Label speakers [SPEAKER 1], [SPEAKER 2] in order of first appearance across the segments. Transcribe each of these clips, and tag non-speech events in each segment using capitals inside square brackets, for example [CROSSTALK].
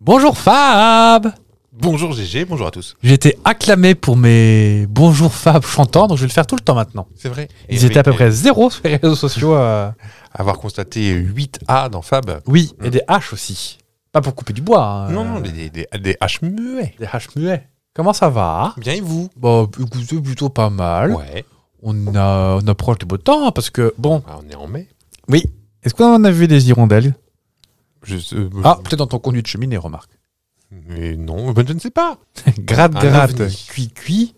[SPEAKER 1] Bonjour Fab
[SPEAKER 2] Bonjour GG, bonjour à tous.
[SPEAKER 1] J'ai été acclamé pour mes Bonjour Fab chantants, donc je vais le faire tout le temps maintenant.
[SPEAKER 2] C'est vrai.
[SPEAKER 1] Ils étaient à
[SPEAKER 2] eh
[SPEAKER 1] peu près zéro sur les réseaux sociaux.
[SPEAKER 2] Mm.
[SPEAKER 1] euh,
[SPEAKER 2] Avoir constaté 8 A dans Fab.
[SPEAKER 1] Oui, et des haches aussi. Pas pour couper du bois. hein. euh,
[SPEAKER 2] Non, non, des, des, des, des H muets.
[SPEAKER 1] Des haches muets. Comment ça va
[SPEAKER 2] Bien et vous
[SPEAKER 1] Bah, écoutez, plutôt pas mal.
[SPEAKER 2] Ouais.
[SPEAKER 1] On, a- on approche du beau temps, hein, parce que, bon...
[SPEAKER 2] Ah, on est en mai.
[SPEAKER 1] Oui. Est-ce qu'on a vu des hirondelles
[SPEAKER 2] Je, euh,
[SPEAKER 1] Ah, peut-être dans ton conduit de cheminée, remarque.
[SPEAKER 2] Mais non, ben, je ne sais pas.
[SPEAKER 1] gratte,
[SPEAKER 2] Un
[SPEAKER 1] gratte,
[SPEAKER 2] ovni.
[SPEAKER 1] cuit, cuit.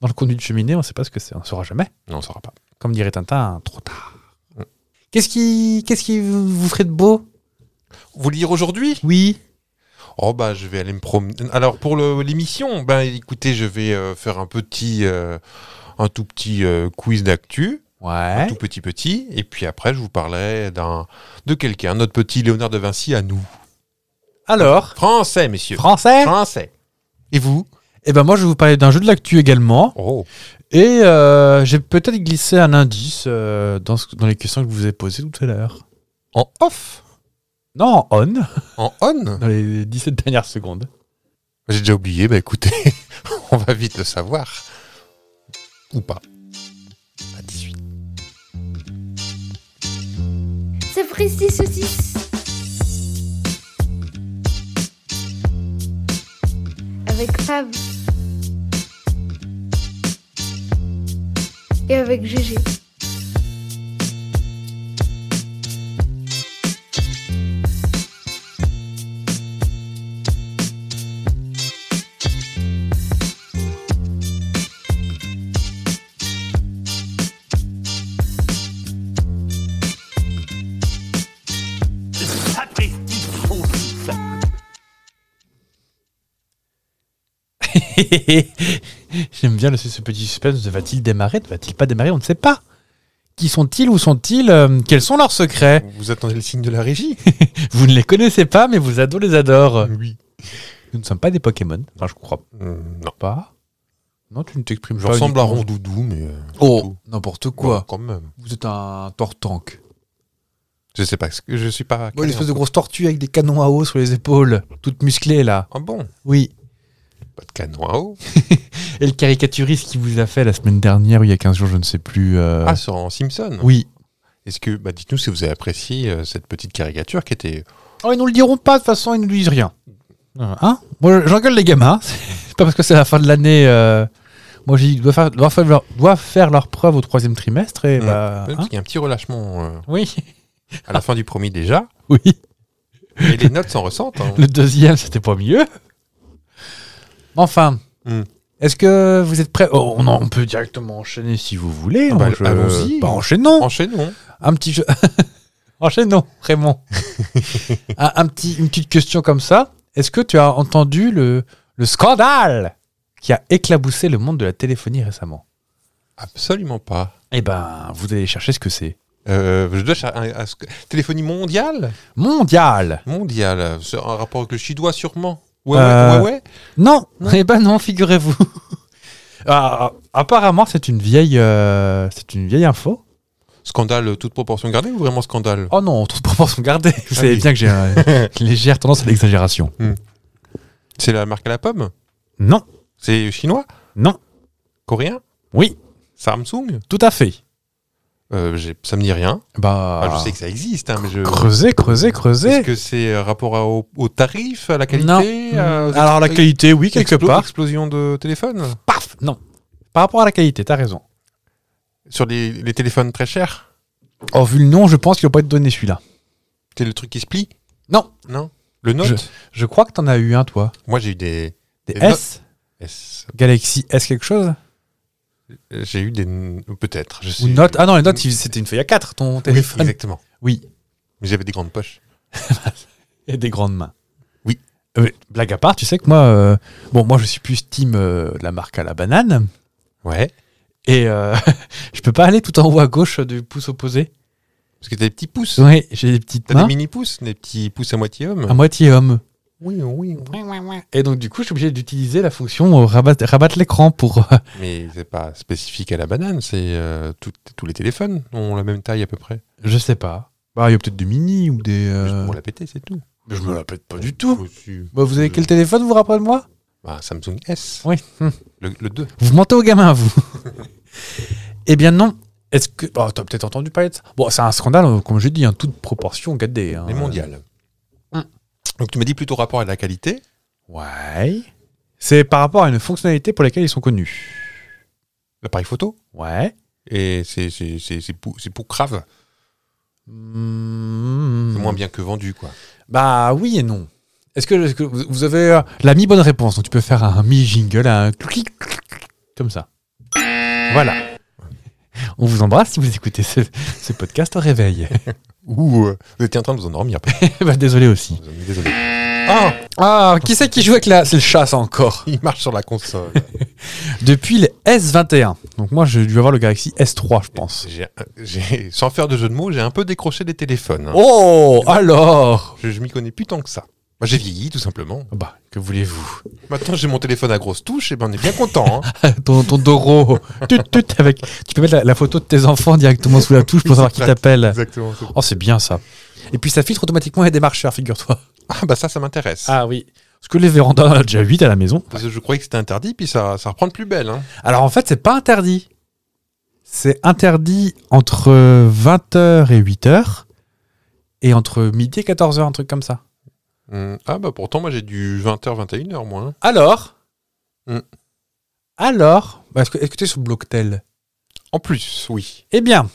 [SPEAKER 1] Dans le conduit de cheminée, on ne sait pas ce que c'est. On ne saura jamais.
[SPEAKER 2] Non, on ne saura pas. Mm.
[SPEAKER 1] Comme dirait Tintin, hein, trop tard. Qu'est-ce qui, qu'est-ce qui vous vous ferait de beau
[SPEAKER 2] Vous lire aujourd'hui
[SPEAKER 1] Oui.
[SPEAKER 2] Oh bah je vais aller me promener. Alors pour le- l'émission, ben écoutez, je vais euh, faire un petit, euh, un tout petit euh, quiz d'actu,
[SPEAKER 1] Ouais.
[SPEAKER 2] tout petit petit, et puis après je vous parlerai d'un de quelqu'un, notre petit Léonard de Vinci à nous.
[SPEAKER 1] Alors,
[SPEAKER 2] Français, messieurs.
[SPEAKER 1] français
[SPEAKER 2] Français. Et vous
[SPEAKER 1] Eh ben moi, je vais vous parler d'un jeu de l'actu également.
[SPEAKER 2] Oh.
[SPEAKER 1] Et euh, j'ai peut-être glissé un indice euh, dans, ce- dans les questions que je vous ai posées tout à l'heure.
[SPEAKER 2] En off
[SPEAKER 1] Non, en on,
[SPEAKER 2] En on
[SPEAKER 1] dans les 17 dernières secondes.
[SPEAKER 2] J'ai déjà oublié, bah écoutez, [LAUGHS] on va vite le savoir. Ou pas. À 18.
[SPEAKER 3] C'est Fristy Saucisse. Avec Fab. Et avec GG.
[SPEAKER 4] Sapristi saucisse.
[SPEAKER 1] [LAUGHS] J'aime bien le, ce petit suspense. de Va-t-il démarrer Ne va-t-il pas démarrer On ne sait pas. Qui sont-ils Où sont-ils Euh, Quels sont leurs secrets
[SPEAKER 2] Vous attendez le signe de la régie
[SPEAKER 1] Vous ne les connaissez pas, mais vos ados les adorent.
[SPEAKER 2] [LAUGHS] Oui.
[SPEAKER 1] Nous ne sommes pas des Pokémon. Enfin, je crois
[SPEAKER 2] non.
[SPEAKER 1] pas. Non, tu ne t'exprimes
[SPEAKER 2] Hmm. Je
[SPEAKER 1] pas.
[SPEAKER 2] ressemble à
[SPEAKER 1] uniquement.
[SPEAKER 2] Rondoudou, mais. euh,
[SPEAKER 1] Oh, n'importe
[SPEAKER 2] bon,
[SPEAKER 1] quoi.
[SPEAKER 2] Quand même.
[SPEAKER 1] Vous êtes un tortank.
[SPEAKER 2] Je sais pas, ce que- je suis pas.
[SPEAKER 1] une
[SPEAKER 2] calé
[SPEAKER 1] espèce
[SPEAKER 2] en-
[SPEAKER 1] de grosse tortue avec des canons à eau sur les épaules, toute musclée là.
[SPEAKER 2] Ah bon
[SPEAKER 1] Oui.
[SPEAKER 2] Pas de canon à eau.
[SPEAKER 1] Et le caricaturiste qui vous a fait la semaine dernière, ou il y a 15 jours, je ne sais plus. euh,
[SPEAKER 2] Ah, sur en Simpson.
[SPEAKER 1] oui.
[SPEAKER 2] Est-ce que. Bah, dites-nous si vous avez apprécié euh, cette petite caricature qui était.
[SPEAKER 1] Oh, ils nous le diront pas, de toute façon, ils ne nous disent rien. Euh, Hein Moi, j'engueule les gamins. [LAUGHS] C'est pas parce que c'est la fin de l'année. euh, Moi, j'ai dit, doivent faire, doivent faire leur, doivent faire leur preuve au troisième trimestre. Et
[SPEAKER 2] Mm.
[SPEAKER 1] bah,
[SPEAKER 2] Même
[SPEAKER 1] hein
[SPEAKER 2] parce qu'il y a un petit relâchement euh,
[SPEAKER 1] oui. [LAUGHS]
[SPEAKER 2] à la fin du premier déjà.
[SPEAKER 1] Oui.
[SPEAKER 2] Et les notes s'en ressentent. [LAUGHS] hein.
[SPEAKER 1] Le deuxième, c'était pas mieux. Enfin,
[SPEAKER 2] Hmm.
[SPEAKER 1] est-ce que vous êtes prêts Oh, on, en- on peut directement enchaîner si vous voulez.
[SPEAKER 2] Ah bah,
[SPEAKER 1] Moi, je-
[SPEAKER 2] allons-y.
[SPEAKER 1] Bah, enchaînons.
[SPEAKER 2] Enchaînons.
[SPEAKER 1] Un petit jeu. [LAUGHS] enchaînons,
[SPEAKER 2] [LAUGHS]
[SPEAKER 1] Raymond. un, un petit, une petite question comme ça. Est-ce que tu as entendu le, le scandale qui a éclaboussé le monde de la téléphonie récemment
[SPEAKER 2] Absolument pas.
[SPEAKER 1] Eh ben, vous allez chercher ce que c'est.
[SPEAKER 2] Euh, je dois cher- à- à ce que- téléphonie mondiale
[SPEAKER 1] Mondial
[SPEAKER 2] Mondiale, c'est un rapport avec le chinois sûrement. Ouais,
[SPEAKER 1] Euh,
[SPEAKER 2] ouais, ouais, ouais.
[SPEAKER 1] Non, eh ben non, figurez-vous. [LAUGHS] Ah, apparemment, c'est une vieille, euh, c'est une vieille info.
[SPEAKER 2] Scandale, euh, toute proportion gardée ou vraiment scandale
[SPEAKER 1] Oh non, toute proportion gardée. Vous
[SPEAKER 2] Ah
[SPEAKER 1] savez
[SPEAKER 2] oui.
[SPEAKER 1] bien que j'ai euh,
[SPEAKER 2] [LAUGHS]
[SPEAKER 1] une légère tendance à l'exagération.
[SPEAKER 2] C'est la marque à la pomme
[SPEAKER 1] Non,
[SPEAKER 2] C'est chinois
[SPEAKER 1] non,
[SPEAKER 2] Coréen
[SPEAKER 1] oui,
[SPEAKER 2] Samsung
[SPEAKER 1] tout à fait.
[SPEAKER 2] Euh, j'ai- Ça me dit rien.
[SPEAKER 1] Bah,
[SPEAKER 2] Enfin, je sais que ça existe, hein, mais je.
[SPEAKER 1] creuser, creuser, creuser.
[SPEAKER 2] Est-ce que c'est euh, rapport à- au, au tarif, à la
[SPEAKER 1] Non. Mmh.
[SPEAKER 2] qualité à- aux
[SPEAKER 1] Alors la
[SPEAKER 2] explo-
[SPEAKER 1] qualité, oui, quelque
[SPEAKER 2] explo-
[SPEAKER 1] part.
[SPEAKER 2] Explosion de téléphone
[SPEAKER 1] Paf, non. Par rapport à la qualité, t'as raison.
[SPEAKER 2] Sur les, les téléphones très chers
[SPEAKER 1] Oh, vu le nom, je pense qu'il va pas être donné celui-là.
[SPEAKER 2] C'est le truc qui se plie
[SPEAKER 1] Non,
[SPEAKER 2] Non Le Note
[SPEAKER 1] je crois que t'en as eu un toi.
[SPEAKER 2] Moi j'ai eu des.
[SPEAKER 1] Des
[SPEAKER 2] Des
[SPEAKER 1] S,
[SPEAKER 2] S-
[SPEAKER 1] Galaxy S quelque chose
[SPEAKER 2] J'ai eu des. Peut-être. je
[SPEAKER 1] ou
[SPEAKER 2] sais-
[SPEAKER 1] Note. Ah non, les notes, ils- c'était une feuille à 4 ton
[SPEAKER 2] Oui,
[SPEAKER 1] téléphone.
[SPEAKER 2] exactement.
[SPEAKER 1] oui.
[SPEAKER 2] Mais j'avais des grandes poches.
[SPEAKER 1] et des grandes mains.
[SPEAKER 2] Oui.
[SPEAKER 1] Euh, blague à part, tu sais que moi, euh, bon, moi je suis plus team euh, de la marque à la banane
[SPEAKER 2] Ouais.
[SPEAKER 1] et euh, [LAUGHS] je peux pas aller tout en haut à gauche du pouce opposé.
[SPEAKER 2] Parce que t'as des petits pouces.
[SPEAKER 1] Oui, j'ai des petites
[SPEAKER 2] T'as des
[SPEAKER 1] mains
[SPEAKER 2] mini-pouces, des petits pouces à moitié homme.
[SPEAKER 1] à moitié homme.
[SPEAKER 2] oui, oui, oui.
[SPEAKER 1] Et donc du coup, je suis obligé d'utiliser la fonction euh, rabat- rabattre l'écran pour. euh, [LAUGHS]
[SPEAKER 2] Mais c'est pas spécifique à la banane, c'est euh, tout- tous les téléphones ont la même taille à peu près.
[SPEAKER 1] je sais pas. Bah, il y a peut-être des mini ou des.
[SPEAKER 2] Juste
[SPEAKER 1] euh,
[SPEAKER 2] pour la péter, c'est tout.
[SPEAKER 1] Mais je me la pète pas du tout.
[SPEAKER 2] Aussi.
[SPEAKER 1] Bah, vous avez quel téléphone, vous vous rappelez de moi
[SPEAKER 2] Bah, Samsung S,
[SPEAKER 1] Oui. Hmm.
[SPEAKER 2] le, le 2.
[SPEAKER 1] Vous mentez aux gamins, vous. [LAUGHS] eh bien, non. Est-ce que. Oh, t'as peut-être entendu parler de ça. Bon, c'est un scandale, euh, comme je dis, en toute proportion, gardez. hein.
[SPEAKER 2] Les mondiales.
[SPEAKER 1] Mm.
[SPEAKER 2] Donc tu me dis plutôt rapport à la qualité.
[SPEAKER 1] Ouais. C'est par rapport à une fonctionnalité pour laquelle ils sont connus.
[SPEAKER 2] L'appareil photo.
[SPEAKER 1] Ouais.
[SPEAKER 2] Et c'est c'est- c'est- c'est pou- c'est pour crave.
[SPEAKER 1] Mmh. Mm.
[SPEAKER 2] C'est moins bien que vendu, quoi.
[SPEAKER 1] Bah oui et non. Est-ce que, est-ce que vous vous avez euh, la mi-bonne réponse Donc tu peux faire un mi-jingle, un clic, clic, clic, comme ça. Voilà. On vous embrasse si vous écoutez ce, ce podcast au réveil. [LAUGHS]
[SPEAKER 2] Ouh, euh, vous étiez en train de vous endormir. peut-être.
[SPEAKER 1] Eh ben, désolé aussi.
[SPEAKER 2] Vous en- Désolé.
[SPEAKER 1] [LAUGHS]
[SPEAKER 2] Ah,
[SPEAKER 1] Ah, qui c'est qui joue avec la... C'est le chat, ça, encore.
[SPEAKER 2] il marche sur la console.
[SPEAKER 1] Depuis le S21. Donc moi, j'ai dû avoir le Galaxy S3, je pense.
[SPEAKER 2] J'ai- j'ai- sans faire de jeu de mots, j'ai un peu décroché des téléphones. hein.
[SPEAKER 1] Oh, alors
[SPEAKER 2] Je, je m'y connais plus tant que ça. Moi, j'ai vieilli, tout simplement.
[SPEAKER 1] Bah, que voulez-vous
[SPEAKER 2] Maintenant, j'ai mon téléphone à grosse touche, et ben on est bien content.
[SPEAKER 1] [LAUGHS]
[SPEAKER 2] hein.
[SPEAKER 1] ton, ton Doro. Tut, tut, avec... Tu peux mettre la, la photo de tes enfants directement sous la touche pour savoir qui [LAUGHS] t'appelle.
[SPEAKER 2] Exactement. c'est-
[SPEAKER 1] Oh, c'est bien ça. Et puis ça filtre automatiquement les démarcheurs, figure-toi.
[SPEAKER 2] Ah, bah ça, ça m'intéresse.
[SPEAKER 1] Ah oui. Parce que les vérandas, on en a déjà 8 à la maison.
[SPEAKER 2] Parce que je croyais que c'était interdit, puis ça, ça reprend de plus belle. hein.
[SPEAKER 1] Alors en fait, c'est pas interdit. C'est interdit entre 20h et 8h et entre midi et 14h, un truc comme ça.
[SPEAKER 2] Hum, Ah, bah pourtant, moi, j'ai du 20h, 21h, moi. hein.
[SPEAKER 1] Alors
[SPEAKER 2] Hmm.
[SPEAKER 1] Alors Bah, Est-ce que est-ce que t'es sur Blocktel
[SPEAKER 2] En plus, oui.
[SPEAKER 1] Eh bien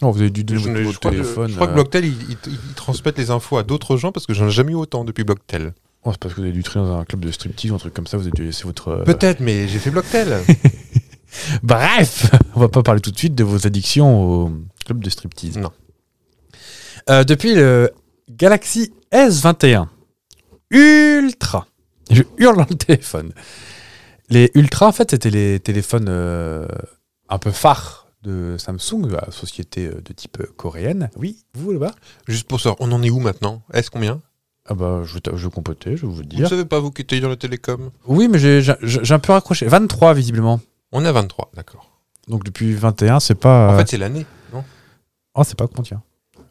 [SPEAKER 1] Non, vous avez dû donner
[SPEAKER 2] Je,
[SPEAKER 1] votre
[SPEAKER 2] je crois que-
[SPEAKER 1] téléphone.
[SPEAKER 2] je crois que
[SPEAKER 1] euh,
[SPEAKER 2] Blocktel, ils il, il transmettent les infos à d'autres gens parce que j'en ai jamais eu autant depuis Blocktel.
[SPEAKER 1] oh, c'est parce que vous avez dû traîner dans un club de striptease ou un truc comme ça, vous avez dû laisser votre... euh,
[SPEAKER 2] Peut-être, mais j'ai
[SPEAKER 1] [LAUGHS]
[SPEAKER 2] fait Blocktel.
[SPEAKER 1] Bref, [LAUGHS] on va pas parler tout de suite de vos addictions au club de striptease.
[SPEAKER 2] Non.
[SPEAKER 1] Euh, depuis le Galaxy S21 Ultra, je hurle dans le téléphone. Les Ultra, en fait, c'était les téléphones euh, un peu phares de Samsung, la société euh, de type euh, coréenne. Oui, vous là-bas
[SPEAKER 2] Juste pour ça, on en est où maintenant Est-ce combien
[SPEAKER 1] ah bah, je vais t- je vais compoter, je vais vous
[SPEAKER 2] Vous ne
[SPEAKER 1] dire.
[SPEAKER 2] savez pas, vous qui étiez dans la télécom
[SPEAKER 1] Oui, mais j'ai- j'ai j'ai un peu raccroché. 23, visiblement.
[SPEAKER 2] On est à 23, d'accord.
[SPEAKER 1] Donc depuis 21, c'est pas...
[SPEAKER 2] En
[SPEAKER 1] euh,
[SPEAKER 2] fait, c'est l'année, non
[SPEAKER 1] Oh, c'est pas combien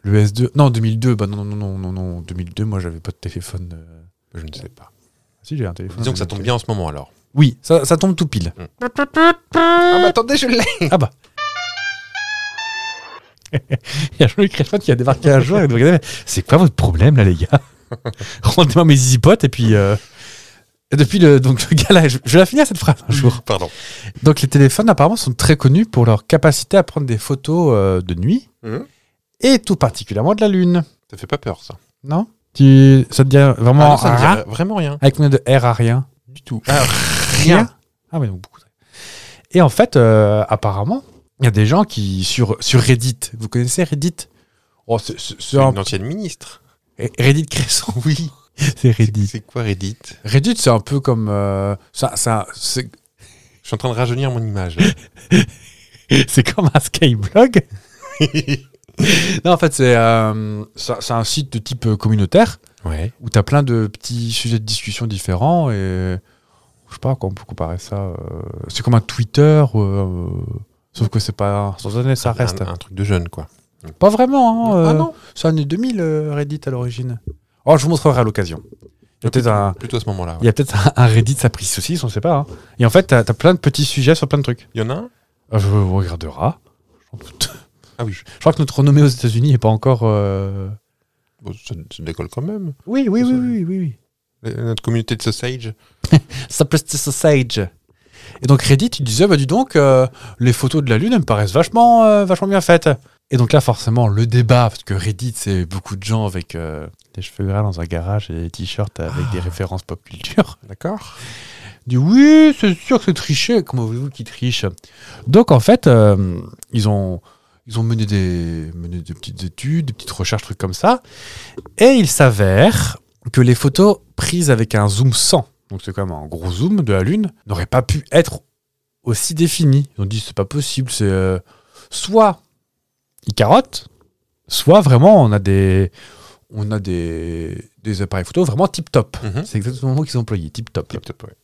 [SPEAKER 1] Le S2. Non, 2002. Bah non, non, non, non, non. 2002, moi, j'avais pas de téléphone. euh,
[SPEAKER 2] Je ne sais pas.
[SPEAKER 1] Ah, Si, j'ai un téléphone.
[SPEAKER 2] Ah, Disons que ça tombe bien en ce moment alors.
[SPEAKER 1] Oui, ça, ça tombe tout pile.
[SPEAKER 2] Ah, mais attendez, je l'ai
[SPEAKER 1] ah bah. [LAUGHS] Il y a Jean-Luc Reichmann qui a débarqué un jour et qui nous regardait, mais C'est quoi votre problème, là, les
[SPEAKER 2] [LAUGHS]
[SPEAKER 1] gars Rendez-moi mes zipotes et puis. euh, Depuis le, donc, le gars là, je, je vais la finir cette phrase un jour.
[SPEAKER 2] Pardon.
[SPEAKER 1] [LAUGHS] Donc les téléphones apparemment sont très connus pour leur capacité à prendre des photos euh, de nuit
[SPEAKER 2] Mhm.
[SPEAKER 1] et tout particulièrement de la lune.
[SPEAKER 2] Ça fait pas peur, ça.
[SPEAKER 1] Non tu, Ça te dit
[SPEAKER 2] Ah
[SPEAKER 1] vraiment
[SPEAKER 2] non, ça me
[SPEAKER 1] rien
[SPEAKER 2] dirait vraiment rien.
[SPEAKER 1] Avec combien de R à rien
[SPEAKER 2] Du tout. Ah,
[SPEAKER 1] Ah oui, donc beaucoup. de- Et en fait, euh, apparemment, il y a des gens qui, sur, sur Reddit, vous connaissez Reddit oh, c'est- c'est- c'est
[SPEAKER 2] c'est
[SPEAKER 1] un-
[SPEAKER 2] une ancienne ministre.
[SPEAKER 1] Reddit [LAUGHS] Cresson,
[SPEAKER 2] Oui.
[SPEAKER 1] c'est Reddit.
[SPEAKER 2] C'est quoi Reddit
[SPEAKER 1] Reddit, c'est un peu comme... euh, ça, ça, c'est [LAUGHS]
[SPEAKER 2] Je suis en train de rajeunir mon image.
[SPEAKER 1] c'est comme un [LAUGHS] Skyblog. non, en fait, c'est euh, ça- c'est un site de type euh, communautaire.
[SPEAKER 2] ouais.
[SPEAKER 1] où tu as plein de petits sujets de discussion différents et je sais pas comment on peut comparer ça. euh, c'est comme un Twitter, euh, sauf que c'est pas. Sans donner, ça reste.
[SPEAKER 2] Un, un truc de jeune, quoi.
[SPEAKER 1] Pas vraiment. hein,
[SPEAKER 2] Ah
[SPEAKER 1] euh,
[SPEAKER 2] non
[SPEAKER 1] C'est année 2000 euh, Reddit à l'origine. Oh, je vous montrerai à l'occasion. Il y a peut-être un,
[SPEAKER 2] Plutôt à ce moment-là. ouais.
[SPEAKER 1] il y a peut-être un- un Reddit, ça prise saucisse, on sait pas. hein. Et en fait, t'as as plein de petits sujets sur plein de trucs.
[SPEAKER 2] Il y en a un
[SPEAKER 1] Euh, Je vous regardera. J'en doute.
[SPEAKER 2] Ah oui.
[SPEAKER 1] Je crois que notre renommée aux États-Unis n'est pas encore. euh,
[SPEAKER 2] Bon, ça, ça décolle quand même.
[SPEAKER 1] Oui, oui, oui, oui, oui, oui.
[SPEAKER 2] Euh, Notre communauté de Sausage.
[SPEAKER 1] Ça s'appelle The Sausage. Et donc Reddit, tu disais, bah dis donc, euh, les photos de la Lune, elles me paraissent vachement, euh, vachement bien faites. Et donc là, forcément, le débat, parce que Reddit, c'est beaucoup de gens avec euh, des cheveux gras dans un garage et des t-shirts avec des références pop culture.
[SPEAKER 2] D'accord.
[SPEAKER 1] Du oui, c'est sûr que c'est triché. Comment voulez-vous qu'ils trichent Donc en fait, euh, ils ont. Ils ont mené des, mené des petites études, des petites recherches, trucs comme ça. Et il s'avère que les photos prises avec un zoom 100, donc c'est quand même un gros zoom de la Lune, n'auraient pas pu être aussi définies. Ils ont dit c'est pas possible, c'est euh, soit ils carottent, soit vraiment on a des, on a des, des appareils photo vraiment tip top.
[SPEAKER 2] Mhm.
[SPEAKER 1] C'est exactement le mot qu'ils ont employé, tip top.
[SPEAKER 2] Tip top, ouais.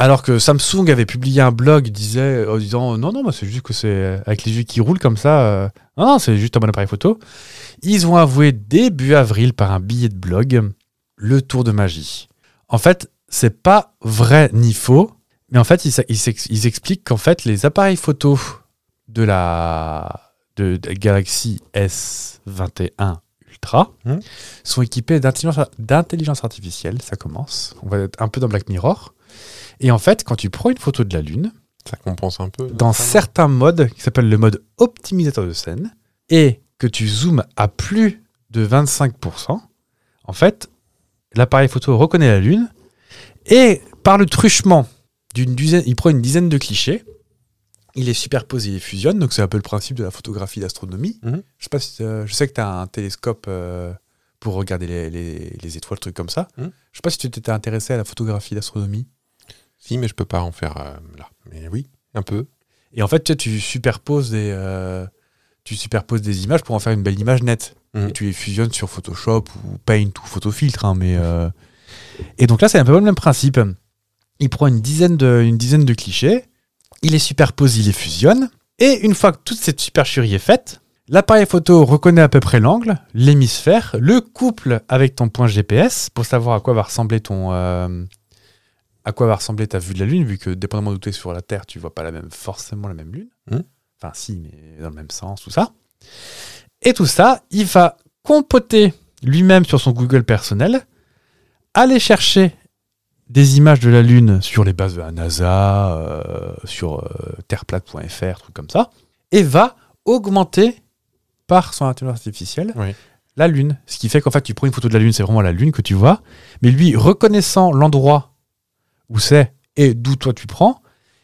[SPEAKER 1] Alors que Samsung avait publié un blog disait, en disant euh, non, non, bah, c'est juste que c'est euh, avec les yeux qui roulent comme ça. euh, non, non, c'est juste un bon appareil photo. Ils ont avoué début avril par un billet de blog le tour de magie. En fait, c'est pas vrai ni faux, mais en fait, ils, ils s'ex- ils expliquent qu'en fait, les appareils photo de la, de, de Galaxy S21 Ultra
[SPEAKER 2] Mhm.
[SPEAKER 1] sont équipés d'intelligence d'intelligence artificielle. Ça commence. On va être un peu dans Black Mirror. Et en fait, quand tu prends une photo de la Lune,
[SPEAKER 2] Ça compense un peu.
[SPEAKER 1] dans certains modes qui s'appelle le mode optimisateur de scène et que tu zoomes à plus de 25%, en fait, l'appareil photo reconnaît la Lune et par le truchement d'une dizaine, il prend une dizaine de clichés, il les superpose et il les fusionne. Donc c'est un peu le principe de la photographie d'astronomie.
[SPEAKER 2] Mhm.
[SPEAKER 1] Je sais pas si, euh, je sais que tu as un télescope euh, pour regarder les, les- les étoiles, trucs comme ça.
[SPEAKER 2] Mhm.
[SPEAKER 1] Je sais pas si tu t'étais intéressé à la photographie d'astronomie.
[SPEAKER 2] Si, mais je peux pas en faire euh, là. Mais oui, un peu.
[SPEAKER 1] Et en fait, tu, sais, tu superposes des, euh, tu superposes des images pour en faire une belle image nette.
[SPEAKER 2] Mhm.
[SPEAKER 1] Et tu les fusionnes sur Photoshop ou Paint ou Photofiltre. hein, mais euh, et donc là, c'est un peu le même principe. Il prend une dizaine de, une dizaine de clichés, il les superpose, il les fusionne. Et une fois que toute cette supercherie est faite, l'appareil photo reconnaît à peu près l'angle, l'hémisphère, le couple avec ton point GPS pour savoir à quoi va ressembler ton, euh, à quoi va ressembler ta vue de la Lune, vu que dépendamment d'où tu es sur la Terre, tu vois pas la même, forcément la même Lune.
[SPEAKER 2] Mhm.
[SPEAKER 1] Enfin, si, mais dans le même sens, tout ça. Et tout ça, il va compoter lui-même sur son Google personnel, aller chercher des images de la Lune sur les bases de la NASA, euh, sur euh, terreplate.fr, trucs comme ça, et va augmenter par son intelligence artificielle
[SPEAKER 2] Oui.
[SPEAKER 1] la Lune. Ce qui fait qu'en fait, tu prends une photo de la Lune, c'est vraiment la Lune que tu vois, mais lui, reconnaissant l'endroit où c'est et d'où toi tu prends,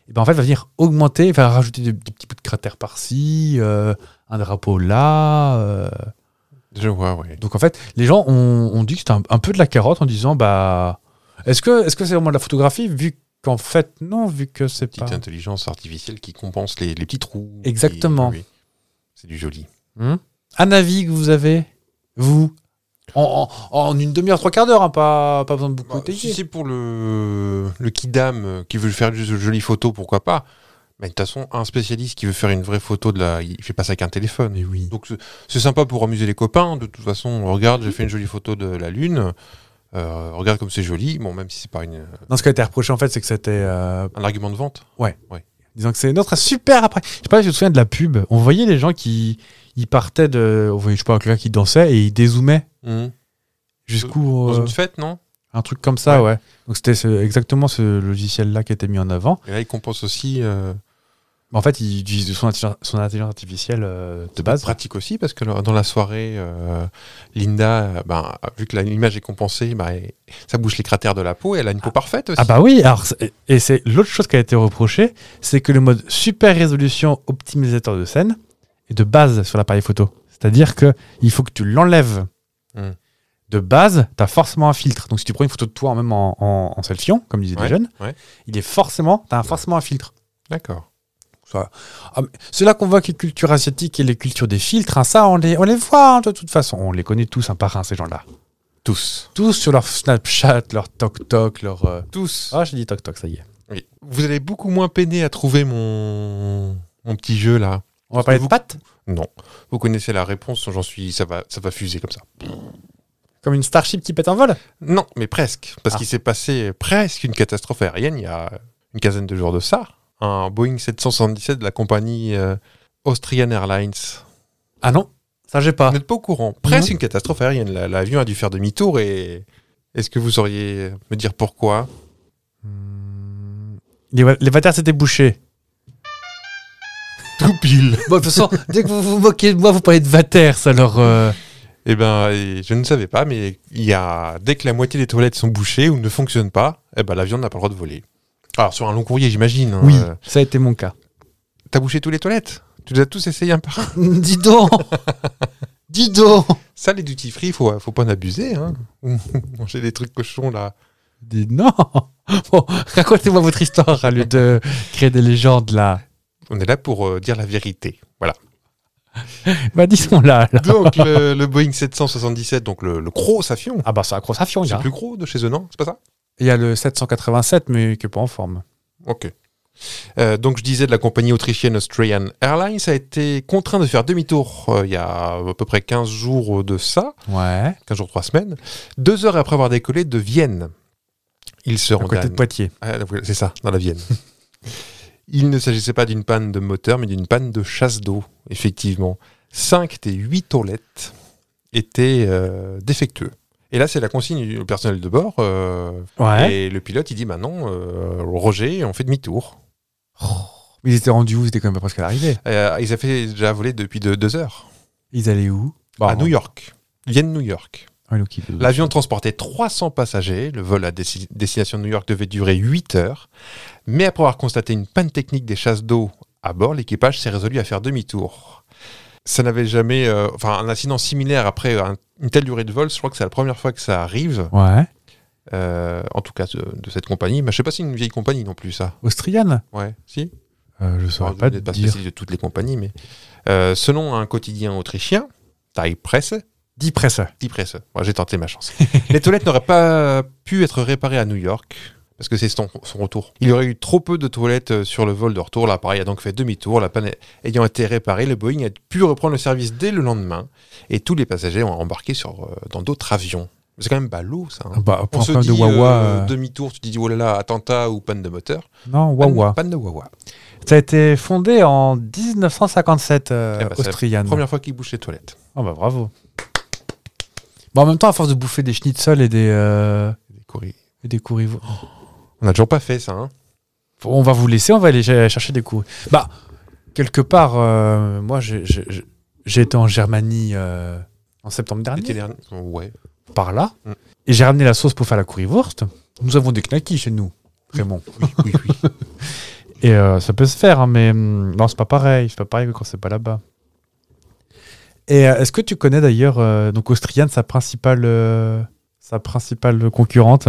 [SPEAKER 1] eh ben en fait, va venir augmenter, va rajouter des, des petits bouts de cratères par-ci, euh, un drapeau là. euh.
[SPEAKER 2] Je vois, oui.
[SPEAKER 1] Donc en fait, les gens ont, ont dit que c'était un, un peu de la carotte en disant bah est-ce que est-ce que c'est vraiment de la photographie vu qu'en fait non vu que c'est
[SPEAKER 2] Petite
[SPEAKER 1] pas
[SPEAKER 2] intelligence artificielle qui compense les, les petits trous.
[SPEAKER 1] Exactement.
[SPEAKER 2] Et- oui. C'est du joli.
[SPEAKER 1] Hmm un avis que vous avez vous en, en- en une demi-heure trois quarts d'heure hein, pas pas besoin de beaucoup
[SPEAKER 2] Bah,
[SPEAKER 1] étayer.
[SPEAKER 2] si c'est pour le, le kidam euh, qui veut faire juste de jolies photos, pourquoi pas Mais de toute façon, un spécialiste qui veut faire une vraie photo de la. Il fait pas ça avec un téléphone.
[SPEAKER 1] mais oui.
[SPEAKER 2] Donc c'est- c'est sympa pour amuser les copains. De toute façon, regarde, j'ai fait une jolie photo de la Lune. Euh, regarde comme c'est joli. Bon, même si c'est pas une,
[SPEAKER 1] Non, ce qui a été reproché en fait, c'est que c'était euh,
[SPEAKER 2] un argument de vente.
[SPEAKER 1] Disons que c'est notre super après. Je sais pas si tu te souviens de la pub. On voyait les gens qui ils partaient de. On voyait, je sais pas, quelqu'un qui dansait et ils dézoomaient
[SPEAKER 2] Mmh.
[SPEAKER 1] jusqu'où.
[SPEAKER 2] Dans
[SPEAKER 1] euh,
[SPEAKER 2] une fête, non
[SPEAKER 1] un truc comme ça, ouais. Donc c'était ce- exactement ce logiciel-là qui était mis en avant.
[SPEAKER 2] Et là, il compense aussi. euh,
[SPEAKER 1] Mais en fait, ils utilisent son, intelligence- son intelligence artificielle euh, de base.
[SPEAKER 2] pratique aussi parce que le- dans la soirée, euh, Linda, euh, ben, vu que la- l'image est compensée, ben, elle- ça bouche les cratères de la peau et elle a une peau parfaite aussi.
[SPEAKER 1] Ah bah oui, alors, c'est- et c'est l'autre chose qui a été reprochée, c'est que le mode super résolution optimisateur de scène est de base sur l'appareil photo. C'est-à-dire que il faut que tu l'enlèves.
[SPEAKER 2] Hmm.
[SPEAKER 1] De base, tu as forcément un filtre. Donc si tu prends une photo de toi même en, en, en selfie, comme disaient
[SPEAKER 2] Ouais,
[SPEAKER 1] les jeunes,
[SPEAKER 2] ouais.
[SPEAKER 1] il est forcément, tu as forcément un filtre.
[SPEAKER 2] D'accord.
[SPEAKER 1] Ah, mais c'est là qu'on voit que les cultures asiatiques et les cultures des filtres, hein, ça on les, on les voit hein, de toute façon. On les connaît tous un par un, ces gens-là.
[SPEAKER 2] Tous.
[SPEAKER 1] Tous sur leur Snapchat, leur TokTok, leur... euh,
[SPEAKER 2] Tous.
[SPEAKER 1] Ah, j'ai dit TokTok, ça y est.
[SPEAKER 2] Oui. Vous allez beaucoup moins peiner à trouver mon, mon petit jeu là.
[SPEAKER 1] On va parler de
[SPEAKER 2] Vous-
[SPEAKER 1] pâtes
[SPEAKER 2] Non. Vous connaissez la réponse, j'en suis. Ça va, ça va fuser comme ça.
[SPEAKER 1] Comme une Starship qui pète en vol
[SPEAKER 2] Non, mais presque. Parce
[SPEAKER 1] Ah.
[SPEAKER 2] qu'il s'est passé presque une catastrophe aérienne il y a une quinzaine de jours de ça. Un Boeing 777 de la compagnie euh, Austrian Airlines.
[SPEAKER 1] Ah non, ça j'ai pas.
[SPEAKER 2] Vous n'êtes pas au courant. Presque une catastrophe aérienne. La- L'avion a dû faire demi-tour et est-ce que vous sauriez me dire pourquoi
[SPEAKER 1] Hmm. Les, wa- les vatères s'étaient bouchés.
[SPEAKER 2] Tout pile.
[SPEAKER 1] Bon, de toute façon, dès que vous vous moquez de moi, vous parlez de vatères, alors... euh,
[SPEAKER 2] Eh ben, et je ne savais pas, mais il y a dès que la moitié des toilettes sont bouchées ou ne fonctionnent pas, eh ben l'avion n'a pas le droit de voler. Alors sur un long courrier, j'imagine. hein,
[SPEAKER 1] Oui,
[SPEAKER 2] euh,
[SPEAKER 1] ça a été mon cas.
[SPEAKER 2] T'as bouché tous les toilettes Tu les as tous essayés un par un.
[SPEAKER 1] [LAUGHS]
[SPEAKER 2] [LAUGHS]
[SPEAKER 1] Dis donc Dis donc
[SPEAKER 2] Ça, les duty free, faut, faut pas en abuser. Hein. [LAUGHS] Manger des trucs cochons là.
[SPEAKER 1] Dis non Bon, racontez-moi votre histoire, au lieu de créer des légendes, là.
[SPEAKER 2] On est là pour euh, dire la vérité. Voilà.
[SPEAKER 1] Bah, disons-la, là.
[SPEAKER 2] Donc le, [LAUGHS] le Boeing 777, donc le, le gros avion.
[SPEAKER 1] Ah bah c'est un gros avion,
[SPEAKER 2] C'est le plus gros de chez eux, non C'est pas ça
[SPEAKER 1] Il y a le 787, mais qui n'est pas en forme.
[SPEAKER 2] Ok. Euh, donc je disais de la compagnie autrichienne Austrian Airlines a été contraint de faire demi-tour euh, il y a à peu près 15 jours de ça,
[SPEAKER 1] Ouais.
[SPEAKER 2] 15 jours, 3 semaines, deux heures après avoir décollé de Vienne. Il se
[SPEAKER 1] À
[SPEAKER 2] rendait
[SPEAKER 1] côté de Poitiers.
[SPEAKER 2] ah, oui, C'est ça, dans
[SPEAKER 1] [LAUGHS]
[SPEAKER 2] la Vienne. Il ne s'agissait pas d'une panne de moteur, mais d'une panne de chasse d'eau, effectivement. Cinq des huit toilettes étaient euh, défectueux. Et là, c'est la consigne du personnel de bord. euh,
[SPEAKER 1] Ah Ouais.
[SPEAKER 2] Et le pilote, il dit bah non, euh, Roger, on fait demi-tour.
[SPEAKER 1] Oh. Ils étaient rendus où C'était quand même presque à l'arrivée.
[SPEAKER 2] Euh, ils avaient déjà volé depuis deux, deux heures.
[SPEAKER 1] Ils allaient où Bah,
[SPEAKER 2] à New York. Vienne-New York.
[SPEAKER 1] Ouais, donc ils-
[SPEAKER 2] L'avion transportait 300 passagers. Le vol à desti- destination de New York devait durer 8 heures. Mais après avoir constaté une panne technique des chasses d'eau à bord, l'équipage s'est résolu à faire demi-tour. Ça n'avait jamais. euh, Enfin, un incident similaire après un- une telle durée de vol, je crois que c'est la première fois que ça arrive,
[SPEAKER 1] Ouais.
[SPEAKER 2] euh, en tout cas de, de cette compagnie. Mais je sais pas si c'est une vieille compagnie non plus, ça.
[SPEAKER 1] Austriane
[SPEAKER 2] Ouais, si
[SPEAKER 1] euh, Je saurais pas
[SPEAKER 2] vous
[SPEAKER 1] te
[SPEAKER 2] n'êtes pas
[SPEAKER 1] dire.
[SPEAKER 2] spécialiste de toutes les compagnies, mais euh, selon un quotidien autrichien, Die Presse,
[SPEAKER 1] Dix presseurs.
[SPEAKER 2] Die Presse, moi j'ai tenté
[SPEAKER 1] [LAUGHS]
[SPEAKER 2] ma chance. les toilettes n'auraient pas pu être réparées à New York parce que c'est son, son retour. Il y aurait eu trop peu de toilettes euh, sur le vol de retour. L'appareil a donc fait demi-tour. La panne ayant été réparée, le Boeing a pu reprendre le service dès le lendemain et tous les passagers ont embarqué sur, euh, dans d'autres avions. C'est quand même ballot ça. hein.
[SPEAKER 1] Bah,
[SPEAKER 2] On
[SPEAKER 1] pour
[SPEAKER 2] se
[SPEAKER 1] problème
[SPEAKER 2] dit
[SPEAKER 1] de Wawa.
[SPEAKER 2] euh,
[SPEAKER 1] euh,
[SPEAKER 2] demi-tour, tu te dis oh là là, attentat ou panne de moteur.
[SPEAKER 1] Non,
[SPEAKER 2] Panne-
[SPEAKER 1] Wawa.
[SPEAKER 2] Panne de Wawa.
[SPEAKER 1] Ça a été fondé en 1957, euh,
[SPEAKER 2] Eh ben, c'est la
[SPEAKER 1] Austriane.
[SPEAKER 2] Première fois qu'ils bouchent les toilettes.
[SPEAKER 1] Ah bah bravo. Bon, en même temps, à force de bouffer des schnitzels et des, euh,
[SPEAKER 2] Des courriers.
[SPEAKER 1] et des courrivaux.
[SPEAKER 2] On n'a toujours pas fait ça. Hein.
[SPEAKER 1] On va vous laisser, on va aller ch- chercher des courriers. Bah, quelque part, euh, moi, j'ai- j'ai j'ai- j'ai été en Germanie euh, en septembre
[SPEAKER 2] L'été
[SPEAKER 1] dernier,
[SPEAKER 2] dernier. Ouais.
[SPEAKER 1] par là,
[SPEAKER 2] Mm.
[SPEAKER 1] et j'ai ramené la sauce pour faire la currywurst. Nous avons des knackis chez nous, Raymond.
[SPEAKER 2] Oui, oui, oui.
[SPEAKER 1] [LAUGHS] Et euh, ça peut se faire, hein, mais hum, non, c'est pas pareil. C'est pas pareil que quand c'est pas là-bas. Et euh, est-ce que tu connais d'ailleurs, euh, donc Austriane, sa principale, euh, sa principale concurrente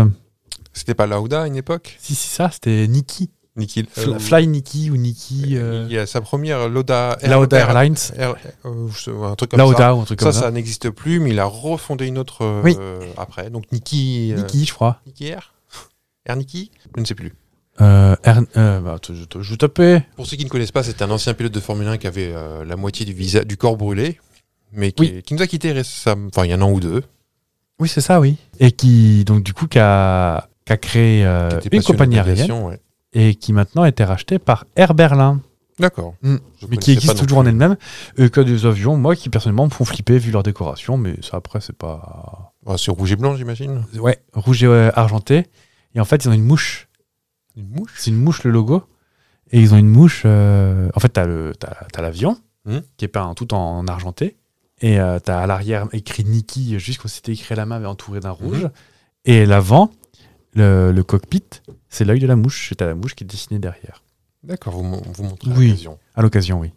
[SPEAKER 2] C'était pas Lauda à une époque
[SPEAKER 1] Si, si, ça, c'était Nikki.
[SPEAKER 2] Nikhil.
[SPEAKER 1] Fl-
[SPEAKER 2] euh,
[SPEAKER 1] Fly Nikki ou Nikki. euh,
[SPEAKER 2] Il y a sa première Lauda. Air-
[SPEAKER 1] Lauda
[SPEAKER 2] Air-
[SPEAKER 1] Airlines.
[SPEAKER 2] Air- euh, je sais, un truc comme ça.
[SPEAKER 1] Lauda ou un truc
[SPEAKER 2] Ça,
[SPEAKER 1] comme
[SPEAKER 2] ça,
[SPEAKER 1] ça.
[SPEAKER 2] n'existe plus, mais il a refondé une autre euh,
[SPEAKER 1] Oui.
[SPEAKER 2] après. Donc Niki. euh,
[SPEAKER 1] Nikki, je crois.
[SPEAKER 2] Niki Air Air Niki Je ne sais plus.
[SPEAKER 1] Euh, Ern- euh, bah, t- je, t- je tapais.
[SPEAKER 2] Pour ceux qui ne connaissent pas, c'était un ancien pilote de Formule 1 qui avait euh, la moitié du, visa, du corps brûlé, mais qui,
[SPEAKER 1] Oui. Euh,
[SPEAKER 2] qui nous a quittés récemment, enfin il y a un an ou deux.
[SPEAKER 1] Oui, c'est ça, oui. Et qui, donc, du coup, qui a, qui a créé euh,
[SPEAKER 2] qui était
[SPEAKER 1] une
[SPEAKER 2] passionné
[SPEAKER 1] compagnie aérienne
[SPEAKER 2] d'aviation, ouais.
[SPEAKER 1] et qui maintenant a été rachetée par Air Berlin.
[SPEAKER 2] D'accord.
[SPEAKER 1] Mm.
[SPEAKER 2] Je
[SPEAKER 1] mais
[SPEAKER 2] connaissais
[SPEAKER 1] qui
[SPEAKER 2] pas
[SPEAKER 1] existent
[SPEAKER 2] non
[SPEAKER 1] toujours en
[SPEAKER 2] plus.
[SPEAKER 1] elle-même, et que des avions, moi, qui personnellement me font flipper vu leur décoration, mais ça après, c'est pas.
[SPEAKER 2] Ah, C'est rouge et blanc, j'imagine.
[SPEAKER 1] Ouais, rouge et euh, argenté. Et en fait, ils ont une mouche.
[SPEAKER 2] Une mouche
[SPEAKER 1] C'est une mouche le logo. Et ils ont une mouche. euh, En fait, t'as le- t'as- t'as l'avion,
[SPEAKER 2] Hmm.
[SPEAKER 1] qui est peint tout en, en argenté. Et euh, t'as à l'arrière écrit Niki, juste comme si c'était écrit à la main, mais entouré
[SPEAKER 2] Hmm.
[SPEAKER 1] d'un rouge. Et l'avant, le, le cockpit, c'est l'œil de la mouche. Et t'as la mouche qui est dessinée derrière.
[SPEAKER 2] D'accord, vous, mon- vous montrez
[SPEAKER 1] Oui.
[SPEAKER 2] l'occasion.
[SPEAKER 1] À l'occasion, oui.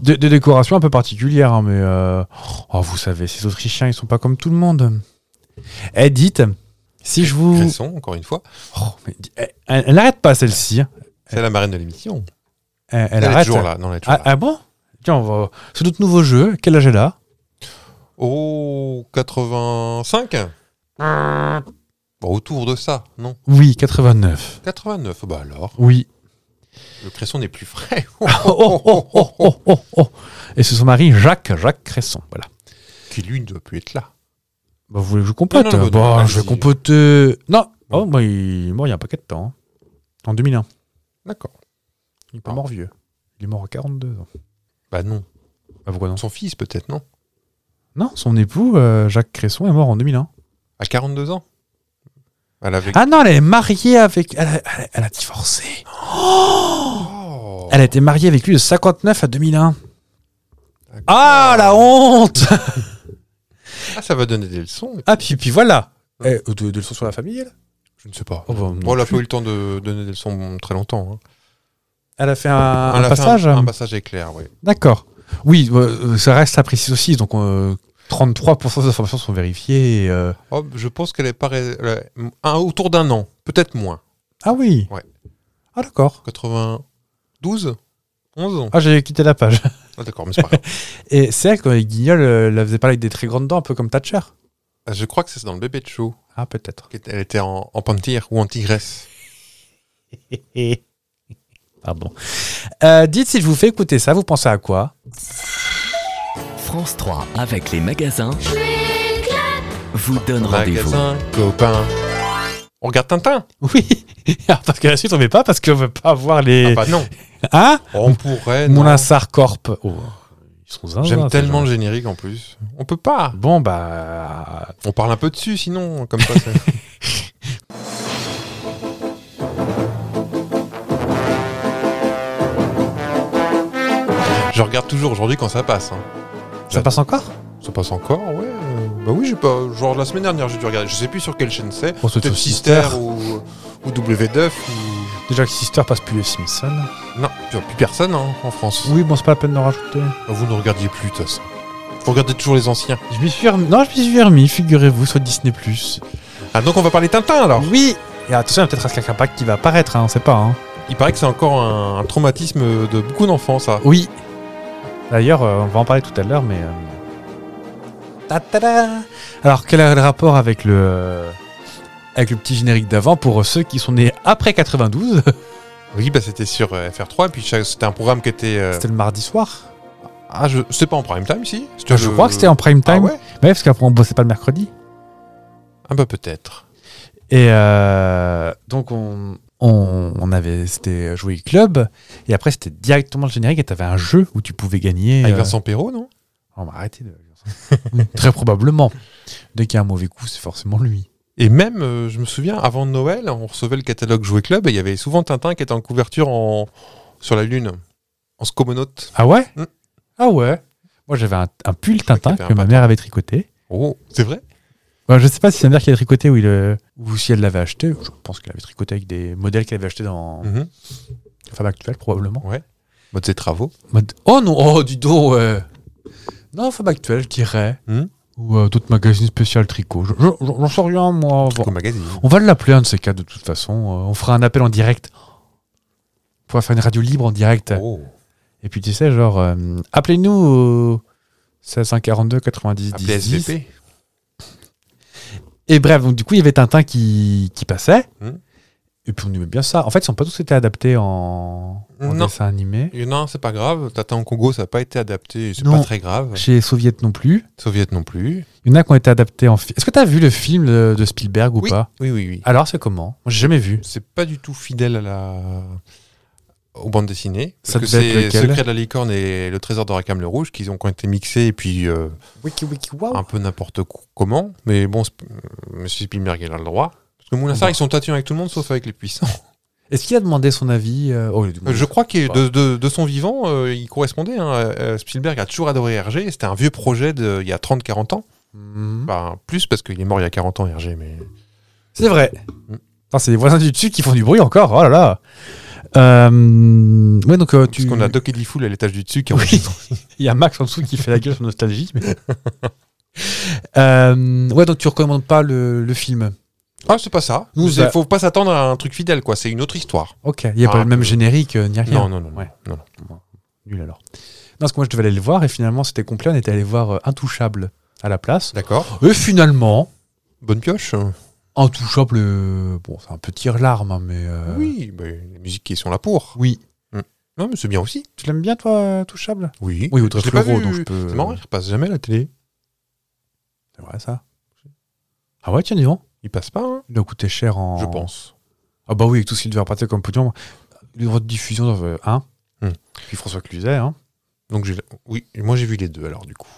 [SPEAKER 1] Des, des décorations un peu particulières, hein, mais euh, oh, vous savez, ces Autrichiens, ils sont pas comme tout le monde. Eh, dites,
[SPEAKER 2] Eh,
[SPEAKER 1] si je vous...
[SPEAKER 2] Cresson, encore une fois,
[SPEAKER 1] Oh, mais di- eh, elle elle n'arrête pas celle-ci. hein.
[SPEAKER 2] c'est la marraine de l'émission.
[SPEAKER 1] Elle, elle
[SPEAKER 2] Elle, est
[SPEAKER 1] arrête.
[SPEAKER 2] toujours là. Non, elle est toujours
[SPEAKER 1] Ah,
[SPEAKER 2] là.
[SPEAKER 1] ah bon Tiens, on va... c'est notre nouveau jeu. Quel âge elle a ah.
[SPEAKER 2] Oh, 85 Bon, Autour de ça, non
[SPEAKER 1] Oui, 89.
[SPEAKER 2] 89, bah alors,
[SPEAKER 1] Oui.
[SPEAKER 2] le Cresson n'est plus frais. [LAUGHS]
[SPEAKER 1] Oh, oh, oh, oh, oh, oh. Et c'est son mari, Jacques, Jacques Cresson. Voilà.
[SPEAKER 2] Qui lui ne doit plus être là.
[SPEAKER 1] Bah, vous voulez que je compote
[SPEAKER 2] Non, non, non,
[SPEAKER 1] Bah,
[SPEAKER 2] non, non,
[SPEAKER 1] Je vais
[SPEAKER 2] vas-y.
[SPEAKER 1] compoter. Non, oh, bah, il est mort il y a un paquet de temps. hein. En 2001.
[SPEAKER 2] D'accord.
[SPEAKER 1] Il est pas mort vieux. Il est mort à 42 ans.
[SPEAKER 2] Bah non.
[SPEAKER 1] Bah pourquoi non
[SPEAKER 2] Son fils peut-être, non
[SPEAKER 1] Non, son époux, euh, Jacques Cresson, est mort en 2001.
[SPEAKER 2] À 42 ans Elle avait...
[SPEAKER 1] Ah non, elle est mariée avec... Elle a, elle a- elle a divorcé.
[SPEAKER 2] Oh.
[SPEAKER 1] Elle a été mariée avec lui de 59 à 2001.
[SPEAKER 2] D'accord.
[SPEAKER 1] Ah, la honte
[SPEAKER 2] Ah, ça va donner des leçons.
[SPEAKER 1] Ah, puis, puis voilà eh, de, de leçons sur la famille, elle
[SPEAKER 2] Je ne sais pas.
[SPEAKER 1] Oh, bah, non
[SPEAKER 2] Bon, elle n'a
[SPEAKER 1] plus.
[SPEAKER 2] pas eu le temps de donner des leçons très longtemps. hein.
[SPEAKER 1] Elle a fait un, un
[SPEAKER 2] Elle a fait
[SPEAKER 1] passage
[SPEAKER 2] un, un passage éclair, oui.
[SPEAKER 1] D'accord. Oui, euh, ça reste, ça précise aussi. Donc, euh, 33% des informations sont vérifiées. et, euh,
[SPEAKER 2] Oh, je pense qu'elle est pas ré- elle est- un, autour d'un an, peut-être moins.
[SPEAKER 1] Ah oui
[SPEAKER 2] Ouais.
[SPEAKER 1] Ah d'accord.
[SPEAKER 2] 92 11 ans.
[SPEAKER 1] Ah, j'ai quitté la page. [LAUGHS]
[SPEAKER 2] Ah, D'accord, mais c'est pas grave.
[SPEAKER 1] Et c'est vrai que les guignols, euh, la faisait parler avec des très grandes dents, un peu comme Thatcher.
[SPEAKER 2] Je crois que c'est dans le bébé de show.
[SPEAKER 1] Ah,
[SPEAKER 2] [LAUGHS]
[SPEAKER 1] peut-être.
[SPEAKER 2] Elle était en, en panthère ou en tigresse.
[SPEAKER 1] Pardon. Euh, dites si je vous fais écouter ça, vous pensez à quoi [LAUGHS]
[SPEAKER 5] France 3, avec les magasins, vous donne rendez-vous.
[SPEAKER 2] Magasin, copain. On regarde Tintin
[SPEAKER 1] Oui. Alors, parce que la suite, on ne met pas parce qu'on veut pas avoir
[SPEAKER 2] Ah
[SPEAKER 1] les.
[SPEAKER 2] bah non,
[SPEAKER 1] Hein
[SPEAKER 2] on pourrait. non.
[SPEAKER 1] Moulin Sarcorp. Oh, ils sont zinzins,
[SPEAKER 2] J'aime
[SPEAKER 1] ces
[SPEAKER 2] tellement
[SPEAKER 1] gens.
[SPEAKER 2] le générique en plus. On peut pas.
[SPEAKER 1] Bon, bah.
[SPEAKER 2] On parle un peu dessus sinon, comme ça. c'est- Je regarde toujours aujourd'hui quand ça passe. hein.
[SPEAKER 1] Ça passe encore
[SPEAKER 2] Ça passe encore, ouais. euh, Bah oui, j'ai pas. Genre la semaine dernière, j'ai dû regarder. Je sais plus sur quelle chaîne c'est.
[SPEAKER 1] Oh, c'est
[SPEAKER 2] Peut-être
[SPEAKER 1] sur
[SPEAKER 2] Sister
[SPEAKER 1] Sister.
[SPEAKER 2] ou, ou W9. ou-
[SPEAKER 1] Déjà que Sister passe plus les Simpsons.
[SPEAKER 2] Non, il y a plus personne hein, en France.
[SPEAKER 1] Oui, bon, c'est pas la peine d'en rajouter.
[SPEAKER 2] Vous ne regardiez plus, de toute façon. Vous regardez toujours les anciens.
[SPEAKER 1] Je m'y suis remis. Non, je m'y suis remis, figurez-vous, sur Disney.
[SPEAKER 2] Ah, donc on va parler Tintin alors
[SPEAKER 1] Oui Et attention, il y a peut-être un Scarpac qui va apparaître, hein, on sait pas. Hein.
[SPEAKER 2] Il paraît que c'est encore un, un traumatisme de beaucoup d'enfants, ça.
[SPEAKER 1] Oui. D'ailleurs, euh, on va en parler tout à l'heure, mais. euh, ta-ta-da Alors, quel est le rapport avec le. euh, Avec le petit générique d'avant pour ceux qui sont nés après [LAUGHS] 92
[SPEAKER 2] Oui, bah c'était sur euh, FR3, et puis chaque- c'était un programme qui était. euh,
[SPEAKER 1] C'était le mardi soir.
[SPEAKER 2] Ah, je... c'était pas en prime time, si C'était
[SPEAKER 1] Je
[SPEAKER 2] le-
[SPEAKER 1] crois que c'était en prime time.
[SPEAKER 2] Ah ouais
[SPEAKER 1] Ouais, parce qu'après on bossait pas le mercredi.
[SPEAKER 2] Ah bah peut-être.
[SPEAKER 1] Et euh, donc on, on, on avait c'était joué club et après c'était directement le générique et t'avais un jeu où tu pouvais gagner.
[SPEAKER 2] Avec
[SPEAKER 1] euh,
[SPEAKER 2] Vincent Perrault, non
[SPEAKER 1] On va arrêter de. [LAUGHS] Très probablement. Dès qu'il y a un mauvais coup, c'est forcément lui.
[SPEAKER 2] Et même, euh, je me souviens, avant Noël, on recevait le catalogue Jouet Club et il y avait souvent Tintin qui était en couverture en... sur la Lune, en scomonaute.
[SPEAKER 1] Ah ouais
[SPEAKER 2] Mm.
[SPEAKER 1] Ah ouais. Moi j'avais un, un pull Tintin
[SPEAKER 2] t'avais un
[SPEAKER 1] que ma
[SPEAKER 2] Tintin.
[SPEAKER 1] mère avait tricoté.
[SPEAKER 2] Oh, c'est vrai
[SPEAKER 1] Ouais, je sais pas si c'est ma mère qui l'a tricoté ou, il, euh, ou si elle l'avait acheté. Je pense qu'elle l'avait tricoté avec des modèles qu'elle avait acheté dans
[SPEAKER 2] Mhm.
[SPEAKER 1] Fab Actuel probablement.
[SPEAKER 2] Mode ses Bah, travaux.
[SPEAKER 1] Mode- Oh non, oh dis donc. euh, Non, Fab Actuel, je dirais.
[SPEAKER 2] Hmm.
[SPEAKER 1] Ou euh, d'autres magazines spécial tricot. Je- je- J'en sais rien, moi.
[SPEAKER 2] Au
[SPEAKER 1] Bon.
[SPEAKER 2] magazine.
[SPEAKER 1] On va l'appeler un de ces cas de toute façon. Euh, on fera un appel en direct. On pourra faire une radio libre en direct.
[SPEAKER 2] Oh.
[SPEAKER 1] Et puis tu sais, genre, euh, appelez-nous au 1642 90
[SPEAKER 2] Appelé
[SPEAKER 1] 10 10.
[SPEAKER 2] SVP.
[SPEAKER 1] Et bref, donc du coup, il y avait Tintin qui, qui passait.
[SPEAKER 2] Hmm.
[SPEAKER 1] Et puis on aimait bien ça. En fait, ils n'ont pas tous été adaptés en, en
[SPEAKER 2] Non.
[SPEAKER 1] dessin animé.
[SPEAKER 2] Et Non, c'est pas grave. Tintin au Congo, ça n'a pas été adapté. C'est
[SPEAKER 1] Non.
[SPEAKER 2] pas très grave.
[SPEAKER 1] Chez Soviet non plus.
[SPEAKER 2] Soviet non plus.
[SPEAKER 1] Il y en a qui ont été adaptés en film. Est-ce que tu as vu le film de, de Spielberg ou
[SPEAKER 2] oui.
[SPEAKER 1] pas
[SPEAKER 2] Oui, oui, oui.
[SPEAKER 1] Alors, c'est comment Moi, j'ai jamais vu.
[SPEAKER 2] C'est pas du tout fidèle à la... aux bandes dessinées. Parce
[SPEAKER 1] Ça
[SPEAKER 2] que
[SPEAKER 1] devait être
[SPEAKER 2] c'est
[SPEAKER 1] lequel
[SPEAKER 2] Secret de la licorne et le trésor d'Oracam le Rouge qui ont, qui ont été mixés et puis euh,
[SPEAKER 1] Wiki Wiki Wow.
[SPEAKER 2] un peu n'importe co- comment. Mais bon, Sp- euh, Monsieur Spielberg, il a le droit. Parce que Moulinsart,
[SPEAKER 1] Bon.
[SPEAKER 2] ils sont tatillons avec tout le monde sauf avec les puissants.
[SPEAKER 1] Est-ce qu'il a demandé son avis euh, oh, il a
[SPEAKER 2] Euh,
[SPEAKER 1] demandé-
[SPEAKER 2] [LAUGHS] Je crois que
[SPEAKER 1] pas.
[SPEAKER 2] de, de- de son vivant, euh, il correspondait. hein. Euh, Spielberg a toujours adoré Hergé. C'était un vieux projet de- il y a 30-40 ans.
[SPEAKER 1] Mhm.
[SPEAKER 2] Enfin, plus parce qu'il est mort il y a 40 ans, Hergé. Mais...
[SPEAKER 1] C'est vrai.
[SPEAKER 2] Mm.
[SPEAKER 1] Putain, c'est les voisins du dessus qui font du bruit encore. Oh là là. Euh, Ouais, donc euh, tu.
[SPEAKER 2] Puisqu'on a Doc Elifoul à l'étage du dessus qui
[SPEAKER 1] Oui. [LAUGHS]
[SPEAKER 2] enregistre.
[SPEAKER 1] Il y a Max en dessous qui fait la gueule sur Nostalgie. mais- [LAUGHS] Euh, Ouais, donc tu recommandes pas le, le film.
[SPEAKER 2] Ah, c'est pas ça.
[SPEAKER 1] Nous,
[SPEAKER 2] C'est-
[SPEAKER 1] bah-
[SPEAKER 2] faut pas s'attendre à un truc fidèle, quoi. C'est une autre histoire.
[SPEAKER 1] Ok. Il n'y a
[SPEAKER 2] Ah,
[SPEAKER 1] pas le même
[SPEAKER 2] euh,
[SPEAKER 1] générique euh, ni rien.
[SPEAKER 2] Non, non, non.
[SPEAKER 1] Ouais.
[SPEAKER 2] non, non.
[SPEAKER 1] Nul alors. Non, parce que moi, je devais aller le voir et finalement, c'était complet. On était allé voir euh, Intouchable à la place.
[SPEAKER 2] D'accord.
[SPEAKER 1] Et finalement,
[SPEAKER 2] Bonne pioche.
[SPEAKER 1] Intouchable, euh, bon, c'est un peu tire-larme, hein, mais. euh,
[SPEAKER 2] Oui, bah, les musiques qui sont là pour. Mm.
[SPEAKER 1] Oui.
[SPEAKER 2] Non, mais c'est bien aussi.
[SPEAKER 1] Tu l'aimes bien, toi, euh, Touchable
[SPEAKER 2] Oui.
[SPEAKER 1] Oui,
[SPEAKER 2] Je
[SPEAKER 1] Audrey
[SPEAKER 2] l'ai pas
[SPEAKER 1] Fleurot,
[SPEAKER 2] vu.
[SPEAKER 1] donc je peux.
[SPEAKER 2] C'est marrant, il repasse jamais à la télé.
[SPEAKER 1] C'est vrai, ça. Ah ouais, tiens, dis donc.
[SPEAKER 2] Il passe pas, hein,
[SPEAKER 1] Il a coûté cher en.
[SPEAKER 2] je pense.
[SPEAKER 1] Ah bah oui, avec tout ce qu'il devait repartir comme pognon. Les droits de diffusion, euh, hein
[SPEAKER 2] Hmm.
[SPEAKER 1] Puis François Cluzet, hein.
[SPEAKER 2] Donc j'ai- oui, moi j'ai vu les deux alors du coup.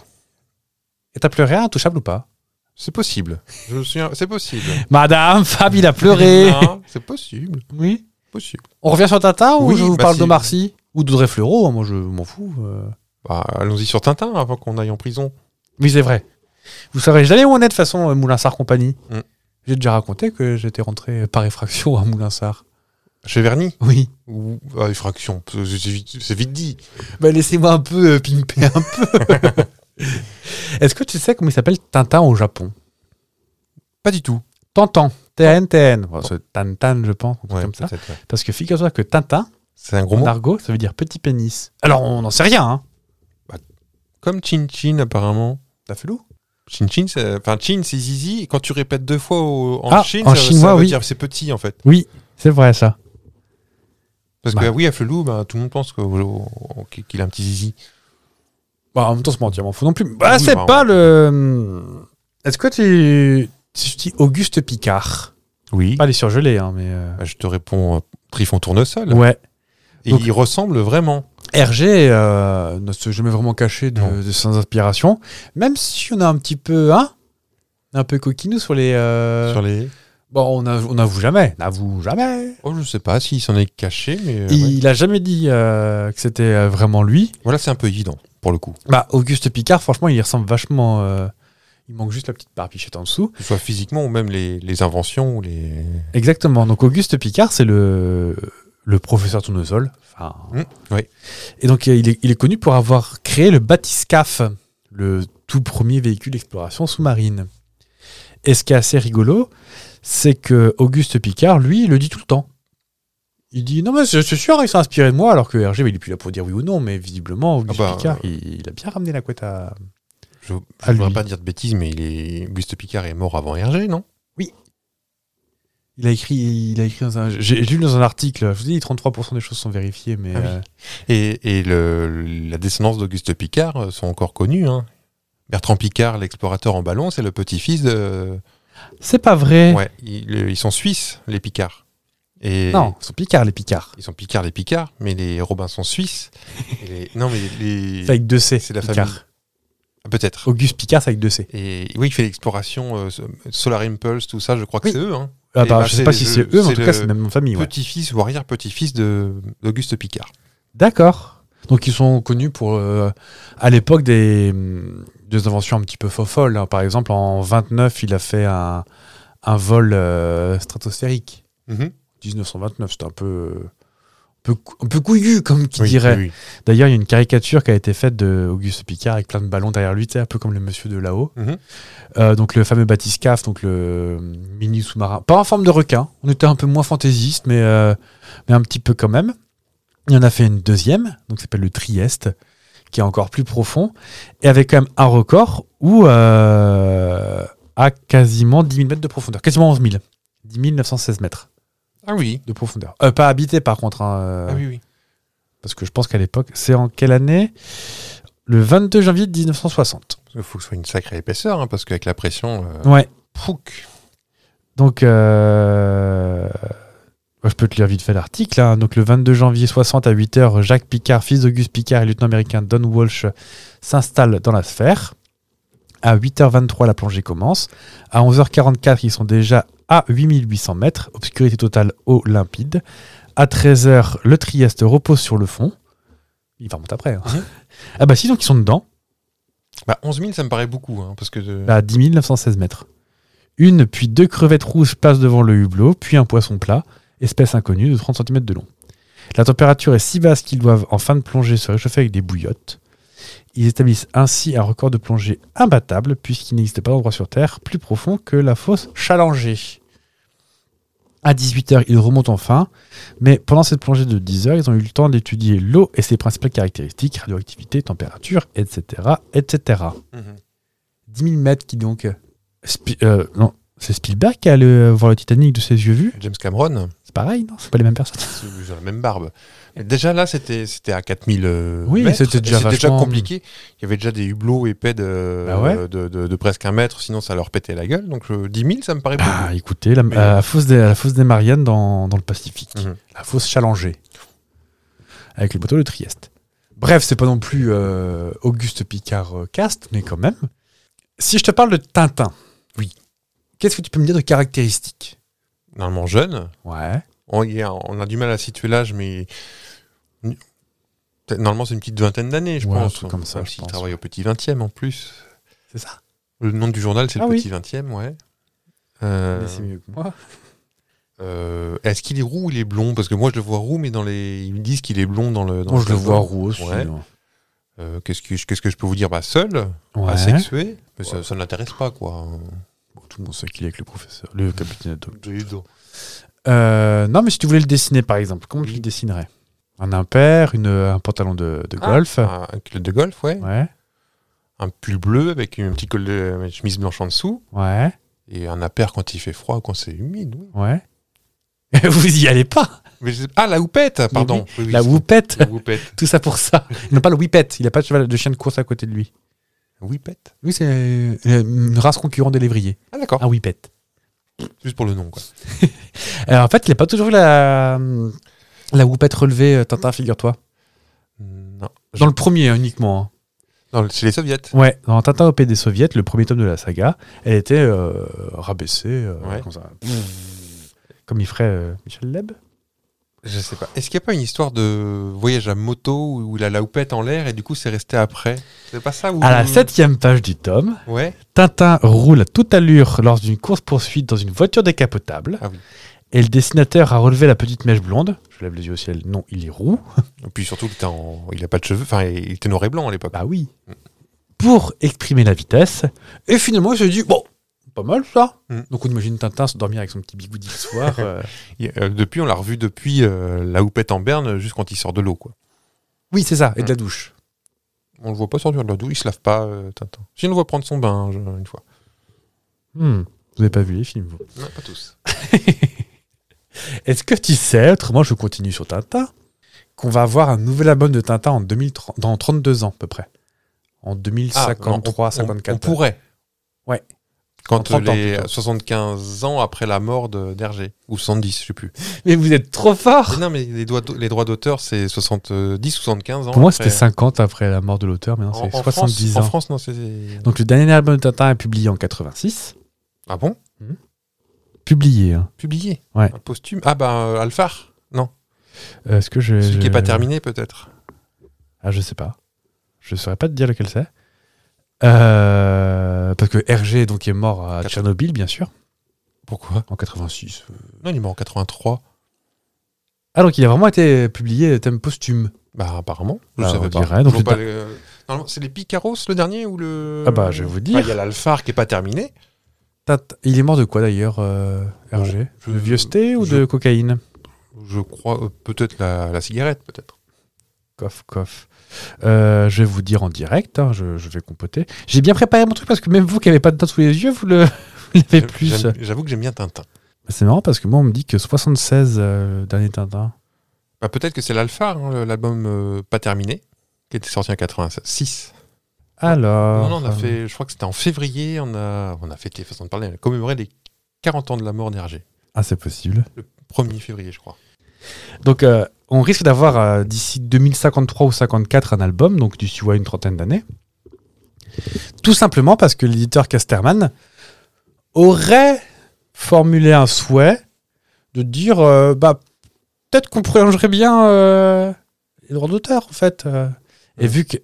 [SPEAKER 1] Et t'as pleuré à Intouchable ou pas
[SPEAKER 2] C'est possible. Je me souviens,
[SPEAKER 1] [LAUGHS]
[SPEAKER 2] c'est possible.
[SPEAKER 1] Madame, Fab, il a
[SPEAKER 2] Non, c'est possible,
[SPEAKER 1] oui.
[SPEAKER 2] possible.
[SPEAKER 1] On revient sur Tata ou
[SPEAKER 2] Oui,
[SPEAKER 1] je vous
[SPEAKER 2] bah
[SPEAKER 1] parle
[SPEAKER 2] si.
[SPEAKER 1] de Marcy Ou d'Audrey Fleurot, hein, moi je m'en fous. euh.
[SPEAKER 2] Bah, allons-y sur Tintin avant qu'on aille en prison.
[SPEAKER 1] Oui, c'est vrai. Vous saurez jamais où on est de toute façon, euh, Moulinsart Compagnie.
[SPEAKER 2] Mm.
[SPEAKER 1] J'ai déjà raconté que j'étais rentré euh, par effraction à Moulinsart.
[SPEAKER 2] Chez Verny
[SPEAKER 1] Oui.
[SPEAKER 2] ou ah, Effraction, c'est vite, c'est vite dit.
[SPEAKER 1] Bah, laissez-moi un peu euh, pimper un peu.
[SPEAKER 2] [LAUGHS]
[SPEAKER 1] Est-ce que tu sais comment il s'appelle Tintin au Japon
[SPEAKER 2] Pas du tout.
[SPEAKER 1] Tantan. TNTN. Bon, c'est Tantan, je pense. un truc
[SPEAKER 2] Ouais,
[SPEAKER 1] comme ça.
[SPEAKER 2] peut-être, ouais.
[SPEAKER 1] Parce que figure-toi que Tintin,
[SPEAKER 2] C'est un gros
[SPEAKER 1] en
[SPEAKER 2] mot.
[SPEAKER 1] argot, ça veut dire petit pénis. Alors, on n'en sait rien, hein.
[SPEAKER 2] Comme Chin Chin apparemment.
[SPEAKER 1] T'as fait loup
[SPEAKER 2] Chin Chin, c'est- enfin Chin c'est zizi. Et quand tu répètes deux fois au- en
[SPEAKER 1] Ah,
[SPEAKER 2] Chin,
[SPEAKER 1] en
[SPEAKER 2] ça, ça
[SPEAKER 1] chinois,
[SPEAKER 2] veut
[SPEAKER 1] oui.
[SPEAKER 2] dire c'est petit en fait.
[SPEAKER 1] Oui, c'est vrai ça.
[SPEAKER 2] Parce
[SPEAKER 1] Bah.
[SPEAKER 2] que oui, à Flelou, bah, tout le monde pense que- qu'il a un petit zizi.
[SPEAKER 1] Bah, en même temps, c'est mentir, m'en fous non plus. Bah,
[SPEAKER 2] Oui,
[SPEAKER 1] c'est
[SPEAKER 2] bah,
[SPEAKER 1] pas le. hum, Est-ce que tu. Si je dis Auguste Picard,
[SPEAKER 2] Oui.
[SPEAKER 1] pas les surgelés, hein, mais. euh,
[SPEAKER 2] je te réponds euh, Trifon Tournesol.
[SPEAKER 1] Ouais.
[SPEAKER 2] Et
[SPEAKER 1] Donc-
[SPEAKER 2] il ressemble vraiment.
[SPEAKER 1] Hergé euh, ne s'est jamais vraiment caché de,
[SPEAKER 2] Non.
[SPEAKER 1] de ses inspirations, même si on a un petit peu. Hein, un peu coquinou sur les. euh,
[SPEAKER 2] Sur les...
[SPEAKER 1] Bon, on a- on n'avoue jamais. N'avoue jamais.
[SPEAKER 2] Oh, je sais pas s'il s'en est caché, mais euh, ouais.
[SPEAKER 1] Il a jamais dit euh, que c'était euh, vraiment lui.
[SPEAKER 2] voilà, c'est un peu évident pour le coup.
[SPEAKER 1] Bah, Auguste Picard, franchement, il y ressemble vachement. euh, il manque juste la petite barbichette en dessous.
[SPEAKER 2] Que ce soit physiquement ou même les, les inventions ou les.
[SPEAKER 1] Exactement. Donc, Auguste Picard, c'est le, le professeur Tournesol. Enfin,
[SPEAKER 2] Mm, oui.
[SPEAKER 1] Et donc, euh, il est, il est connu pour avoir créé le Batiscaf, le tout premier véhicule d'exploration sous-marine. Et ce qui est assez rigolo, c'est que Auguste Picard, lui, il le dit tout le temps. Il dit non mais c'est c'est sûr ils sont inspirés de moi alors que Hergé bah, il est plus là pour dire oui ou non mais visiblement Auguste
[SPEAKER 2] Ah bah,
[SPEAKER 1] Picard il, il a bien ramené la couette à À
[SPEAKER 2] Je ne voudrais
[SPEAKER 1] Ah, lui.
[SPEAKER 2] pas dire de bêtises, mais il est... Auguste Picard est mort avant Hergé, non
[SPEAKER 1] il a écrit il a écrit dans un j'ai lu dans un article je vous dis 33% des choses sont vérifiées mais
[SPEAKER 2] Ah oui.
[SPEAKER 1] euh,
[SPEAKER 2] Et, et le- la descendance d'Auguste Picard euh, sont encore connues. hein. Bertrand Picard, l'explorateur en ballon, c'est le petit-fils de.
[SPEAKER 1] c'est pas vrai
[SPEAKER 2] Ouais, il- le- ils sont suisses, les Picards. Et
[SPEAKER 1] non ils sont Picard les Picards
[SPEAKER 2] Ils sont Picards, les Picards, mais les Robins
[SPEAKER 1] [LAUGHS]
[SPEAKER 2] sont suisses. Et les- Non, mais les.
[SPEAKER 1] c'est avec deux C
[SPEAKER 2] C'est la
[SPEAKER 1] Picard.
[SPEAKER 2] famille. Ah, Peut-être.
[SPEAKER 1] Auguste Picard c'est avec deux C
[SPEAKER 2] Et oui, il fait l'exploration euh, Solar Impulse, tout ça, je crois que
[SPEAKER 1] Oui.
[SPEAKER 2] c'est eux. hein.
[SPEAKER 1] ah
[SPEAKER 2] Et
[SPEAKER 1] bah,
[SPEAKER 2] bah,
[SPEAKER 1] je
[SPEAKER 2] c'est
[SPEAKER 1] sais pas si
[SPEAKER 2] le-
[SPEAKER 1] c'est eux mais en
[SPEAKER 2] c'est
[SPEAKER 1] tout cas
[SPEAKER 2] le
[SPEAKER 1] c'est la même famille ouais.
[SPEAKER 2] Petit-fils ou arrière-petit-fils de- d'Auguste Picard.
[SPEAKER 1] D'accord. Donc ils sont connus pour, euh, à l'époque, des, hum, des inventions un petit peu fofolles. hein. Par exemple, en 29, il a fait un, un vol euh, stratosphérique.
[SPEAKER 2] Mhm.
[SPEAKER 1] 1929, c'était un peu, euh, un peu, cou- un peu couillu, comme qui
[SPEAKER 2] Oui,
[SPEAKER 1] dirait.
[SPEAKER 2] oui, oui.
[SPEAKER 1] D'ailleurs, il y a une caricature qui a été faite de Auguste Picard avec plein de ballons derrière lui, tu sais, un peu comme le monsieur de là-haut.
[SPEAKER 2] Mhm.
[SPEAKER 1] Euh, donc le fameux batiscaf, donc le mini sous-marin. Pas en forme de requin, on était un peu moins fantaisiste, mais, euh, mais un petit peu quand même. Il y en a fait une deuxième, donc ça s'appelle le Trieste, qui est encore plus profond, et avec quand même un record où euh, à quasiment 10 000 mètres de profondeur, quasiment 11 000, 10 916 mètres
[SPEAKER 2] Ah oui.
[SPEAKER 1] de profondeur. Euh, pas habité par contre, hein, euh,
[SPEAKER 2] Ah oui, oui.
[SPEAKER 1] parce que je pense qu'à l'époque, c'est en quelle année Le 22 janvier 1960.
[SPEAKER 2] Il faut que ce soit une sacrée épaisseur, hein, parce qu'avec la pression. euh,
[SPEAKER 1] Ouais.
[SPEAKER 2] pouc.
[SPEAKER 1] Donc, euh, moi, je peux te lire vite fait l'article. hein. Donc, le 22 janvier 60 à 8h, Jacques Picard, fils d'Auguste Picard et lieutenant américain Don Walsh, s'installe dans la sphère. À 8h23, la plongée commence. À 11h44, ils sont déjà à 8800 mètres, obscurité totale, eau limpide. À 13h, le Trieste repose sur le fond. Il va remonter après. hein.
[SPEAKER 2] Mhm.
[SPEAKER 1] Ah bah si, donc ils sont dedans.
[SPEAKER 2] Bah, 11 000, ça me paraît beaucoup, hein, parce que. de-
[SPEAKER 1] à 10 916 mètres. Une puis deux crevettes rouges passent devant le hublot, puis un poisson plat, espèce inconnue de 30 cm de long. La température est si basse qu'ils doivent en fin de plongée se réchauffer avec des bouillottes. Ils établissent ainsi un record de plongée imbattable, puisqu'il n'existe pas d'endroit sur Terre plus profond que la fosse Challenger. À 18h, ils remontent enfin, mais pendant cette plongée de 10 heures, ils ont eu le temps d'étudier l'eau et ses principales caractéristiques, radioactivité, température, etc. etc.
[SPEAKER 2] Mhm.
[SPEAKER 1] 10 000 mètres qui donc. Spi- euh, non, c'est Spielberg qui est allé euh, voir le Titanic de ses yeux vus.
[SPEAKER 2] James Cameron.
[SPEAKER 1] C'est pareil, non C'est pas les mêmes personnes.
[SPEAKER 2] C'est- Ils ont la même barbe. Mais déjà là, c'était c'était à 4000. euh,
[SPEAKER 1] Oui,
[SPEAKER 2] mètres,
[SPEAKER 1] c'était
[SPEAKER 2] et
[SPEAKER 1] déjà
[SPEAKER 2] c'était déjà
[SPEAKER 1] vachement-
[SPEAKER 2] compliqué. Il y avait déjà des hublots épais de,
[SPEAKER 1] Bah ouais.
[SPEAKER 2] de, de- de presque un mètre, sinon ça leur pétait la gueule. Donc euh, 10 000, ça me paraît
[SPEAKER 1] Bah
[SPEAKER 2] beaucoup.
[SPEAKER 1] écoutez, la,
[SPEAKER 2] Mais-
[SPEAKER 1] à la fosse des, à la fosse des Mariannes dans, dans le Pacifique.
[SPEAKER 2] Mhm.
[SPEAKER 1] La fosse Challenger. Avec le bateau de Trieste. Bref, c'est pas non plus euh, Auguste Picard euh, Cast, mais quand même. Si je te parle de Tintin, oui. Qu'est-ce que tu peux me dire de caractéristiques
[SPEAKER 2] Normalement jeune.
[SPEAKER 1] Ouais.
[SPEAKER 2] On, il y a, on a du mal à situer l'âge, mais. Peut-être- Normalement, c'est une petite vingtaine d'années, je
[SPEAKER 1] Ouais, un
[SPEAKER 2] pense.
[SPEAKER 1] truc comme ça,
[SPEAKER 2] Même
[SPEAKER 1] je
[SPEAKER 2] s'il
[SPEAKER 1] pense,
[SPEAKER 2] travaille au petit 20e en plus.
[SPEAKER 1] C'est ça.
[SPEAKER 2] Le nom du journal, c'est
[SPEAKER 1] Ah
[SPEAKER 2] le
[SPEAKER 1] oui.
[SPEAKER 2] petit 20e, ouais. Euh,
[SPEAKER 1] Mais c'est mieux que moi.
[SPEAKER 2] euh, Est-ce qu'il est roux ou il est blond Parce que moi, je le vois roux, mais dans les... ils me disent qu'il est blond dans le. dans
[SPEAKER 1] Moi, je le vois
[SPEAKER 2] tableau.
[SPEAKER 1] roux aussi.
[SPEAKER 2] Ouais.
[SPEAKER 1] hein.
[SPEAKER 2] Euh, qu'est-ce, que, je- qu'est-ce que je peux vous dire bah, Seul,
[SPEAKER 1] Ouais.
[SPEAKER 2] asexué, mais ça, ça ne l'intéresse pas, quoi.
[SPEAKER 1] Tout le monde sait qu'il est avec le professeur, le capitaine Haddock. Euh, non, mais si tu voulais le dessiner, par exemple, comment tu le dessinerais Un impair, une, un pantalon de, de
[SPEAKER 2] Ah.
[SPEAKER 1] golf.
[SPEAKER 2] Un un club de golf, ouais.
[SPEAKER 1] Ouais,
[SPEAKER 2] Un pull bleu avec une petite col de une chemise blanche en dessous.
[SPEAKER 1] ouais,
[SPEAKER 2] Et un aper quand il fait froid, quand c'est humide. oui.
[SPEAKER 1] ouais. [LAUGHS] Vous y allez pas
[SPEAKER 2] Mais je sais- Ah, la houppette, pardon. Oui, oui,
[SPEAKER 1] La
[SPEAKER 2] c'est-
[SPEAKER 1] Whoopette.
[SPEAKER 2] La houppette.
[SPEAKER 1] [LAUGHS] Tout ça pour ça. Non, pas le Whippet. Il a pas de cheval de chien de course à côté de lui.
[SPEAKER 2] Whippette
[SPEAKER 1] Oui, c'est euh, une race concurrente de l'évrier.
[SPEAKER 2] Ah, d'accord.
[SPEAKER 1] Un Whippet.
[SPEAKER 2] Juste pour le nom, quoi.
[SPEAKER 1] Euh, en fait, il n'a pas toujours eu la, hum, la Whoopette relevée, euh, Tintin, figure-toi.
[SPEAKER 2] Non.
[SPEAKER 1] Dans le premier hein, uniquement. hein.
[SPEAKER 2] Non, c'est les soviets.
[SPEAKER 1] Ouais, dans Tintin au pays des soviets, le premier tome de la saga, elle était euh, rabaissée, euh,
[SPEAKER 2] Ouais.
[SPEAKER 1] comme ça. Pfff. Comme il ferait euh, Michel Leb.
[SPEAKER 2] Je sais pas. Est-ce qu'il n'y a pas une histoire de voyage à moto où il a la houppette en l'air et du coup c'est resté après C'est pas ça où...
[SPEAKER 1] À la septième page du tome,
[SPEAKER 2] Ouais.
[SPEAKER 1] Tintin roule à toute allure lors d'une course-poursuite dans une voiture décapotable.
[SPEAKER 2] Ah oui.
[SPEAKER 1] Et le dessinateur a relevé la petite mèche blonde. Je lève les yeux au ciel. Non, il est roux.
[SPEAKER 2] Et puis surtout, il était en- il a pas de cheveux. Enfin, il était noir et blanc à l'époque.
[SPEAKER 1] Bah oui. Pour exprimer la vitesse. Et finalement, il se dit, bon, pas mal ça.
[SPEAKER 2] Mm.
[SPEAKER 1] Donc on imagine Tintin se dormir avec son petit bigoudi le
[SPEAKER 2] [LAUGHS]
[SPEAKER 1] soir. euh.
[SPEAKER 2] Il- euh, depuis, on l'a revu depuis euh, la houppette en berne, juste quand il sort de l'eau, quoi.
[SPEAKER 1] Oui, c'est ça. Et
[SPEAKER 2] Mm.
[SPEAKER 1] de la douche.
[SPEAKER 2] On le voit pas sortir de la douche, il se lave pas, euh, Tintin. Si, on le voit prendre son bain, je- une fois.
[SPEAKER 1] Hmm. Vous n'avez pas vu les films, vous.
[SPEAKER 2] Non, pas tous.
[SPEAKER 1] Est-ce que tu sais, autrement je continue sur Tintin, qu'on va avoir un nouvel album de Tintin en 2030, dans 32 ans à peu près En 2053,
[SPEAKER 2] Ah, on-
[SPEAKER 1] 54.
[SPEAKER 2] On pourrait.
[SPEAKER 1] Ouais. En
[SPEAKER 2] Quand
[SPEAKER 1] 30 ans,
[SPEAKER 2] les
[SPEAKER 1] plutôt.
[SPEAKER 2] 75 ans après la mort de- d'Hergé, ou 70, je
[SPEAKER 1] [LAUGHS]
[SPEAKER 2] sais plus.
[SPEAKER 1] Mais vous êtes trop fort
[SPEAKER 2] Mais non, mais les, doigts d'au- les droits d'auteur, c'est 70, 75 ans.
[SPEAKER 1] Pour moi
[SPEAKER 2] après.
[SPEAKER 1] c'était 50 après la mort de l'auteur, maintenant c'est
[SPEAKER 2] En- en
[SPEAKER 1] 70
[SPEAKER 2] France-
[SPEAKER 1] ans.
[SPEAKER 2] En France, non, c'est. c'est-
[SPEAKER 1] Donc le dernier album de Tintin est publié en 86.
[SPEAKER 2] Ah bon
[SPEAKER 1] Publié. hein.
[SPEAKER 2] Publié
[SPEAKER 1] Ouais.
[SPEAKER 2] Un posthume Ah bah, euh, Alphard Non.
[SPEAKER 1] Euh, Est-ce que je.
[SPEAKER 2] Celui qui
[SPEAKER 1] je-
[SPEAKER 2] n'est pas terminé, peut-être.
[SPEAKER 1] Ah, je sais pas. Je saurais pas te dire lequel c'est. Euh, parce que Hergé donc, est mort à
[SPEAKER 2] Quatre-
[SPEAKER 1] Tchernobyl, bien sûr,
[SPEAKER 2] Pourquoi
[SPEAKER 1] en 86.
[SPEAKER 2] Non, il est mort en 83.
[SPEAKER 1] Ah, donc il a vraiment été publié euh, thème posthume.
[SPEAKER 2] Bah, apparemment. Je
[SPEAKER 1] Bah, on
[SPEAKER 2] savais pas.
[SPEAKER 1] dirait, donc
[SPEAKER 2] Toujours
[SPEAKER 1] le
[SPEAKER 2] pas les- euh, Normalement, c'est les Picaros, le dernier ou le.
[SPEAKER 1] Ah bah, je vais vous
[SPEAKER 2] Enfin, Il
[SPEAKER 1] dire.
[SPEAKER 2] y a l'Alphard qui n'est pas terminé.
[SPEAKER 1] Tintin- Il est mort de quoi d'ailleurs, euh, Hergé
[SPEAKER 2] je-
[SPEAKER 1] De vieuxeté ou
[SPEAKER 2] je-
[SPEAKER 1] de cocaïne
[SPEAKER 2] Je crois, euh, peut-être la, la cigarette, peut-être.
[SPEAKER 1] Coff, coff. Euh, je vais vous dire en direct, hein, je, je vais compoter. J'ai bien préparé mon truc parce que même vous qui n'avez pas de dents sous les yeux, vous le- [LAUGHS] vous l'avez
[SPEAKER 2] J'aime-
[SPEAKER 1] plus. Bah,
[SPEAKER 2] j'aime- J'avoue que j'aime bien Tintin.
[SPEAKER 1] C'est marrant parce que moi on me dit que 76, euh, le dernier Tintin.
[SPEAKER 2] Bah, peut-être que c'est l'Alphard, hein, le- l'album euh, pas terminé, qui était sorti en 86.
[SPEAKER 1] Alors.
[SPEAKER 2] Non, non, on a
[SPEAKER 1] euh,
[SPEAKER 2] fait, je crois que c'était en février, on a, on a fêté, façon de parler, on a commémoré les 40 ans de la mort d'Hergé.
[SPEAKER 1] Ah, c'est possible.
[SPEAKER 2] Le 1er février, je crois.
[SPEAKER 1] Donc, euh, on risque d'avoir euh, d'ici 2053 ou 54 un album, donc d'ici ouais, une trentaine d'années. Tout simplement parce que l'éditeur Casterman aurait formulé un souhait de dire euh, bah, peut-être qu'on prolongerait bien euh, les droits d'auteur, en fait. euh. Et vu que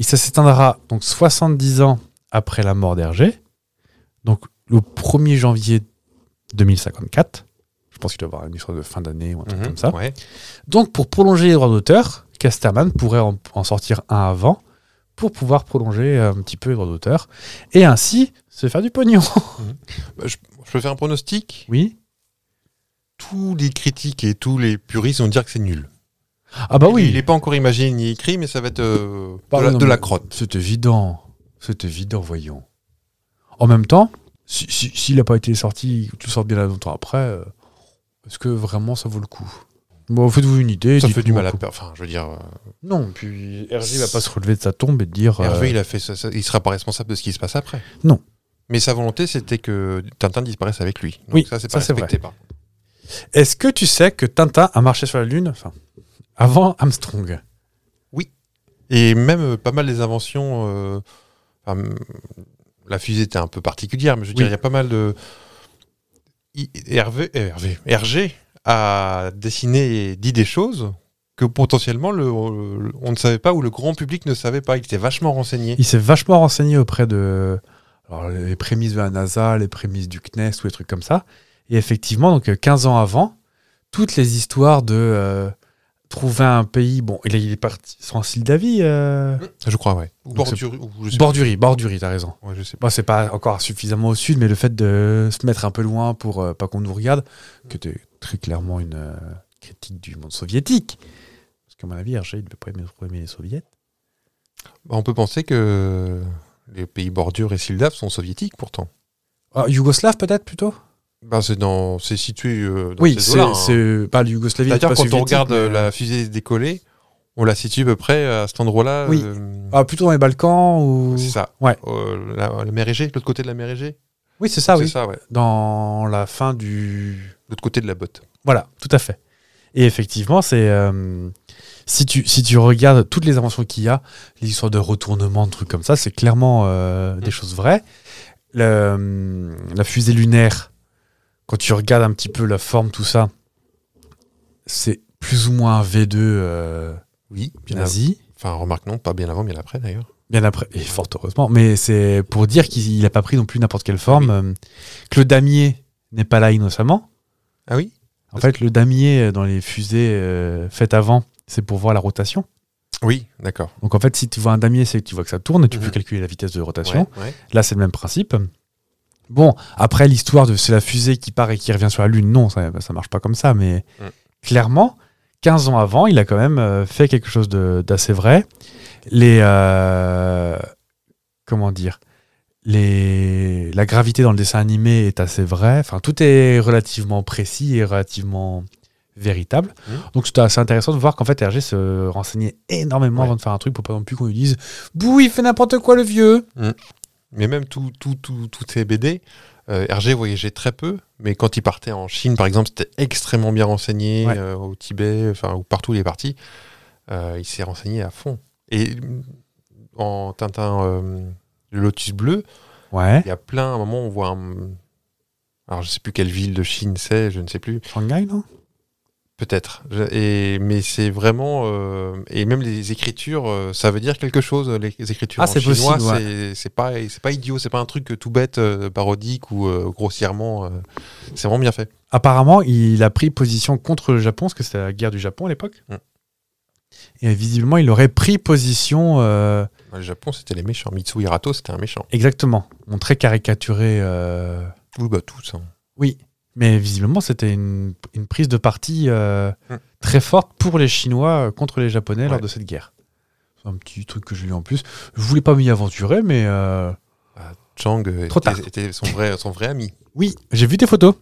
[SPEAKER 1] ça s'éteindra donc 70 ans après la mort d'Hergé, donc le 1er janvier 2054, je pense qu'il doit y avoir une histoire de fin d'année ou un truc
[SPEAKER 2] Mhm,
[SPEAKER 1] comme ça.
[SPEAKER 2] ouais.
[SPEAKER 1] Donc, pour prolonger les droits d'auteur, Casterman pourrait en, en sortir un avant pour pouvoir prolonger euh, un petit peu les droits d'auteur et ainsi se faire du pognon. [LAUGHS]
[SPEAKER 2] Bah, je, je peux faire un pronostic.
[SPEAKER 1] Oui.
[SPEAKER 2] Tous les critiques et tous les puristes vont dire que c'est nul.
[SPEAKER 1] Ah bah
[SPEAKER 2] Il n'est
[SPEAKER 1] oui.
[SPEAKER 2] pas encore imaginé ni écrit, mais ça va être euh,
[SPEAKER 1] Bah
[SPEAKER 2] de, la,
[SPEAKER 1] oui, non,
[SPEAKER 2] de la
[SPEAKER 1] mais-
[SPEAKER 2] crotte.
[SPEAKER 1] C'est évident. C'est évident, voyons. En même temps, si- si- s'il n'a pas été sorti, tu sors bien là longtemps après, euh, est-ce que vraiment ça vaut le coup Bon, faites-vous une idée.
[SPEAKER 2] Ça fait
[SPEAKER 1] dites-nous
[SPEAKER 2] du mal à
[SPEAKER 1] quoi.
[SPEAKER 2] peur. Enfin, je veux dire, euh,
[SPEAKER 1] Non, puis Hergé va pas se relever de sa tombe et te dire. euh,
[SPEAKER 2] Hervé, il a fait, ça- ça- il sera pas responsable de ce qui se passe après.
[SPEAKER 1] Non.
[SPEAKER 2] Mais sa volonté, c'était que Tintin disparaisse avec lui. Donc
[SPEAKER 1] Oui,
[SPEAKER 2] ça, c'est
[SPEAKER 1] ça,
[SPEAKER 2] pas
[SPEAKER 1] c'est vrai.
[SPEAKER 2] respecté. par-
[SPEAKER 1] Est-ce que tu sais que Tintin a marché sur la Lune Enfin, avant Armstrong.
[SPEAKER 2] Et même euh, pas mal des inventions. euh, enfin, m- la fusée était un peu particulière, mais je veux dire,
[SPEAKER 1] Oui.
[SPEAKER 2] il y a pas mal de. I- Hervé, euh, Hervé, Hergé a dessiné et dit des choses que potentiellement le, le- on ne savait pas ou le grand public ne savait pas. Il était vachement renseigné.
[SPEAKER 1] Il s'est vachement renseigné auprès de alors, les prémices de la NASA, les prémices du CNES ou des trucs comme ça. Et effectivement, donc euh, 15 ans avant, toutes les histoires de euh, trouver un pays. Bon, il est, il est parti sans île d'avis. euh,
[SPEAKER 2] Je crois, ouais. Ou
[SPEAKER 1] Donc, c'est-
[SPEAKER 2] Bordurie, ou je sais
[SPEAKER 1] Bordurie, Bordurie, t'as raison.
[SPEAKER 2] pas. Ouais, je sais pas.
[SPEAKER 1] Bon, c'est pas encore suffisamment au sud, mais le fait de se mettre un peu loin pour euh, pas qu'on nous regarde, qui était très clairement une euh, critique du monde soviétique. Parce qu'à mon avis, Hergé, il ne peut pas aimer trop aimer les soviets.
[SPEAKER 2] Bah, On peut penser que les pays bordures et Sildav sont soviétiques pourtant.
[SPEAKER 1] Ah, Yougoslave peut-être plutôt
[SPEAKER 2] Bah, c'est dans, c'est situé. euh, dans
[SPEAKER 1] Oui,
[SPEAKER 2] ces
[SPEAKER 1] c'est
[SPEAKER 2] eaux-là, hein.
[SPEAKER 1] c'est pas la Yougoslavie.
[SPEAKER 2] C'est-à-dire
[SPEAKER 1] pas
[SPEAKER 2] quand on
[SPEAKER 1] soviétique,
[SPEAKER 2] regarde
[SPEAKER 1] mais,
[SPEAKER 2] euh,
[SPEAKER 1] euh,
[SPEAKER 2] la fusée décoller, on la situe à peu près à cet endroit-là.
[SPEAKER 1] Oui.
[SPEAKER 2] euh,
[SPEAKER 1] ah, plutôt dans les Balkans ou.
[SPEAKER 2] c'est ça.
[SPEAKER 1] Ouais.
[SPEAKER 2] Euh, la, la mer Égée, l'autre côté de la mer Égée.
[SPEAKER 1] Oui, c'est ça,
[SPEAKER 2] c'est
[SPEAKER 1] oui.
[SPEAKER 2] ça, ouais.
[SPEAKER 1] Dans la fin du.
[SPEAKER 2] L'autre côté de la botte.
[SPEAKER 1] Voilà, tout à fait. Et effectivement, c'est euh, si tu si tu regardes toutes les inventions qu'il y a, les histoires de retournement, de trucs comme ça, c'est clairement euh,
[SPEAKER 2] Mm.
[SPEAKER 1] des choses vraies. Le, la fusée lunaire, quand tu regardes un petit peu la forme, tout ça, c'est plus ou moins un V2 euh,
[SPEAKER 2] Oui, bien avant.
[SPEAKER 1] nazi.
[SPEAKER 2] Enfin, remarque, non, pas bien avant, bien après d'ailleurs.
[SPEAKER 1] Bien après, et fort heureusement, mais c'est pour dire qu'il n'a pas pris non plus n'importe quelle forme, euh, que le damier n'est pas là innocemment.
[SPEAKER 2] Ah oui
[SPEAKER 1] En fait, le damier euh, dans les fusées euh, faites avant, c'est pour voir la rotation.
[SPEAKER 2] Oui, d'accord.
[SPEAKER 1] Donc en fait, si tu vois un damier, c'est que tu vois que ça tourne et tu peux
[SPEAKER 2] Mhm.
[SPEAKER 1] calculer la vitesse de rotation.
[SPEAKER 2] Ouais, ouais.
[SPEAKER 1] Là, c'est le même principe. Bon, après l'histoire de c'est la fusée qui part et qui revient sur la Lune, non, ça, ça marche pas comme ça, mais
[SPEAKER 2] Mm.
[SPEAKER 1] clairement, 15 ans avant, il a quand même euh, fait quelque chose de- d'assez vrai. Les. euh, comment dire les, La gravité dans le dessin animé est assez vrai. Enfin, tout est relativement précis et relativement véritable.
[SPEAKER 2] Mm.
[SPEAKER 1] Donc, c'était assez intéressant de voir qu'en fait, Hergé se renseignait énormément
[SPEAKER 2] Ouais.
[SPEAKER 1] avant de faire un truc pour pas non plus qu'on lui dise Bouh, il fait n'importe quoi le vieux
[SPEAKER 2] Mais même tout, tout, tout, toutes ces BD, euh, Hergé voyageait très peu, mais quand il partait en Chine, par exemple, c'était extrêmement bien renseigné,
[SPEAKER 1] Ouais.
[SPEAKER 2] euh, au Tibet, enfin, ou partout où il est parti, euh, il s'est renseigné à fond. Et euh, en Tintin, euh, le Lotus Bleu,
[SPEAKER 1] Ouais.
[SPEAKER 2] il y a plein, à un moment, on voit un... Alors, je sais plus quelle ville de Chine c'est, je ne sais plus.
[SPEAKER 1] Shanghai, non
[SPEAKER 2] Peut-être. Je- Et, mais c'est vraiment. euh, et même les écritures, euh, ça veut dire quelque chose. Les écritures
[SPEAKER 1] Ah,
[SPEAKER 2] en
[SPEAKER 1] c'est
[SPEAKER 2] chinois,
[SPEAKER 1] possible, ouais.
[SPEAKER 2] c'est- c'est pas, c'est pas idiot. C'est pas un truc tout bête, euh, parodique ou euh, grossièrement. euh, c'est vraiment bien fait.
[SPEAKER 1] Apparemment, il a pris position contre le Japon, parce que c'était la guerre du Japon à l'époque.
[SPEAKER 2] Mm.
[SPEAKER 1] Et visiblement, il aurait pris position euh,
[SPEAKER 2] Dans Le Japon, c'était les méchants. Mitsu Hirato, c'était un méchant.
[SPEAKER 1] exactement. On très caricaturé. euh,
[SPEAKER 2] Oui, bah, tous. hein.
[SPEAKER 1] Oui. Mais visiblement, c'était une, une prise de parti euh,
[SPEAKER 2] Mm.
[SPEAKER 1] très forte pour les Chinois euh, contre les Japonais lors
[SPEAKER 2] Ouais.
[SPEAKER 1] de cette guerre. C'est un petit truc que j'ai lu en plus. Je voulais pas m'y aventurer, mais euh,
[SPEAKER 2] Chang euh,
[SPEAKER 1] Trop
[SPEAKER 2] était,
[SPEAKER 1] tard.
[SPEAKER 2] était son, vrai, son vrai ami.
[SPEAKER 1] oui, j'ai vu des photos.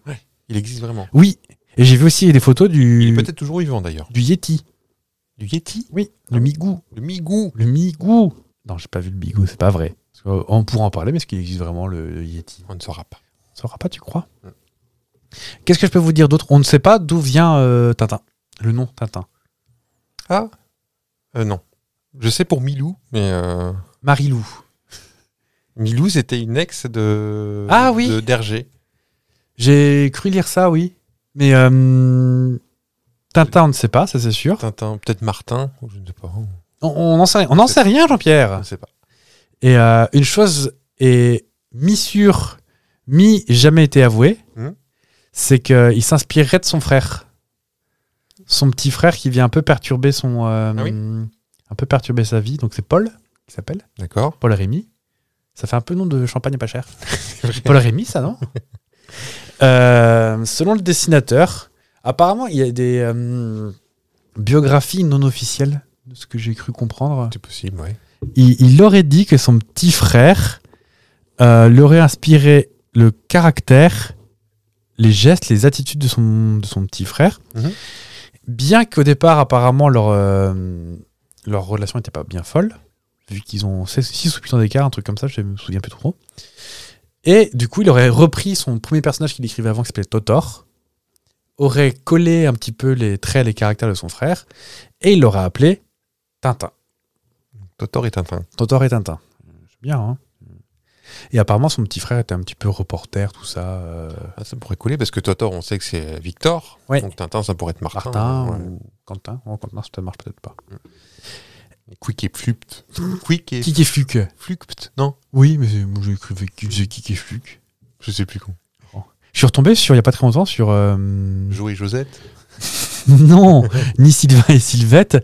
[SPEAKER 2] Il existe vraiment.
[SPEAKER 1] Oui. Et j'ai vu aussi des photos
[SPEAKER 2] Il est
[SPEAKER 1] du,
[SPEAKER 2] peut-être toujours vivant d'ailleurs.
[SPEAKER 1] du Yeti.
[SPEAKER 2] Du Yeti
[SPEAKER 1] Oui, le Migou.
[SPEAKER 2] Le Migou
[SPEAKER 1] Le Migou Non, j'ai pas vu le Migou, c'est pas vrai. Parce que, euh, on pourra en parler, mais est-ce qu'il existe vraiment le, le Yeti
[SPEAKER 2] On ne saura pas.
[SPEAKER 1] On saura pas, tu crois
[SPEAKER 2] Mm.
[SPEAKER 1] Qu'est-ce que je peux vous dire d'autre On ne sait pas d'où vient euh, Tintin. Le nom Tintin.
[SPEAKER 2] Ah Euh, Non. Je sais pour Milou, mais. euh,
[SPEAKER 1] Marilou.
[SPEAKER 2] Milou, c'était une ex de
[SPEAKER 1] Ah oui.
[SPEAKER 2] de- d'Hergé.
[SPEAKER 1] J'ai cru lire ça, oui. Mais euh, Tintin, on ne sait pas, ça c'est sûr.
[SPEAKER 2] Tintin, peut-être Martin, ou je ne sais pas.
[SPEAKER 1] On- On n'en sait, on n'en sait rien,
[SPEAKER 2] Je
[SPEAKER 1] Jean-Pierre.
[SPEAKER 2] ne sais pas.
[SPEAKER 1] Et euh, une chose est mi-sûre, mi-jamais été avouée,
[SPEAKER 2] Mhm.
[SPEAKER 1] c'est qu'il s'inspirerait de son frère. Son petit frère qui vient un peu perturber son... euh,
[SPEAKER 2] Ah oui
[SPEAKER 1] Un peu perturber sa vie. Donc c'est Paul, qui s'appelle.
[SPEAKER 2] D'accord.
[SPEAKER 1] Paul Rémy. Ça fait un peu nom de champagne pas
[SPEAKER 2] [LAUGHS]
[SPEAKER 1] cher. Paul Rémy, ça, non Euh, Selon le dessinateur, apparemment, il y a des euh, biographies non officielles, de ce que j'ai cru comprendre
[SPEAKER 2] C'est possible, oui.
[SPEAKER 1] il, il aurait dit que son petit frère euh, lui aurait inspiré le caractère, les gestes, les attitudes de son, de son petit frère.
[SPEAKER 2] Mhm.
[SPEAKER 1] Bien qu'au départ, apparemment, leur, euh, leur relation n'était pas bien folle, vu qu'ils ont 6 ou 8 ans d'écart, un truc comme ça, je me souviens plus trop. Et du coup, il aurait repris son premier personnage qu'il écrivait avant, qui s'appelait Totor, aurait collé un petit peu les traits, les caractères de son frère, et il l'aurait appelé Tintin.
[SPEAKER 2] Totor et Tintin.
[SPEAKER 1] Totor et Tintin. C'est bien, hein Et apparemment, son petit frère était un petit peu reporter, tout ça. euh,
[SPEAKER 2] Ah, ça pourrait coller parce que Totor, on sait que c'est Victor.
[SPEAKER 1] Ouais.
[SPEAKER 2] Donc Tintin, ça pourrait être Martin.
[SPEAKER 1] Martin
[SPEAKER 2] Ouais.
[SPEAKER 1] ou Quentin. Oh, Quentin, ça marche peut-être pas.
[SPEAKER 2] Quick et
[SPEAKER 1] [LAUGHS]
[SPEAKER 2] Flupt. Quick et
[SPEAKER 1] Kiki Fluke.
[SPEAKER 2] Flupt. Non,
[SPEAKER 1] Oui, mais c'est- moi, j'ai écrit j'ai Kiki Fluke.
[SPEAKER 2] je sais plus comment.
[SPEAKER 1] Je suis retombé sur, il n'y a pas très longtemps, sur. euh,
[SPEAKER 2] Joe et Josette.
[SPEAKER 1] [LAUGHS] non Ni Sylvain et Sylvette.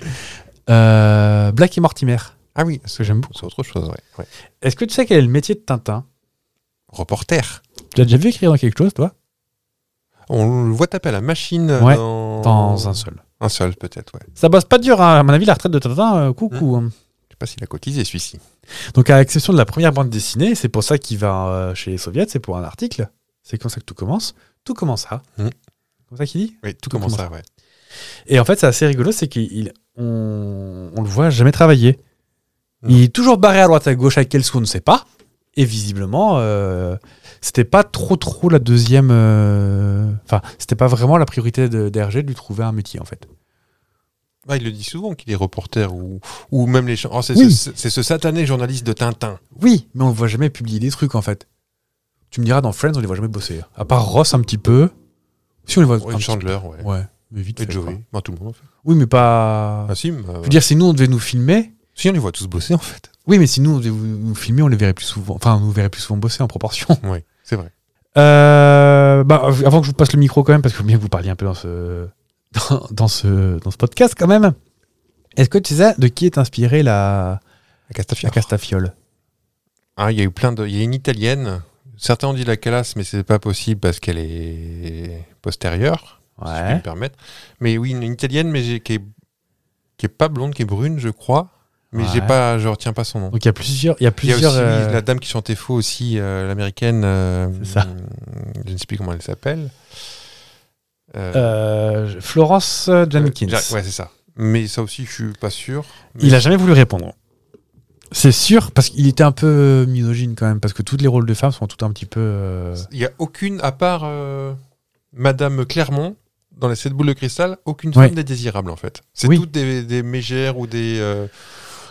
[SPEAKER 1] euh, Black et Mortimer.
[SPEAKER 2] Ah oui,
[SPEAKER 1] que j'aime beaucoup.
[SPEAKER 2] C'est autre chose, ouais. ouais.
[SPEAKER 1] Est-ce que tu sais quel est le métier de Tintin
[SPEAKER 2] Reporter.
[SPEAKER 1] Tu l'as déjà vu écrire dans quelque chose, toi
[SPEAKER 2] On le voit taper à la machine euh,
[SPEAKER 1] Ouais,
[SPEAKER 2] dans...
[SPEAKER 1] Dans un seul.
[SPEAKER 2] Un seul, peut-être, ouais.
[SPEAKER 1] Ça bosse pas dur, hein. à mon avis, la retraite de Tintin, euh, coucou. hein.
[SPEAKER 2] Je sais pas s'il a cotisé celui-ci.
[SPEAKER 1] Donc à l'exception de la première bande dessinée, c'est pour ça qu'il va euh, chez les soviets, c'est pour un article. C'est comme ça que tout commence. tout commença.
[SPEAKER 2] Mhm.
[SPEAKER 1] Comme ça qu'il dit
[SPEAKER 2] Oui, tout,
[SPEAKER 1] Tout
[SPEAKER 2] commence
[SPEAKER 1] commence
[SPEAKER 2] à, ouais.
[SPEAKER 1] Et en fait, c'est assez rigolo, c'est qu'on on le voit jamais travailler.
[SPEAKER 2] Non.
[SPEAKER 1] Il est toujours barré à droite, à gauche, à quel sou, on ne sait pas. Et visiblement, euh, c'était pas trop trop la deuxième. euh, Enfin, c'était pas vraiment la priorité de d'Hergé de lui trouver un métier en fait.
[SPEAKER 2] Bah, il le dit souvent qu'il est reporter ou, ou même les gens. Oh, c'est
[SPEAKER 1] Oui.
[SPEAKER 2] ce, c'est ce satané journaliste de Tintin.
[SPEAKER 1] Oui, mais on le voit jamais publier des trucs en fait. Tu me diras, dans Friends, on les voit jamais bosser. À part Ross un petit peu. Si on les voit. un
[SPEAKER 2] Ouais,
[SPEAKER 1] petit
[SPEAKER 2] Chandler, ouais.
[SPEAKER 1] peu. Ouais, mais vite.
[SPEAKER 2] Et
[SPEAKER 1] fait,
[SPEAKER 2] Joey.
[SPEAKER 1] quoi.
[SPEAKER 2] Bah, tout le monde. en fait.
[SPEAKER 1] Oui, mais pas.
[SPEAKER 2] Ah, si, bah,
[SPEAKER 1] Je
[SPEAKER 2] ouais.
[SPEAKER 1] veux dire, si nous on devait nous filmer,
[SPEAKER 2] Si, on les voit tous bosser, en fait.
[SPEAKER 1] Oui, mais si nous, on devait vous- nous filmer, on les verrait plus souvent. Enfin, on nous verrait plus souvent bosser en proportion. [LAUGHS]
[SPEAKER 2] Oui, c'est vrai.
[SPEAKER 1] Euh, bah, avant que je vous passe le micro quand même, parce que je veux bien que vous parliez un peu dans ce, [LAUGHS] dans, dans ce, dans ce podcast quand même. Est-ce que tu sais de qui est inspirée la,
[SPEAKER 2] À
[SPEAKER 1] la
[SPEAKER 2] Castafiore.
[SPEAKER 1] Castafiole
[SPEAKER 2] Ah, il y a eu plein de. Il y a une italienne. Certains ont dit la Calas, mais c'est pas possible parce qu'elle est postérieure, si je puis me
[SPEAKER 1] Ouais.
[SPEAKER 2] permettre. Mais oui, une italienne, mais j'ai- qui est qui est pas blonde, qui est brune, je crois. Mais j'ai
[SPEAKER 1] Ouais.
[SPEAKER 2] pas, je retiens pas son nom.
[SPEAKER 1] Donc il y a plusieurs. Il y a
[SPEAKER 2] Il y a
[SPEAKER 1] plusieurs.
[SPEAKER 2] aussi oui,
[SPEAKER 1] euh,
[SPEAKER 2] la dame qui chantait faux aussi, euh, l'américaine. euh,
[SPEAKER 1] C'est ça.
[SPEAKER 2] Je ne sais plus comment elle s'appelle. Euh,
[SPEAKER 1] euh, Florence
[SPEAKER 2] euh,
[SPEAKER 1] Jenkins.
[SPEAKER 2] Ja- ouais, c'est ça. Mais ça aussi, je suis pas sûr. Mais-
[SPEAKER 1] Il a jamais voulu répondre. C'est sûr, parce qu'il était un peu misogyne quand même, parce que tous les rôles de femmes sont tout un petit peu. euh,
[SPEAKER 2] Il n'y a aucune, à part euh, Madame Clermont, dans les sept boules de cristal, aucune
[SPEAKER 1] Ouais.
[SPEAKER 2] femme n'est désirable en fait. C'est
[SPEAKER 1] Oui.
[SPEAKER 2] toutes des, des mégères ou des. euh,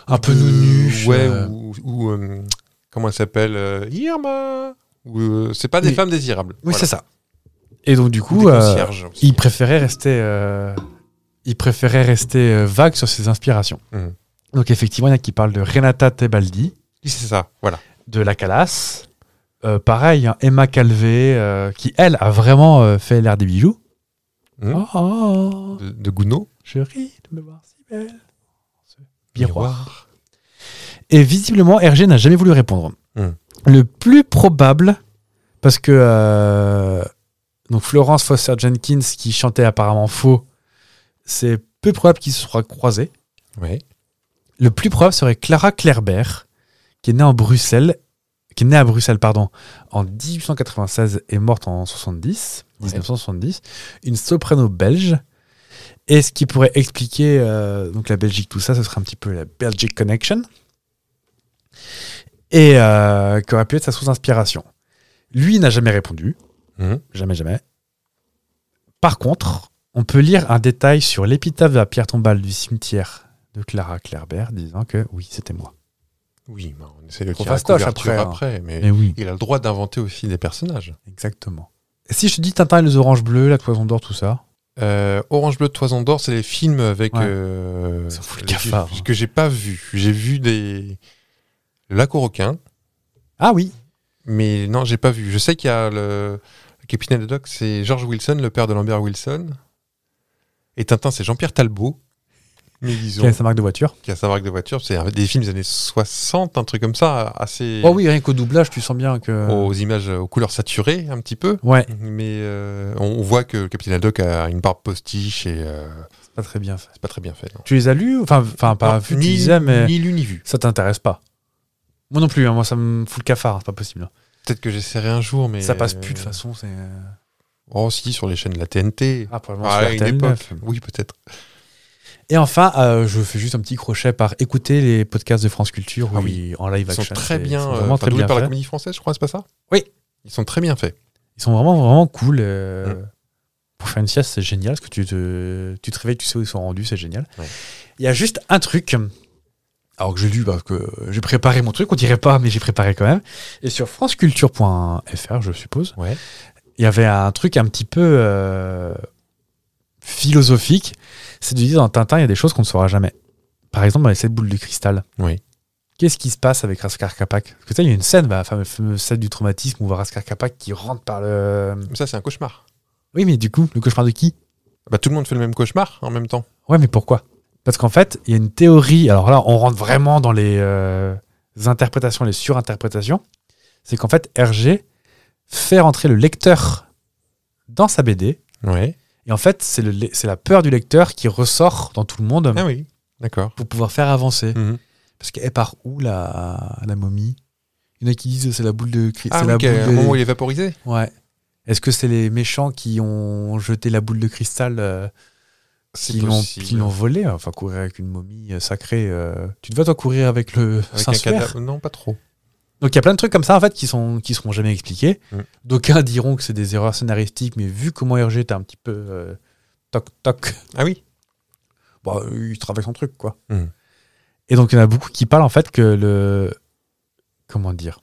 [SPEAKER 1] un peu
[SPEAKER 2] euh,
[SPEAKER 1] nounuches.
[SPEAKER 2] Ouais,
[SPEAKER 1] euh,
[SPEAKER 2] ou. ou, euh, comment elle s'appelle euh, Irma Ou, euh, C'est pas des
[SPEAKER 1] Oui.
[SPEAKER 2] femmes désirables.
[SPEAKER 1] Oui,
[SPEAKER 2] Voilà.
[SPEAKER 1] c'est ça. Et donc, du
[SPEAKER 2] Ou
[SPEAKER 1] coup,
[SPEAKER 2] des
[SPEAKER 1] euh,
[SPEAKER 2] concierges aussi.
[SPEAKER 1] il préférait rester, euh, il préférait rester euh, vague sur ses inspirations.
[SPEAKER 2] Mhm.
[SPEAKER 1] Donc, effectivement, il y en a qui parlent de Renata Tebaldi,
[SPEAKER 2] Oui, C'est ça, voilà.
[SPEAKER 1] de La Calas. Euh, pareil, hein, Emma Calvé, euh, qui, elle, a vraiment euh, fait l'air des bijoux.
[SPEAKER 2] Mhm.
[SPEAKER 1] Oh, oh, oh,
[SPEAKER 2] De, de Gounod.
[SPEAKER 1] je ris de me voir si belle. Ce Miroir. Et visiblement, Hergé n'a jamais voulu répondre.
[SPEAKER 2] Hmm.
[SPEAKER 1] Le plus probable, parce que euh, donc Florence Foster Jenkins, qui chantait apparemment faux, c'est peu probable qu'ils se soient croisés.
[SPEAKER 2] Ouais.
[SPEAKER 1] Le plus probable serait Clara Clairbert, qui est née en Bruxelles, qui est née à Bruxelles, pardon, en 1896 et morte en 70, 1970, une soprano belge. Et ce qui pourrait expliquer euh, donc la Belgique, tout ça, ce serait un petit peu la Belgic Connection. Et euh, qui aurait pu être sa source d'inspiration. Lui il n'a jamais répondu.
[SPEAKER 2] Mhm.
[SPEAKER 1] Jamais, jamais. Par contre, on peut lire un détail sur l'épitaphe de la pierre tombale du cimetière de Clara Clairbert disant que oui, c'était moi.
[SPEAKER 2] Oui, mais on essaie de
[SPEAKER 1] Trop
[SPEAKER 2] tirer la
[SPEAKER 1] fastoche
[SPEAKER 2] couverture
[SPEAKER 1] après, hein.
[SPEAKER 2] après, mais
[SPEAKER 1] Mais oui.
[SPEAKER 2] il a le droit d'inventer aussi des personnages.
[SPEAKER 1] Exactement. Et si je te dis Tintin et les oranges bleues, la toison d'or, tout ça
[SPEAKER 2] Euh, Orange Bleu de Toison d'Or, c'est les films avec.
[SPEAKER 1] Ouais.
[SPEAKER 2] euh,
[SPEAKER 1] Ça fout le
[SPEAKER 2] les
[SPEAKER 1] cafard,
[SPEAKER 2] films
[SPEAKER 1] hein.
[SPEAKER 2] Que j'ai pas vu. J'ai vu des. Lac aux requins,
[SPEAKER 1] Ah oui
[SPEAKER 2] mais non, j'ai pas vu. Je sais qu'il y a le. Le capitaine de Doc, c'est George Wilson, le père de Lambert Wilson. Et Tintin, c'est Jean-Pierre Talbot. Mais disons,
[SPEAKER 1] Quelle est sa marque de voiture
[SPEAKER 2] qui a sa marque de voiture, c'est un des films des années 60, un truc comme ça, assez. euh,
[SPEAKER 1] Oh oui, rien qu'au doublage, tu sens bien que.
[SPEAKER 2] Aux images, aux couleurs saturées, un petit peu.
[SPEAKER 1] Ouais,
[SPEAKER 2] Mais euh, on on voit que le capitaine Haddock a une barbe postiche et euh,
[SPEAKER 1] c'est pas très bien fait.
[SPEAKER 2] c'est pas très bien fait. Non.
[SPEAKER 1] Tu les as lus Enfin, enfin pas
[SPEAKER 2] Non,
[SPEAKER 1] vu, tu
[SPEAKER 2] Ah, ni,
[SPEAKER 1] disais, mais
[SPEAKER 2] ni lu ni vu.
[SPEAKER 1] ça t'intéresse pas. Moi non plus, hein, moi ça me fout le cafard, c'est pas possible. hein.
[SPEAKER 2] Peut-être que j'essaierai un jour, mais. euh,
[SPEAKER 1] Ça passe plus de toute façon, c'est. euh,
[SPEAKER 2] Oh, si, sur les chaînes de la TNT.
[SPEAKER 1] Ah, probablement
[SPEAKER 2] Ah,
[SPEAKER 1] sur
[SPEAKER 2] à une
[SPEAKER 1] RTL9.
[SPEAKER 2] époque. Oui, peut-être.
[SPEAKER 1] Et enfin, euh, je fais juste un petit crochet par écouter les podcasts de France Culture
[SPEAKER 2] Ah
[SPEAKER 1] oui. en live
[SPEAKER 2] Ils sont
[SPEAKER 1] action.
[SPEAKER 2] très
[SPEAKER 1] c'est-
[SPEAKER 2] bien.
[SPEAKER 1] Ils sont
[SPEAKER 2] euh,
[SPEAKER 1] vraiment,
[SPEAKER 2] enfin,
[SPEAKER 1] très
[SPEAKER 2] doublés
[SPEAKER 1] bien
[SPEAKER 2] par la
[SPEAKER 1] faits.
[SPEAKER 2] comédie française, je crois, c'est pas ça
[SPEAKER 1] Oui.
[SPEAKER 2] Ils sont très bien faits.
[SPEAKER 1] Ils sont vraiment, vraiment cool. euh,
[SPEAKER 2] Mm.
[SPEAKER 1] Pour faire une sieste, c'est génial. Parce que tu te, tu te réveilles, tu sais où ils sont rendus, c'est génial.
[SPEAKER 2] Ouais.
[SPEAKER 1] Il y a juste un truc. Alors que j'ai lu, bah, que j'ai préparé mon truc, on dirait pas, mais j'ai préparé quand même. Et sur franceculture.fr, je suppose,
[SPEAKER 2] Ouais.
[SPEAKER 1] il y avait un truc un petit peu euh, philosophique. C'est de dire dans Tintin, il y a des choses qu'on ne saura jamais. Par exemple, dans les sept boules de cristal.
[SPEAKER 2] Oui.
[SPEAKER 1] Qu'est-ce qui se passe avec Raskar Kapak Parce que tu sais, il y a une scène, bah, la fameuse- fameuse scène du traumatisme où on voit Raskar Kapak qui rentre par le.
[SPEAKER 2] Mais ça, c'est un cauchemar.
[SPEAKER 1] Oui, mais du coup, le cauchemar de qui
[SPEAKER 2] Bah, tout le monde fait le même cauchemar en même temps.
[SPEAKER 1] Ouais, mais pourquoi Parce qu'en fait, il y a une théorie. Alors là, on rentre vraiment dans les euh, interprétations, les surinterprétations. C'est qu'en fait, Hergé fait rentrer le lecteur dans sa BD.
[SPEAKER 2] Ouais.
[SPEAKER 1] Et en fait, c'est le le- c'est la peur du lecteur qui ressort dans tout le monde
[SPEAKER 2] Ah oui. D'accord.
[SPEAKER 1] pour pouvoir faire avancer.
[SPEAKER 2] Mhm.
[SPEAKER 1] Parce qu'elle part où, la, la momie Il y en a qui disent c'est la boule de... cri-
[SPEAKER 2] Ah
[SPEAKER 1] c'est
[SPEAKER 2] oui,
[SPEAKER 1] la
[SPEAKER 2] qu'à un
[SPEAKER 1] boule de-
[SPEAKER 2] moment où il est vaporisé.
[SPEAKER 1] Ouais. Est-ce que c'est les méchants qui ont jeté la boule de cristal euh,
[SPEAKER 2] C'est
[SPEAKER 1] qui l'ont-
[SPEAKER 2] possible.
[SPEAKER 1] qui l'ont volé Enfin, courir avec une momie euh, sacrée. euh, Tu te vas toi courir avec le
[SPEAKER 2] Avec un
[SPEAKER 1] Saint-Suaire
[SPEAKER 2] cadavre Non, pas trop.
[SPEAKER 1] Donc il y a plein de trucs comme ça en fait qui sont qui seront jamais expliqués.
[SPEAKER 2] Mm.
[SPEAKER 1] D'aucuns diront que c'est des erreurs scénaristiques, mais vu comment Hergé était un petit peu euh, toc toc,
[SPEAKER 2] Ah oui
[SPEAKER 1] bah, il travaille son truc, quoi.
[SPEAKER 2] Mm.
[SPEAKER 1] Et donc, il y en a beaucoup qui parlent, en fait, que le. Comment dire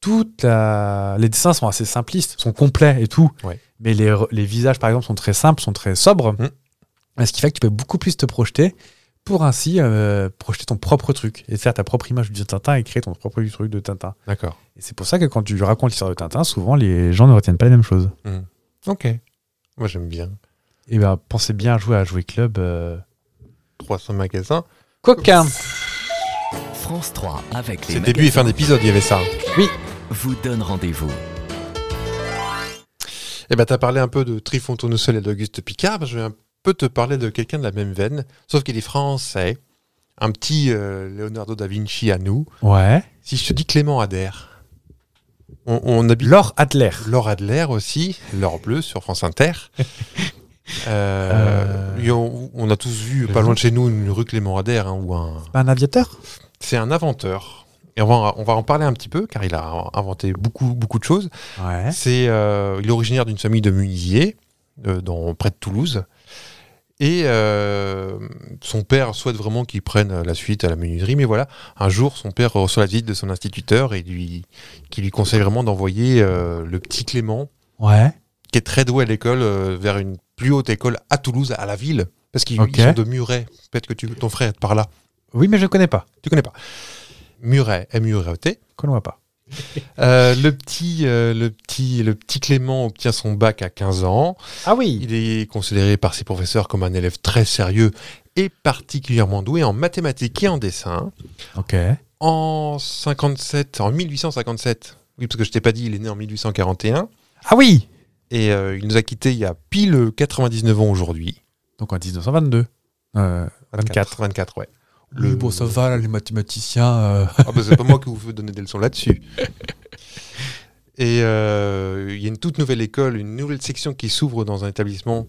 [SPEAKER 1] toute la- Les dessins sont assez simplistes, sont complets et tout.
[SPEAKER 2] Ouais.
[SPEAKER 1] Mais les, re- les visages, par exemple, sont très simples, sont très sobres. Ce qui fait que tu peux beaucoup plus te projeter pour ainsi euh, projeter ton propre truc et faire ta propre image du Tintin et créer ton propre truc de Tintin.
[SPEAKER 2] D'accord.
[SPEAKER 1] Et c'est pour ça que quand tu racontes l'histoire de Tintin, souvent les gens ne retiennent pas les mêmes choses.
[SPEAKER 2] Ok. Moi, j'aime bien.
[SPEAKER 1] Et bien, ben, pensez bien à jouer à Jouer Club. euh,
[SPEAKER 2] 300 magasins.
[SPEAKER 1] Coquin
[SPEAKER 5] France 3 avec les
[SPEAKER 2] C'est début et fin d'épisode, il y avait ça.
[SPEAKER 5] magasins vous donne rendez-vous.
[SPEAKER 2] Eh ben, t'as parlé un peu de Trifontaine-au-Soleil et d'Auguste Picard. Ben, Je vais un peu te parler de quelqu'un de la même veine, sauf qu'il est français. Un petit euh, Leonardo da Vinci à nous.
[SPEAKER 1] Ouais.
[SPEAKER 2] Si je te dis Clément Adair, on, on habite
[SPEAKER 1] Laure Adler.
[SPEAKER 2] Laure Adler aussi, Laure Bleue sur
[SPEAKER 1] [LAUGHS]
[SPEAKER 2] France Inter. Euh,
[SPEAKER 1] Euh.
[SPEAKER 2] et On, on a tous vu, pas loin de chez nous, une rue Clément Ader, hein, ou un.
[SPEAKER 1] Un aviateur
[SPEAKER 2] C'est un inventeur. Et on va, on va en parler un petit peu, car il a inventé beaucoup, beaucoup de choses.
[SPEAKER 1] Ouais.
[SPEAKER 2] C'est, euh, il est originaire d'une famille de munisiers, euh, dans, près de Toulouse. Et euh, son père souhaite vraiment qu'il prenne la suite à la menuiserie, mais voilà, un jour, son père reçoit la visite de son instituteur et lui, qui lui conseille vraiment d'envoyer euh, le petit Clément
[SPEAKER 1] Ouais.
[SPEAKER 2] qui est très doué à l'école, euh, vers une plus haute école à Toulouse, à la ville, parce qu'ils
[SPEAKER 1] Ok.
[SPEAKER 2] ils sont de Muret. Peut-être que tu, ton frère est par là.
[SPEAKER 1] Oui, mais je ne connais pas.
[SPEAKER 2] Tu connais pas. Muret, M-U-R-E-T.
[SPEAKER 1] ne voit pas.
[SPEAKER 2] E Euh, le, petit, euh, le, petit, le petit Clément obtient son bac à 15 ans.
[SPEAKER 1] Ah oui
[SPEAKER 2] Il est considéré par ses professeurs comme un élève très sérieux et particulièrement doué en mathématiques et en dessin.
[SPEAKER 1] Ok.
[SPEAKER 2] En 57, en 1857, oui, parce que je t'ai pas dit, il est né en 1841.
[SPEAKER 1] Ah oui
[SPEAKER 2] Et euh, il nous a quittés il y a pile 99 ans aujourd'hui.
[SPEAKER 1] Donc en 1922. Euh, 24.
[SPEAKER 2] 24, ouais.
[SPEAKER 1] Le...
[SPEAKER 2] Le-
[SPEAKER 1] bon, ça va, là, les mathématiciens. euh.
[SPEAKER 2] Ah bah, c'est pas moi qui vous veux donner des leçons là-dessus. Et euh, il y a une toute nouvelle école, une nouvelle section qui s'ouvre dans un établissement,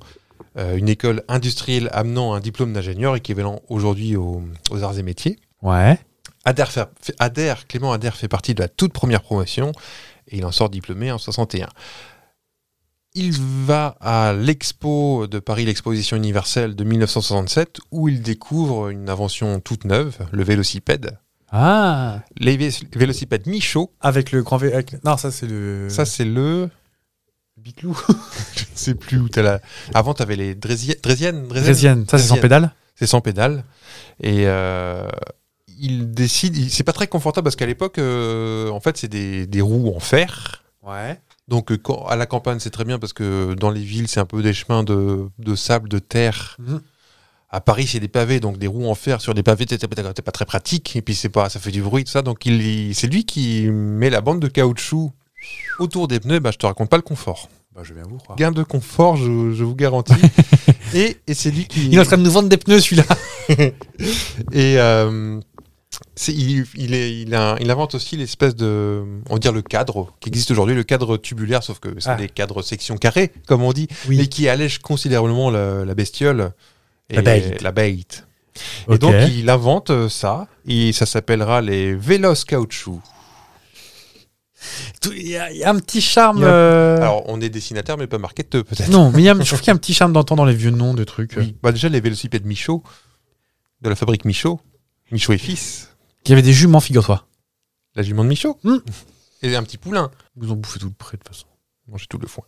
[SPEAKER 2] euh, une école industrielle amenant un diplôme d'ingénieur équivalent aujourd'hui aux, aux arts et métiers.
[SPEAKER 1] Ouais.
[SPEAKER 2] Adair, fait- fait- Adair, Clément Adair fait partie de la toute première promotion et il en sort diplômé en 61. Il va à l'expo de Paris, l'exposition universelle de 1967, où il découvre une invention toute neuve, le vélocipède.
[SPEAKER 1] Ah
[SPEAKER 2] Les vé- vélocipèdes Michaud,
[SPEAKER 1] Avec le grand V. avec- Non, ça, c'est le.
[SPEAKER 2] ça c'est le. Euh. Biclou [LAUGHS] Je ne sais plus où t'as la. Avant, t'avais les Drésiennes. Drésiennes
[SPEAKER 1] Drésienne. Ça, c'est sans
[SPEAKER 2] Drésienne.
[SPEAKER 1] pédale
[SPEAKER 2] C'est sans pédale. Et euh, il décide. il- C'est pas très confortable parce qu'à l'époque, euh, en fait, c'est des, des roues en fer.
[SPEAKER 1] Ouais.
[SPEAKER 2] Donc euh, quand- à la campagne, c'est très bien parce que dans les villes, c'est un peu des chemins de, de sable, de terre.
[SPEAKER 1] Mhm.
[SPEAKER 2] À Paris, c'est des pavés, donc des roues en fer sur des pavés, c'est pas c'est pas très pratique. Et puis c'est pas, ça fait du bruit, tout ça. Donc il, il- c'est lui qui met la bande de caoutchouc autour des pneus. Bah, je te raconte pas le confort.
[SPEAKER 1] Bah, je viens vous croire.
[SPEAKER 2] Gain de confort, je, je
[SPEAKER 1] [LAUGHS]
[SPEAKER 2] vous garantis. et et c'est lui qui.
[SPEAKER 1] Il est en train de nous vendre des pneus, celui-là.
[SPEAKER 2] Et euh, c'est- il, il est- il a- il invente aussi l'espèce de, on va dire le cadre qui existe aujourd'hui, le cadre tubulaire, sauf que c'est
[SPEAKER 1] Ah.
[SPEAKER 2] des cadres section carrée, comme on dit,
[SPEAKER 1] Oui.
[SPEAKER 2] mais qui allège considérablement la, la bestiole et
[SPEAKER 1] La baïte.
[SPEAKER 2] la baïte. Et donc il invente euh, ça, et ça s'appellera les vélos caoutchouc.
[SPEAKER 1] Tout- il y, a- il y a un petit charme.
[SPEAKER 2] Il y a-
[SPEAKER 1] euh,
[SPEAKER 2] Alors on est dessinateur, mais pas marketeur peut-être.
[SPEAKER 1] Non, mais il y a [LAUGHS] un- je trouve qu'il y a un petit charme d'entendre dans les vieux noms de trucs. euh.
[SPEAKER 2] Oui. Bah, déjà les vélocipèdes Michaud, de la fabrique Michaud, Michaud et fils,
[SPEAKER 1] Il y avait des juments, figure-toi.
[SPEAKER 2] la jument de Michaud,
[SPEAKER 1] Mm.
[SPEAKER 2] et un petit poulain.
[SPEAKER 1] Ils vous ont bouffé tout le près, de toute façon.
[SPEAKER 2] manger tout le foin.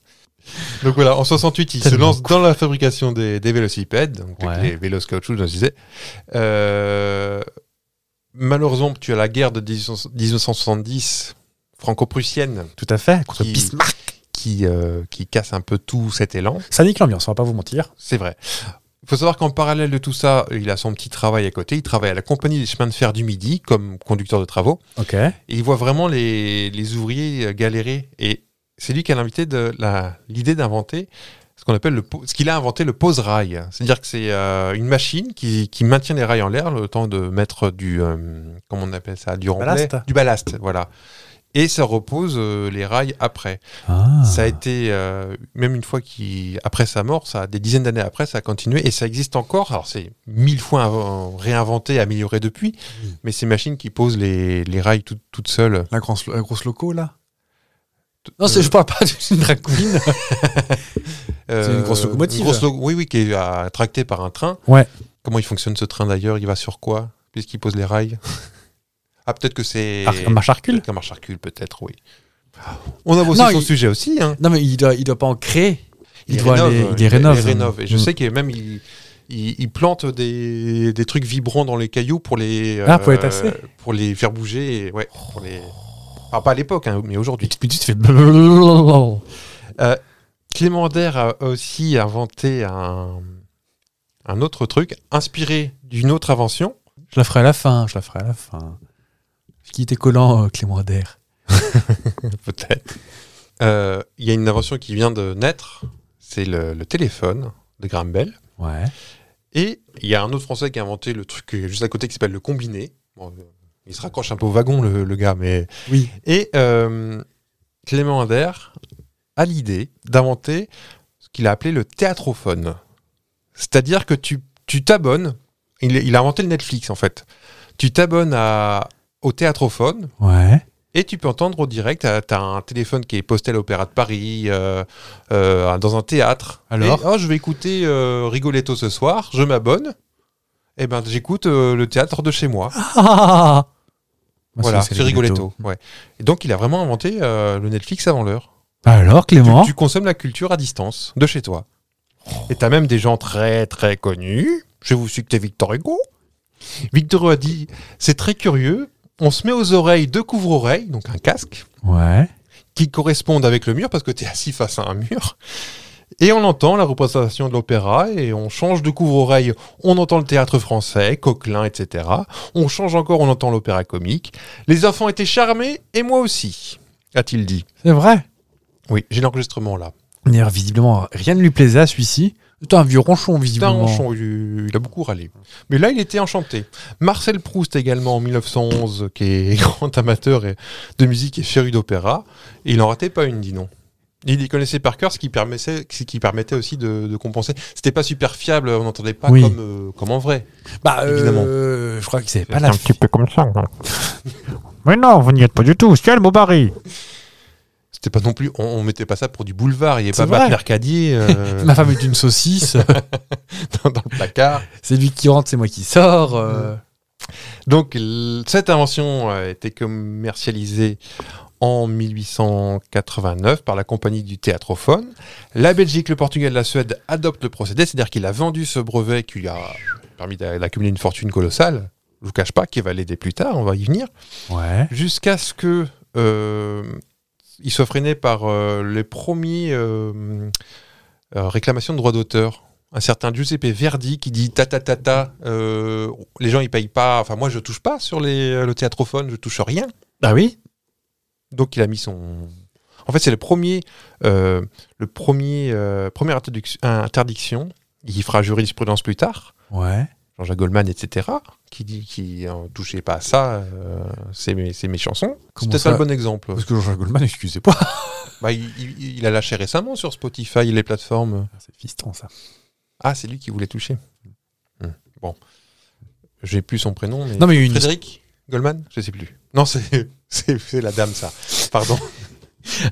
[SPEAKER 2] Donc voilà, en 68, il se
[SPEAKER 1] Tellement
[SPEAKER 2] lance dans la fabrication des, des vélocipèdes, donc
[SPEAKER 1] Ouais.
[SPEAKER 2] les vélos caoutchouc, je le disais. Euh, malheureusement, tu as la guerre de 18- 1970 franco-prussienne
[SPEAKER 1] Tout à fait. Contre
[SPEAKER 2] Qui-
[SPEAKER 1] Bismarck.
[SPEAKER 2] qui, euh, qui casse un peu tout cet élan.
[SPEAKER 1] Ça nique l'ambiance, on va pas vous mentir.
[SPEAKER 2] C'est vrai. Il faut savoir qu'en parallèle de tout ça, il a son petit travail à côté. Il travaille à la compagnie des chemins de fer du Midi comme conducteur de travaux.
[SPEAKER 1] Ok.
[SPEAKER 2] Et il voit vraiment les, les ouvriers euh, galérer. Et c'est lui qui a l'invité de la- l'idée d'inventer ce qu'on appelle le po- ce qu'il a inventé le pose rail. C'est-à-dire que c'est euh, une machine qui, qui maintient les rails en l'air le temps de mettre du euh, comment on appelle ça du remblai
[SPEAKER 1] Ballast.
[SPEAKER 2] du ballast. Voilà. Et ça repose euh, les rails après.
[SPEAKER 1] Ah.
[SPEAKER 2] Ça a été, euh, même une fois qu'il, après sa mort, ça, des dizaines d'années après, ça a continué et ça existe encore. Alors c'est mille fois inv- réinventé, amélioré depuis,
[SPEAKER 1] Mmh.
[SPEAKER 2] mais ces machines qui posent les, les rails tout- toutes seules.
[SPEAKER 6] La grosse, la grosse loco, là
[SPEAKER 1] Non, c'est- je parle pas d'une [LAUGHS] drag queen.
[SPEAKER 6] C'est une grosse locomotive.
[SPEAKER 2] une Euh, grosse lo- oui, oui, qui est euh, tractée par un train.
[SPEAKER 1] Ouais.
[SPEAKER 2] Comment il fonctionne ce train d'ailleurs Il va sur quoi Puisqu'il pose les rails Ah, peut-être que c'est.
[SPEAKER 1] Ar- un marche à recul
[SPEAKER 2] Un marche à recul, peut-être, oui. On a bossé
[SPEAKER 1] Non,
[SPEAKER 2] son
[SPEAKER 1] il-
[SPEAKER 2] sujet aussi. Hein.
[SPEAKER 1] Non, mais il doit, il doit pas en créer. Il,
[SPEAKER 2] les
[SPEAKER 1] doit
[SPEAKER 2] rénove,
[SPEAKER 1] les-
[SPEAKER 2] euh,
[SPEAKER 1] il les rénove.
[SPEAKER 2] les rénove. Et je
[SPEAKER 1] Mm.
[SPEAKER 2] sais qu'il même il, il, il plante des, des trucs vibrants dans les cailloux pour les euh,
[SPEAKER 1] Ah, pour les tasser.
[SPEAKER 2] pour les faire bouger. et- ouais, pour les. Ah, pas à l'époque, hein, mais aujourd'hui. Euh,
[SPEAKER 1] Puis tu te fais blablabla.
[SPEAKER 2] Clément Ander a aussi inventé un, un autre truc inspiré d'une autre invention.
[SPEAKER 1] Je la ferai à la fin, je la ferai à la fin. Qui était collant, euh, Clément Ader
[SPEAKER 2] Peut-être. Euh, Il y a une invention qui vient de naître, c'est le, le téléphone de Graham Bell.
[SPEAKER 1] Ouais.
[SPEAKER 2] Et il y a un autre Français qui a inventé le truc qui est juste à côté qui s'appelle le combiné. Bon, euh, il se raccroche un peu au wagon, le, le gars, mais...
[SPEAKER 1] Oui.
[SPEAKER 2] Et euh, Clément Ander a l'idée d'inventer ce qu'il a appelé le théâtrophone. C'est-à-dire que tu tu t'abonnes, il, il a inventé le Netflix en fait, tu t'abonnes à- au théâtrophone,
[SPEAKER 1] Ouais.
[SPEAKER 2] et tu peux entendre au direct, tu as un téléphone qui est posté à l'Opéra de Paris, euh, euh, dans un théâtre.
[SPEAKER 1] Alors
[SPEAKER 2] Et, oh, Je vais écouter euh, Rigoletto ce soir, je m'abonne. Et ben j'écoute euh, le théâtre de chez moi.
[SPEAKER 1] Ah
[SPEAKER 2] voilà, c'est Rigoletto. Ouais. Et donc il a vraiment inventé euh, le Netflix avant l'heure.
[SPEAKER 1] Alors,
[SPEAKER 2] Tu,
[SPEAKER 1] Clément
[SPEAKER 2] tu consommes la culture à distance, de chez toi. Et t'as même des gens très très connus. Je vous citer Victor Hugo. Victor Hugo a dit, c'est très curieux, on se met aux oreilles deux couvre-oreilles, donc un casque.
[SPEAKER 1] Ouais.
[SPEAKER 2] qui correspondent avec le mur parce que tu es assis face à un mur. Et on entend la représentation de l'opéra et on change de couvre-oreille. On entend le théâtre français, Coquelin, etc. On change encore, on entend l'opéra comique. Les enfants étaient charmés et moi aussi, a-t-il dit.
[SPEAKER 1] C'est vrai.
[SPEAKER 2] Oui, j'ai l'enregistrement là.
[SPEAKER 1] D'ailleurs, visiblement, rien ne lui plaisait à celui-ci. C'était un vieux ronchon,
[SPEAKER 2] C'était un
[SPEAKER 1] visiblement.
[SPEAKER 2] enchant, il il a beaucoup râlé. Mais là, il était enchanté. Marcel Proust également en 1911, qui est [LAUGHS] grand amateur et- de musique et féru d'opéra, et il en ratait pas une, dis non. Il les connaissait par cœur, ce qui permettait, ce qui permettait aussi de, de compenser. C'était pas super fiable, on n'entendait pas
[SPEAKER 1] Oui.
[SPEAKER 2] comme, euh, comme en vrai.
[SPEAKER 1] Bah, euh,
[SPEAKER 2] Évidemment.
[SPEAKER 1] je crois qu'il savait pas la
[SPEAKER 7] peu comme ça. Mais non, vous n'y êtes pas du tout. C'est le mot Barry.
[SPEAKER 2] C'était pas non plus, on, on mettait pas ça pour du boulevard. Il n'y avait
[SPEAKER 1] C'est
[SPEAKER 2] pas Matt
[SPEAKER 1] vrai.
[SPEAKER 2] Mercadier euh,
[SPEAKER 1] [LAUGHS] Ma femme est une saucisse,
[SPEAKER 2] dans, dans le placard.
[SPEAKER 1] c'est lui qui rentre, c'est moi qui sors. euh.
[SPEAKER 2] Donc, l- cette invention a été commercialisée en 1889 par la compagnie du théâtrophone. La Belgique, le Portugal, la Suède adoptent le procédé, c'est-à-dire qu'il a vendu ce brevet qui lui a permis d'a- d'accumuler une fortune colossale. Je vous cache pas qu'il va l'aider plus tard, on va y venir.
[SPEAKER 1] Ouais.
[SPEAKER 2] Jusqu'à ce que euh, il soit freiné par euh, les premiers euh, euh, réclamations de droits d'auteur. Un certain Giuseppe Verdi qui dit ta ta ta ta, euh, les gens ils payent pas, enfin moi je touche pas sur les, le théâtrophone, je touche rien.
[SPEAKER 1] Ah oui
[SPEAKER 2] Donc il a mis son. En fait, c'est le premier, euh, le premier, euh, première introduc- euh, interdiction. Il fera jurisprudence plus tard.
[SPEAKER 1] Ouais.
[SPEAKER 2] Jean-Jacques Goldman, etc., qui dit qu'il ne touchait pas à ça, euh, c'est mes, c'est mes chansons.
[SPEAKER 1] Comment
[SPEAKER 2] C'était
[SPEAKER 1] ça
[SPEAKER 2] ça le bon exemple.
[SPEAKER 6] Parce que Jean-Jacques Goldman, excusez-moi.
[SPEAKER 2] Bah, il, il- il a lâché récemment sur Spotify et les plateformes.
[SPEAKER 1] C'est fiston, ça.
[SPEAKER 2] Ah, c'est lui qui voulait toucher. Hmm. Bon. J'ai plus son prénom, mais.
[SPEAKER 1] Non, mais une...
[SPEAKER 2] Frédéric Goldman Je sais plus. Non, c'est c'est- c'est la dame, ça. Pardon.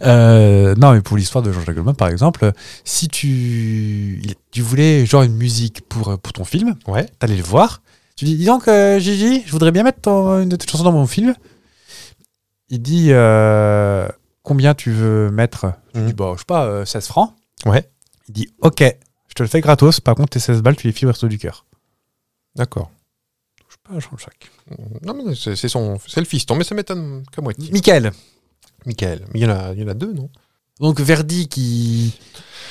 [SPEAKER 1] Euh, non, mais pour l'histoire de Jean-Jacques Goldman, par exemple, si tu, il- tu voulais genre une musique pour, euh, pour ton film,
[SPEAKER 2] Ouais.
[SPEAKER 1] t'allais le voir, tu dis, dis donc, euh, Gigi, je voudrais bien mettre ton- une de tes chansons dans mon film. Il dit, euh, combien tu veux mettre Je
[SPEAKER 2] Mhm.
[SPEAKER 1] dis, bah, je sais pas, euh, 16 francs.
[SPEAKER 2] Ouais.
[SPEAKER 1] Il dit, ok, je te le fais gratos, par contre, tes 16 balles, tu les files au resto du cœur.
[SPEAKER 2] D'accord.
[SPEAKER 1] Je sais pas, Jean-Jacques.
[SPEAKER 2] Non, mais c'est c'est son- c'est le fiston, mais ça m'étonne qu'à moitié.
[SPEAKER 1] Michael.
[SPEAKER 2] Michael. Mais il y, en a, il y en a deux, non
[SPEAKER 1] Donc, Verdi qui,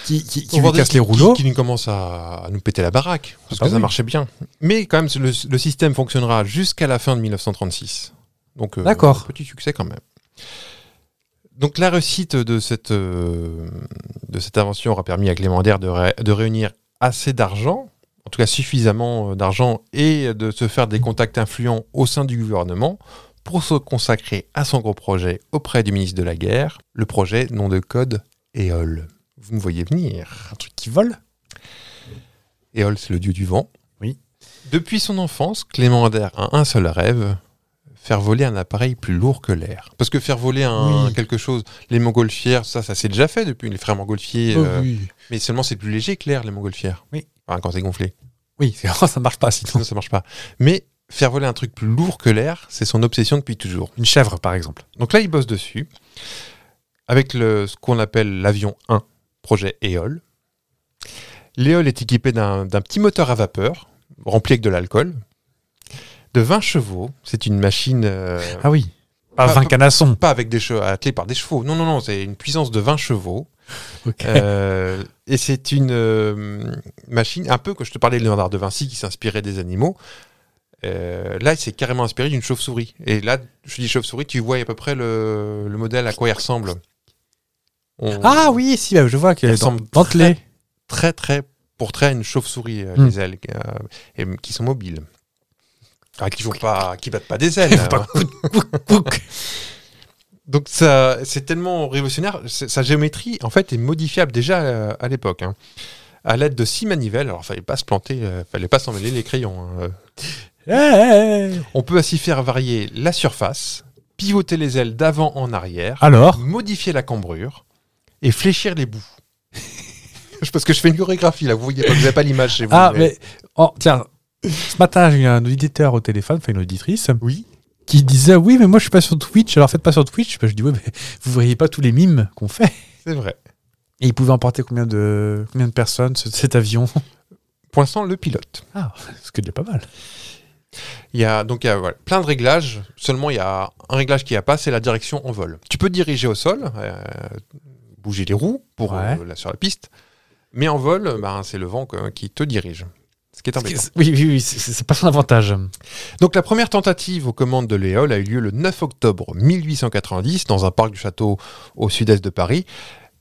[SPEAKER 1] qui, qui, qui lui
[SPEAKER 2] Vendée
[SPEAKER 1] casse les rouleaux.
[SPEAKER 2] Qui, qui nous commence à, à nous péter la baraque, parce
[SPEAKER 1] bah
[SPEAKER 2] que ça
[SPEAKER 1] oui.
[SPEAKER 2] marchait bien. Mais quand même, le, le système fonctionnera jusqu'à la fin de 1936. Donc, euh,
[SPEAKER 1] D'accord.
[SPEAKER 2] petit succès quand même. Donc, la réussite de cette, euh, de cette invention aura permis à Clément Ader de, ré- de réunir assez d'argent, en tout cas suffisamment euh, d'argent, et de se faire des contacts influents au sein du gouvernement pour se consacrer à son gros projet auprès du ministre de la Guerre, le projet nom de code EOL. Vous me voyez venir.
[SPEAKER 1] Un truc qui vole
[SPEAKER 2] Éole, c'est le dieu du vent.
[SPEAKER 1] Oui.
[SPEAKER 2] Depuis son enfance, Clément Ader a un seul rêve faire voler un appareil plus lourd que l'air. Parce que faire voler un, quelque chose, les montgolfières, ça, ça s'est déjà fait depuis les frères montgolfiers. euh,
[SPEAKER 1] Oh Oui.
[SPEAKER 2] Mais seulement, c'est plus léger que l'air, les montgolfières.
[SPEAKER 1] Oui.
[SPEAKER 2] Enfin, quand c'est gonflé. [LAUGHS]
[SPEAKER 1] Oui, [LAUGHS] oh, ça marche pas [LAUGHS] sinon.
[SPEAKER 2] Sinon, ça marche pas. Mais faire voler un truc plus lourd que l'air, c'est son obsession depuis toujours.
[SPEAKER 1] Une chèvre, par exemple.
[SPEAKER 2] Donc là, il bosse dessus avec le, ce qu'on appelle l'avion 1, projet E EOL. L'EOL est équipé d'un d'un petit moteur à vapeur rempli avec de l'alcool, de 20 chevaux. C'est une machine euh,
[SPEAKER 1] Ah oui. Pas
[SPEAKER 2] Pas-
[SPEAKER 1] 20 canassons.
[SPEAKER 2] pas avec des chevaux attelée par des chevaux. Non, non, non, c'est une puissance de 20 chevaux.
[SPEAKER 1] Ok.
[SPEAKER 2] Euh, et c'est une euh, machine, un peu que je te parlais de Léonard de Vinci qui s'inspirait des animaux. Euh, là, il s'est carrément inspiré d'une chauve-souris. Et là, je dis chauve-souris, tu vois à peu près le, le modèle à quoi il ressemble. On-
[SPEAKER 1] Ah oui, si, bah, je vois que
[SPEAKER 2] Elle
[SPEAKER 1] dans,
[SPEAKER 2] semble
[SPEAKER 1] dans les-
[SPEAKER 2] Très, très, pour très, une chauve-souris, euh,
[SPEAKER 1] Hmm.
[SPEAKER 2] les ailes, euh, et, qui sont mobiles. Ah, qui ne pas, qui battent pas
[SPEAKER 1] [LAUGHS]
[SPEAKER 2] des ailes. hein. Donc ça, c'est tellement révolutionnaire. c'est- Sa géométrie, en fait, est modifiable déjà euh, à l'époque. hein. À l'aide de six manivelles, alors fallait pas se planter, euh, fallait pas s'emmêler les crayons. hein, euh.
[SPEAKER 1] Eh, eh, eh.
[SPEAKER 2] On peut ainsi faire varier la surface, pivoter les ailes d'avant en arrière,
[SPEAKER 1] Alors
[SPEAKER 2] modifier la cambrure et fléchir les bouts. [LAUGHS] Je pense que je fais une chorégraphie là, vous voyez pas, vous avez pas l'image chez vous.
[SPEAKER 1] Ah, mais. oh, tiens, ce matin, j'ai eu un auditeur au téléphone, enfin une auditrice. Oui. Qui disait Oui, mais moi, je suis pas sur Twitch, alors faites pas sur Twitch. Bah, je dis Oui, mais vous voyez pas tous les mimes qu'on fait.
[SPEAKER 2] c'est vrai.
[SPEAKER 1] Et il pouvait emporter combien de, combien de personnes, ce- cet avion
[SPEAKER 2] Pour l'instant, le pilote.
[SPEAKER 1] Ce qui est déjà pas mal.
[SPEAKER 2] Il y a donc il y a, voilà, plein de réglages. Seulement, il y a un réglage qui a pas, c'est la direction en vol. Tu peux te diriger au sol, euh, bouger les roues pour
[SPEAKER 1] Ouais.
[SPEAKER 2] euh, là, sur la piste, mais en vol, euh, ben, c'est le vent quoi, qui te dirige. Ce qui est embêtant.
[SPEAKER 1] Oui, oui, oui, c'est c'est pas son avantage.
[SPEAKER 2] Donc la première tentative aux commandes de l'EOL a eu lieu le 9 octobre 1890 dans un parc du château au sud-est de Paris.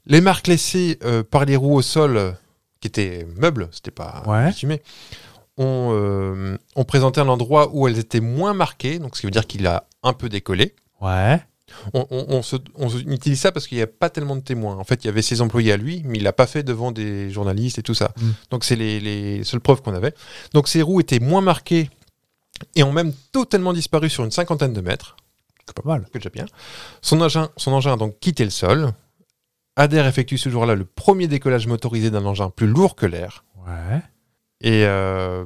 [SPEAKER 2] Les marques laissées euh, par les roues au sol, euh, qui étaient meubles, c'était pas
[SPEAKER 1] Ouais.
[SPEAKER 2] assumé, ont, euh, ont présenté un endroit où elles étaient moins marquées, donc ce qui veut dire qu'il a un peu décollé.
[SPEAKER 1] Ouais.
[SPEAKER 2] On, on- on se- on se- on utilise ça parce qu'il n'y a pas tellement de témoins. En fait, il y avait ses employés à lui, mais il l'a pas fait devant des journalistes et tout ça.
[SPEAKER 1] Mm.
[SPEAKER 2] Donc, c'est les, les seules preuves qu'on avait. Donc, ces roues étaient moins marquées et ont même totalement disparu sur une cinquantaine de mètres,
[SPEAKER 1] C'est pas mal.
[SPEAKER 2] que déjà bien. Son engin, son engin a donc quitté le sol. Adair effectue ce jour-là le premier décollage motorisé d'un engin plus lourd que l'air.
[SPEAKER 1] Ouais.
[SPEAKER 2] Et euh,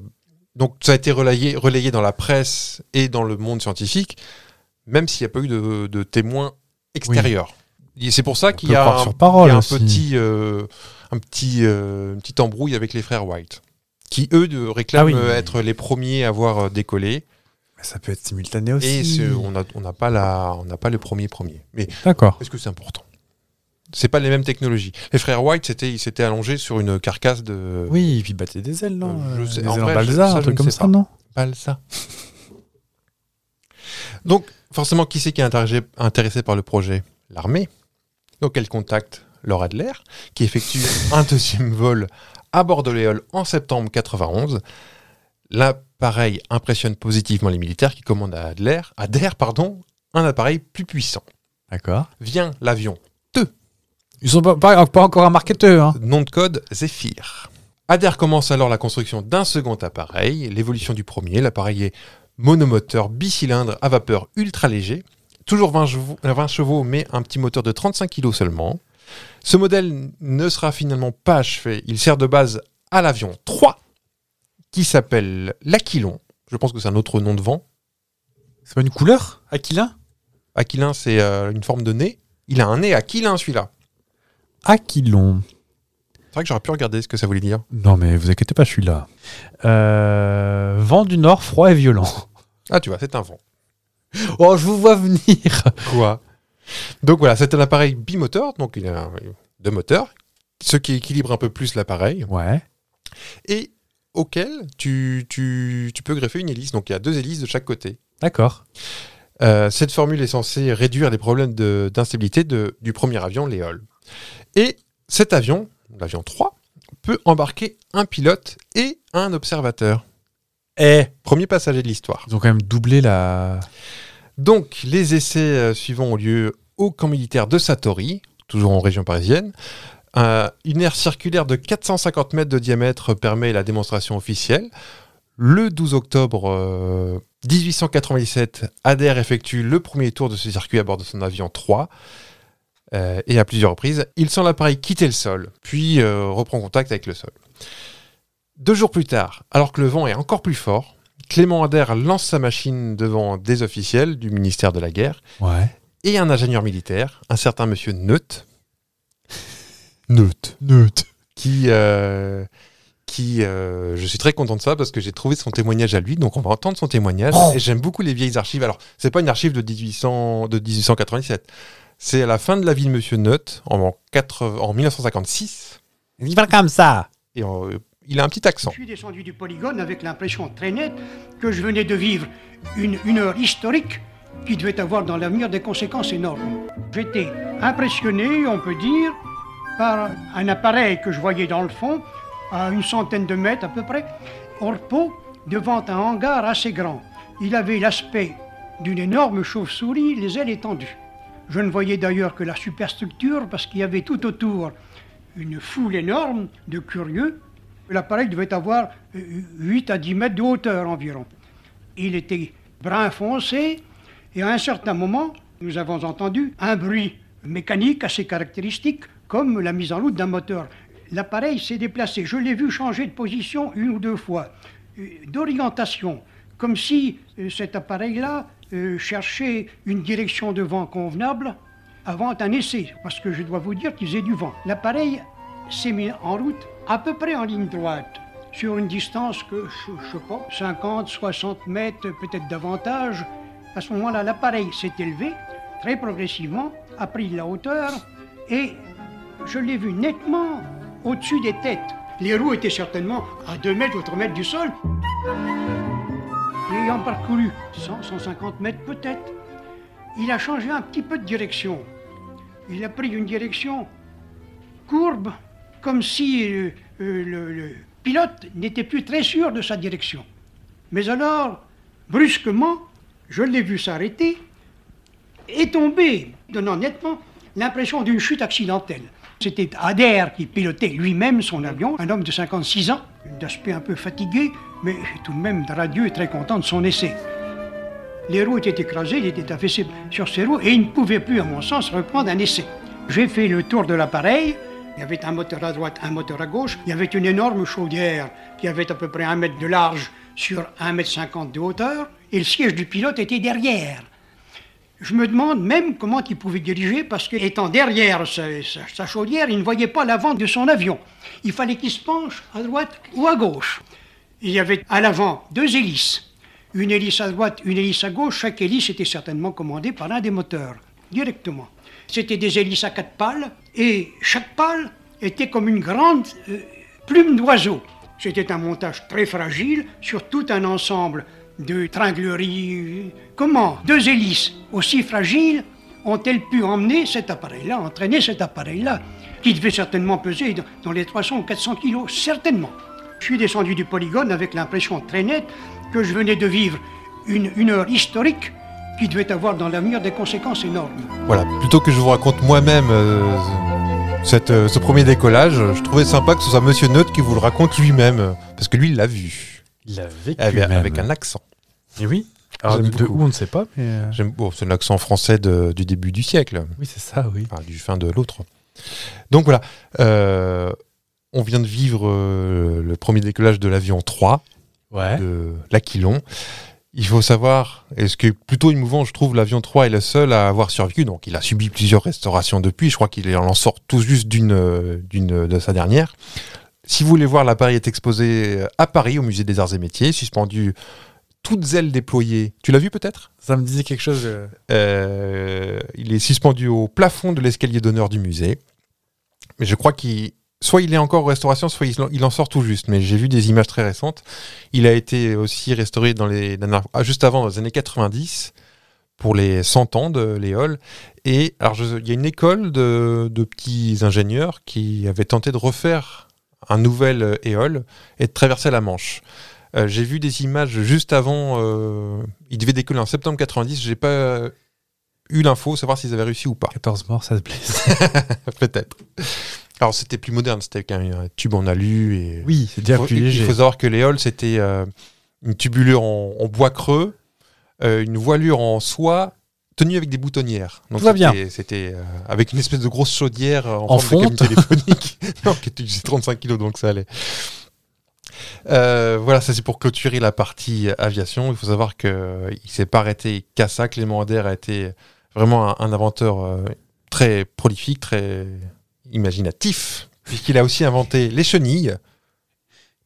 [SPEAKER 2] donc, ça a été relayé, relayé dans la presse et dans le monde scientifique, même s'il n'y a pas eu de, de témoins extérieurs. Et C'est pour ça qu'il y
[SPEAKER 1] peut
[SPEAKER 2] a
[SPEAKER 1] croire
[SPEAKER 2] un,
[SPEAKER 1] sur parole
[SPEAKER 2] il y a un
[SPEAKER 1] aussi.
[SPEAKER 2] petit, euh, un petit, euh, une petite embrouille avec les frères White, qui eux de- réclament
[SPEAKER 1] Ah oui.
[SPEAKER 2] euh, être les premiers à avoir euh, décollé.
[SPEAKER 1] Ça peut être simultané
[SPEAKER 2] Et
[SPEAKER 1] aussi.
[SPEAKER 2] c'est- on n'a on n'a pas la, on n'a pas le premier premier. Mais
[SPEAKER 1] D'accord.
[SPEAKER 2] est-ce que c'est important C'est pas les mêmes technologies. Les frères White, c'était, ils s'étaient allongés sur une carcasse de
[SPEAKER 1] Oui, et puis battait des ailes, non
[SPEAKER 2] Euh, je sais-
[SPEAKER 1] Des
[SPEAKER 2] en
[SPEAKER 1] ailes
[SPEAKER 2] vrai,
[SPEAKER 1] en
[SPEAKER 2] je-
[SPEAKER 1] balsa,
[SPEAKER 2] ça,
[SPEAKER 1] un
[SPEAKER 2] je
[SPEAKER 1] truc
[SPEAKER 2] ne
[SPEAKER 1] comme
[SPEAKER 2] sais
[SPEAKER 1] ça,
[SPEAKER 2] pas.
[SPEAKER 1] non
[SPEAKER 2] Pas ça. Donc, forcément, qui c'est qui est intergé- intéressé par le projet L'armée. Donc, elle contacte Laura Adler, qui effectue un deuxième vol à bord de l'Éole en septembre 91. L'appareil impressionne positivement les militaires qui commandent à Adler, Adair, pardon, un appareil plus puissant.
[SPEAKER 1] D'accord.
[SPEAKER 2] Vient l'avion
[SPEAKER 1] Ils sont pas, pas- pas encore un marketeur, hein
[SPEAKER 2] nom de code Zephyr. Adair commence alors la construction d'un second appareil, l'évolution du premier. L'appareil est monomoteur bicylindre à vapeur ultra léger, toujours 20 chevaux, 20 chevaux, mais un petit moteur de 35 kg seulement. Ce modèle ne sera finalement pas achevé. Il sert de base à l'avion 3 qui s'appelle l'Aquilon. Je pense que c'est un autre nom de vent.
[SPEAKER 1] C'est pas une couleur Aquilin
[SPEAKER 2] Aquilin, c'est euh, une forme de nez. Il a un nez aquilin, celui-là.
[SPEAKER 1] Aquilon.
[SPEAKER 2] C'est vrai que j'aurais pu regarder ce que ça voulait dire.
[SPEAKER 1] Non, mais vous inquiétez pas, je suis là. Euh, vent du nord, froid et violent.
[SPEAKER 2] Ah, tu vois, c'est un vent.
[SPEAKER 1] [LAUGHS] Oh, je vous vois venir
[SPEAKER 2] Quoi Donc voilà, c'est un appareil bimoteur, donc il a deux moteurs, ce qui équilibre un peu plus l'appareil,
[SPEAKER 1] [LAUGHS] Ouais.
[SPEAKER 2] et auquel tu, tu- tu peux greffer une hélice. Donc il y a deux hélices de chaque côté.
[SPEAKER 1] D'accord.
[SPEAKER 2] Euh, cette formule est censée réduire les problèmes de- d'instabilité de- du premier avion, l'EOL. Et cet avion, l'avion 3, peut embarquer un pilote et un observateur.
[SPEAKER 1] Eh
[SPEAKER 2] Premier passager de l'histoire.
[SPEAKER 1] Ils ont quand même doublé la.
[SPEAKER 2] Donc, les essais euh, suivants ont lieu au camp militaire de Satori, toujours en région parisienne. Euh, une aire circulaire de 450 mètres de diamètre permet la démonstration officielle. Le 12 octobre euh, 1897, Adair effectue le premier tour de ce circuit à bord de son avion 3. euh, et à plusieurs reprises, il sent l'appareil quitter le sol, puis euh, reprend contact avec le sol. Deux jours plus tard, alors que le vent est encore plus fort, Clément Adair lance sa machine devant des officiels du ministère de la Guerre
[SPEAKER 1] Ouais.
[SPEAKER 2] et un ingénieur militaire, un certain monsieur Neut. Neut.
[SPEAKER 6] Neutre.
[SPEAKER 2] Qui. euh, qui euh, je suis très content de ça parce que j'ai trouvé son témoignage à lui, donc on va entendre son témoignage. Et j'aime beaucoup les vieilles archives. Alors, c'est pas une archive de, 1800, de 1897. C'est à la fin de la vie de Monsieur Neut, en, 80 en 1956.
[SPEAKER 1] Il parle comme ça.
[SPEAKER 2] Et en- euh, il a un petit accent.
[SPEAKER 8] Je suis descendu du polygone avec l'impression très nette que je venais de vivre une, une heure historique qui devait avoir dans l'avenir des conséquences énormes. J'étais impressionné, on peut dire, par un appareil que je voyais dans le fond, à une centaine de mètres à peu près, en repos, devant un hangar assez grand. Il avait l'aspect d'une énorme chauve-souris, les ailes étendues. Je ne voyais d'ailleurs que la superstructure parce qu'il y avait tout autour une foule énorme de curieux. L'appareil devait avoir euh, 8 à 10 mètres de hauteur environ. Il était brun foncé et à un certain moment, nous avons entendu un bruit mécanique assez caractéristique comme la mise en route d'un moteur. L'appareil s'est déplacé. Je l'ai vu changer de position une ou deux fois, euh, d'orientation, comme si euh, cet appareil-là euh, cherchait une direction de vent convenable avant un essai, parce que je dois vous dire qu'il faisait du vent. L'appareil s'est mis en route à peu près en ligne droite, sur une distance que, je, je sais pas, 50, 60 mètres, peut-être davantage. À ce moment-là, l'appareil s'est élevé, très progressivement, a pris de la hauteur, et je l'ai vu nettement au-dessus des têtes. Les roues étaient certainement à 2 mètres ou 3 mètres du sol. Et ayant parcouru 100, 150 mètres peut-être, il a changé un petit peu de direction. Il a pris une direction courbe, comme si euh, euh, le, le pilote n'était plus très sûr de sa direction. Mais alors, brusquement, je l'ai vu s'arrêter et tomber, donnant nettement l'impression d'une chute accidentelle. C'était Adair qui pilotait lui-même son avion, un homme de 56 ans, d'aspect un peu fatigué, mais tout de même radieux et très content de son essai. Les roues étaient écrasées, il était affaissé sur ses roues et il ne pouvait plus, à mon sens, reprendre un essai. J'ai fait le tour de l'appareil. Il y avait un moteur à droite, un moteur à gauche. Il y avait une énorme chaudière qui avait à peu près un mètre de large sur 1 mètre 50 de hauteur. Et le siège du pilote était derrière. Je me demande même comment il pouvait diriger parce qu'étant derrière sa, sa- sa chaudière, il ne voyait pas l'avant de son avion. Il fallait qu'il se penche à droite ou à gauche. Il y avait à l'avant deux hélices. Une hélice à droite, une hélice à gauche. Chaque hélice était certainement commandée par l'un des moteurs, directement. C'était des hélices à quatre pales, et chaque pale était comme une grande euh, plume d'oiseau. C'était un montage très fragile sur tout un ensemble de tringleries. Comment deux hélices aussi fragiles ont-elles pu emmener cet appareil-là, entraîner cet appareil-là, qui devait certainement peser dans- dans les 300 ou 400 kilos, certainement. Je suis descendu du polygone avec l'impression très nette que je venais de vivre une, une heure historique qui devait avoir dans l'avenir des conséquences énormes.
[SPEAKER 2] Voilà, plutôt que je vous raconte moi-même euh, cette, euh, ce premier décollage, je trouvais sympa que ce soit Monsieur Neutre qui vous le raconte lui-même, euh, parce que lui, il l'a vu,
[SPEAKER 1] Il l'a vécu
[SPEAKER 2] avec,
[SPEAKER 1] même.
[SPEAKER 2] Eh avec un accent.
[SPEAKER 1] Et oui. Ah, Alors, de,
[SPEAKER 2] J'aime
[SPEAKER 1] de
[SPEAKER 2] beaucoup.
[SPEAKER 1] où on ne sait pas, mais. euh,
[SPEAKER 2] J'aime- bon, c'est l'accent français de- du début du siècle,
[SPEAKER 1] Oui, c'est ça, oui.
[SPEAKER 2] enfin, du fin de l'autre. Donc voilà, euh, on vient de vivre euh, le premier décollage de l'avion 3
[SPEAKER 1] Ouais.
[SPEAKER 2] de l'Aquilon. Il faut savoir, et ce qui est plutôt émouvant, je trouve, l'avion 3 est le seul à avoir survécu. Donc, il a subi plusieurs restaurations depuis. Je crois qu'il en sort tout juste d'une, euh, d'une de sa dernière. Si vous voulez voir, l'appareil est exposé euh, à Paris, au Musée des Arts et Métiers, suspendu, toutes ailes déployées. Tu l'as vu peut-être
[SPEAKER 1] Ça me disait quelque chose. euh,
[SPEAKER 2] Euh, Il est suspendu au plafond de l'escalier d'honneur du musée. Mais je crois qu'il. Soit il est encore en restauration, soit il en- il en sort tout juste. Mais j'ai vu des images très récentes. Il a été aussi restauré dans les dernières- ah, juste avant, dans les années 90, pour les 100 ans de l'éole. Et alors, je- il y a une école de, de petits ingénieurs qui avaient tenté de refaire un nouvel euh, éole et de traverser la Manche. Euh, j'ai vu des images juste avant. euh, il devait décoller en septembre 90. J'ai pas euh, eu l'info savoir s'ils avaient réussi ou pas.
[SPEAKER 1] 14 morts, ça se blesse.
[SPEAKER 2] Peut-être. Alors c'était plus moderne. C'était avec un, un tube en alu et.
[SPEAKER 1] [LAUGHS] Oui, c'est déjà
[SPEAKER 2] Faut-
[SPEAKER 1] plus
[SPEAKER 2] il- Il
[SPEAKER 1] léger.
[SPEAKER 2] faut savoir que l'éole, c'était euh, une tubulure en, en bois creux, euh, une voilure en soie tenue avec des boutonnières. Donc
[SPEAKER 1] Tout va
[SPEAKER 2] c'était- C'était euh, avec une espèce de grosse chaudière euh, en,
[SPEAKER 1] En
[SPEAKER 2] forme de
[SPEAKER 1] fonte.
[SPEAKER 2] cabine téléphonique. [LAUGHS] non, qui utilisait 35 kilos, donc ça allait. Euh, voilà, ça c'est pour clôturer la partie aviation. Il faut savoir qu'il ne s'est pas arrêté qu'à ça. Clément Ader a été vraiment un, un inventeur euh, très prolifique, très imaginatif, puisqu'il a aussi inventé les chenilles.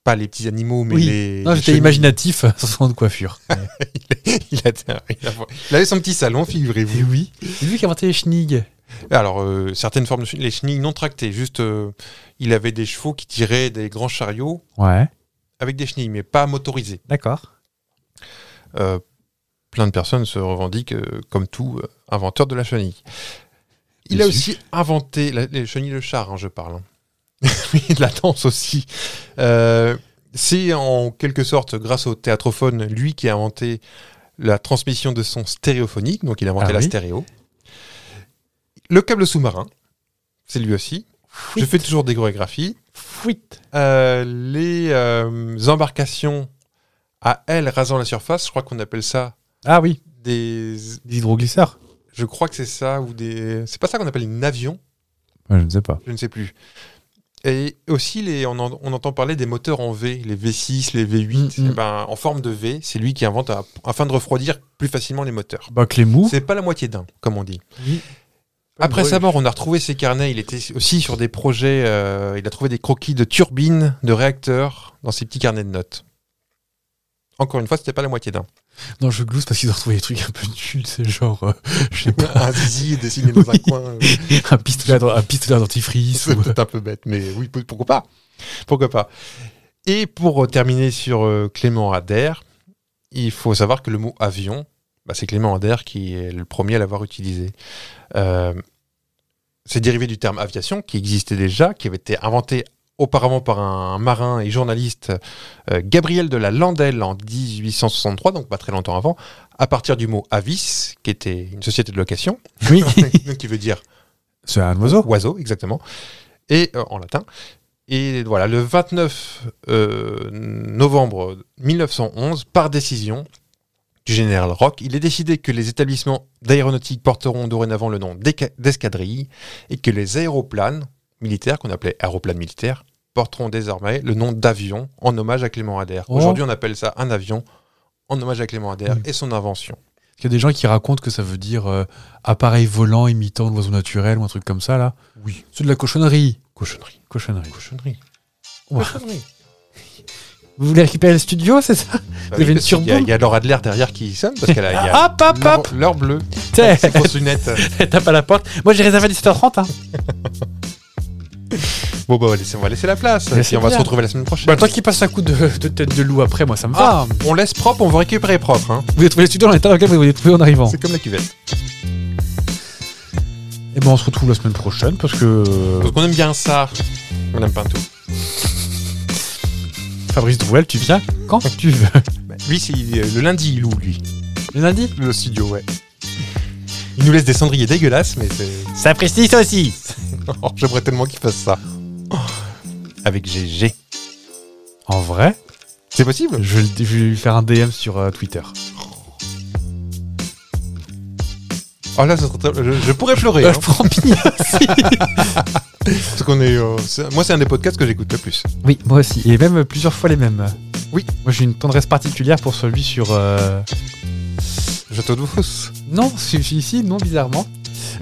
[SPEAKER 2] Pas les petits animaux, mais
[SPEAKER 1] Oui.
[SPEAKER 2] les.
[SPEAKER 1] Non,
[SPEAKER 2] les
[SPEAKER 1] j'étais
[SPEAKER 2] chenilles.
[SPEAKER 1] imaginatif euh, [LAUGHS] sur son de coiffure.
[SPEAKER 2] [LAUGHS] Il, a- il a- il avait son petit salon, figurez-vous.
[SPEAKER 1] Eh oui. C'est lui qui a inventé les chenilles.
[SPEAKER 2] Alors, euh, certaines formes de chenilles, les chenilles non tractées, juste. euh, il avait des chevaux qui tiraient des grands chariots
[SPEAKER 1] Ouais,
[SPEAKER 2] avec des chenilles, mais pas motorisés.
[SPEAKER 1] d'accord.
[SPEAKER 2] Euh, plein de personnes se revendiquent, euh, comme tout, euh, inventeur de la chenille. Il a aussi inventé la- les chenilles de char, hein, [LAUGHS] je parle. hein. Oui, de la danse aussi. Euh, C'est en quelque sorte, grâce au théâtrophone, lui qui a inventé la transmission de son stéréophonique, donc il a inventé
[SPEAKER 1] Ah
[SPEAKER 2] la
[SPEAKER 1] oui.
[SPEAKER 2] stéréo. Le câble sous-marin, c'est lui aussi. Je fais toujours des chorégraphies.
[SPEAKER 1] Fuite.
[SPEAKER 2] Euh, les euh, embarcations à ailes rasant la surface, je crois qu'on appelle ça
[SPEAKER 1] Ah oui,
[SPEAKER 2] des.
[SPEAKER 1] des hydroglisseurs.
[SPEAKER 2] Je crois que c'est ça, ou des. C'est pas ça qu'on appelle une avion,
[SPEAKER 1] je ne sais pas.
[SPEAKER 2] je ne sais plus. Et aussi, les, on, en- on entend parler des moteurs en V, les V6, les V8,
[SPEAKER 1] Mm, mm.
[SPEAKER 2] Eh ben, en forme de V, c'est lui qui invente à- afin de refroidir plus facilement les moteurs.
[SPEAKER 1] Bah, que les mous.
[SPEAKER 2] C'est pas la moitié d'un, comme on dit.
[SPEAKER 1] Oui.
[SPEAKER 2] Après sa mort, on a retrouvé ses carnets. Il était aussi sur des projets. euh, il a trouvé des croquis de turbines, de réacteurs dans ses petits carnets de notes. Encore une fois, c'était pas la moitié [LAUGHS] d'un.
[SPEAKER 1] Non, je glousse parce qu'ils ont retrouvé des trucs un peu nuls. C'est genre, euh, [LAUGHS] je sais pas,
[SPEAKER 2] Un Ah, zizi dessiné dans un coin. euh.
[SPEAKER 1] un pistolet, à dent- un pistolet à dentifrice.
[SPEAKER 2] C'est
[SPEAKER 1] ou-
[SPEAKER 2] peut-être un peu bête, mais oui, pour- pourquoi pas Pourquoi pas Et pour euh, terminer sur euh, Clément Ader, il faut savoir que le mot avion, bah, c'est Clément Ader qui est le premier à l'avoir utilisé. Euh, c'est dérivé du terme aviation qui existait déjà, qui avait été inventé auparavant par un marin et journaliste euh, Gabriel de la Landelle en 1863, donc pas très longtemps avant, à partir du mot avis, qui était une société de location, [LAUGHS]
[SPEAKER 1] Oui,
[SPEAKER 2] qui veut dire
[SPEAKER 1] c'est un oiseau.
[SPEAKER 2] Oiseau, exactement. Et euh, en latin. Et voilà, le 29 euh, novembre 1911, par décision du général Roch, il est décidé que les établissements d'aéronautique porteront dorénavant le nom d'éca- d'escadrille et que les aéroplanes militaires, qu'on appelait aéroplanes militaires, porteront désormais le nom d'avion en hommage à Clément Ader.
[SPEAKER 1] Oh.
[SPEAKER 2] Aujourd'hui, on appelle ça un avion en hommage à Clément Ader et son invention.
[SPEAKER 1] Il y a des gens qui racontent que ça veut dire euh, appareil volant imitant l'oiseau naturel ou un truc comme ça, là. Oui. C'est de la cochonnerie. Cochonnerie. Cochonnerie.
[SPEAKER 2] Cochonnerie.
[SPEAKER 1] Ouah.
[SPEAKER 2] Cochonnerie.
[SPEAKER 1] [LAUGHS] Vous voulez récupérer le studio, c'est ça
[SPEAKER 2] Bah
[SPEAKER 1] Il y avait une
[SPEAKER 2] parce qu'il y a-
[SPEAKER 1] surbombe.
[SPEAKER 2] Il y a Laura Adler derrière qui sonne parce qu'elle a. il y a-
[SPEAKER 1] Hop, hop, hop
[SPEAKER 2] L'heure- L'heure bleue,
[SPEAKER 1] [LAUGHS] T'es-
[SPEAKER 2] ses grosses lunettes.
[SPEAKER 1] Tape à la porte. Moi, j'ai réservé à 17h30. Hein.
[SPEAKER 2] Bon, bah, on va laisser- on va laisser la place.
[SPEAKER 1] Mais
[SPEAKER 2] Et
[SPEAKER 1] c'est
[SPEAKER 2] on va se
[SPEAKER 1] bien.
[SPEAKER 2] retrouver la semaine prochaine.
[SPEAKER 1] tant qu'il passe un coup de, de tête de loup après, moi, ça me
[SPEAKER 2] Bah, Ah,
[SPEAKER 1] va.
[SPEAKER 2] on laisse propre, on va récupérer propre. hein.
[SPEAKER 1] Vous avez trouvé le studio dans l'état dans lequel vous l'avez trouvé en arrivant.
[SPEAKER 2] C'est comme la cuvette.
[SPEAKER 1] Et ben, on se retrouve la semaine prochaine parce que euh,
[SPEAKER 2] Parce qu'on aime bien ça. On aime pas tout.
[SPEAKER 1] Fabrice Drouel, tu viens quand tu veux.
[SPEAKER 2] Lui, c'est euh, le lundi, il loue, lui.
[SPEAKER 1] Le lundi
[SPEAKER 2] Le studio, ouais. Il nous laisse des cendriers dégueulasses, mais c'est.
[SPEAKER 1] Ça précise aussi.
[SPEAKER 2] [LAUGHS] Oh, J'aimerais tellement qu'il fasse ça. Oh. Avec GG.
[SPEAKER 1] En vrai,
[SPEAKER 2] C'est possible
[SPEAKER 1] je, vais le- je vais lui faire un DM sur euh, Twitter.
[SPEAKER 2] Oh là, ça serait- je, je pourrais pleurer.
[SPEAKER 1] Euh,
[SPEAKER 2] [LAUGHS] hein,
[SPEAKER 1] je prends pire.
[SPEAKER 2] parce qu'on est, euh, c'est- Moi, c'est un des podcasts que j'écoute le plus.
[SPEAKER 1] Oui, moi aussi. Et même euh, plusieurs fois les mêmes.
[SPEAKER 2] Oui.
[SPEAKER 1] Moi, j'ai une tendresse particulière pour celui sur. euh,
[SPEAKER 2] Château de Fousse.
[SPEAKER 1] Non, celui-ci, non, bizarrement.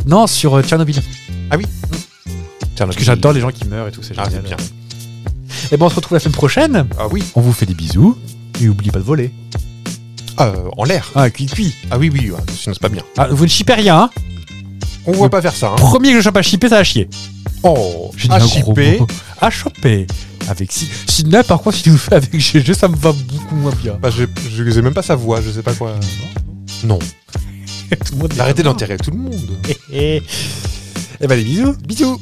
[SPEAKER 1] Non, sur euh, Tchernobyl.
[SPEAKER 2] Parce
[SPEAKER 1] Parce que j'adore les gens qui meurent et tout, c'est
[SPEAKER 2] Ah,
[SPEAKER 1] génial.
[SPEAKER 2] c'est bien.
[SPEAKER 1] Et ben, on se retrouve la semaine prochaine.
[SPEAKER 2] Ah oui,
[SPEAKER 1] On vous fait des bisous. Et oublie pas de voler.
[SPEAKER 2] euh, en l'air.
[SPEAKER 1] Ah, cuit cuit.
[SPEAKER 2] Ah oui, oui, ouais, sinon c'est pas bien.
[SPEAKER 1] Ah, vous ne chipez rien, hein
[SPEAKER 2] On voit pas faire ça. Hein.
[SPEAKER 1] Premier que je chope à chipper, ça va chier.
[SPEAKER 2] Oh,
[SPEAKER 1] J'ai dit
[SPEAKER 2] à
[SPEAKER 1] un gros
[SPEAKER 2] chipper.
[SPEAKER 1] mot. À choper. Avec si. Sidney, par contre, si vous faites avec GG, ça me va beaucoup moins bien. [LAUGHS]
[SPEAKER 2] Bah, je, je sais même pas sa voix, je sais pas quoi. Non.
[SPEAKER 1] Tout le monde est-
[SPEAKER 2] Arrêtez d'enterrer tout le monde.
[SPEAKER 1] Eh, eh. Eh ben, des bisous.
[SPEAKER 2] bah, Bisous.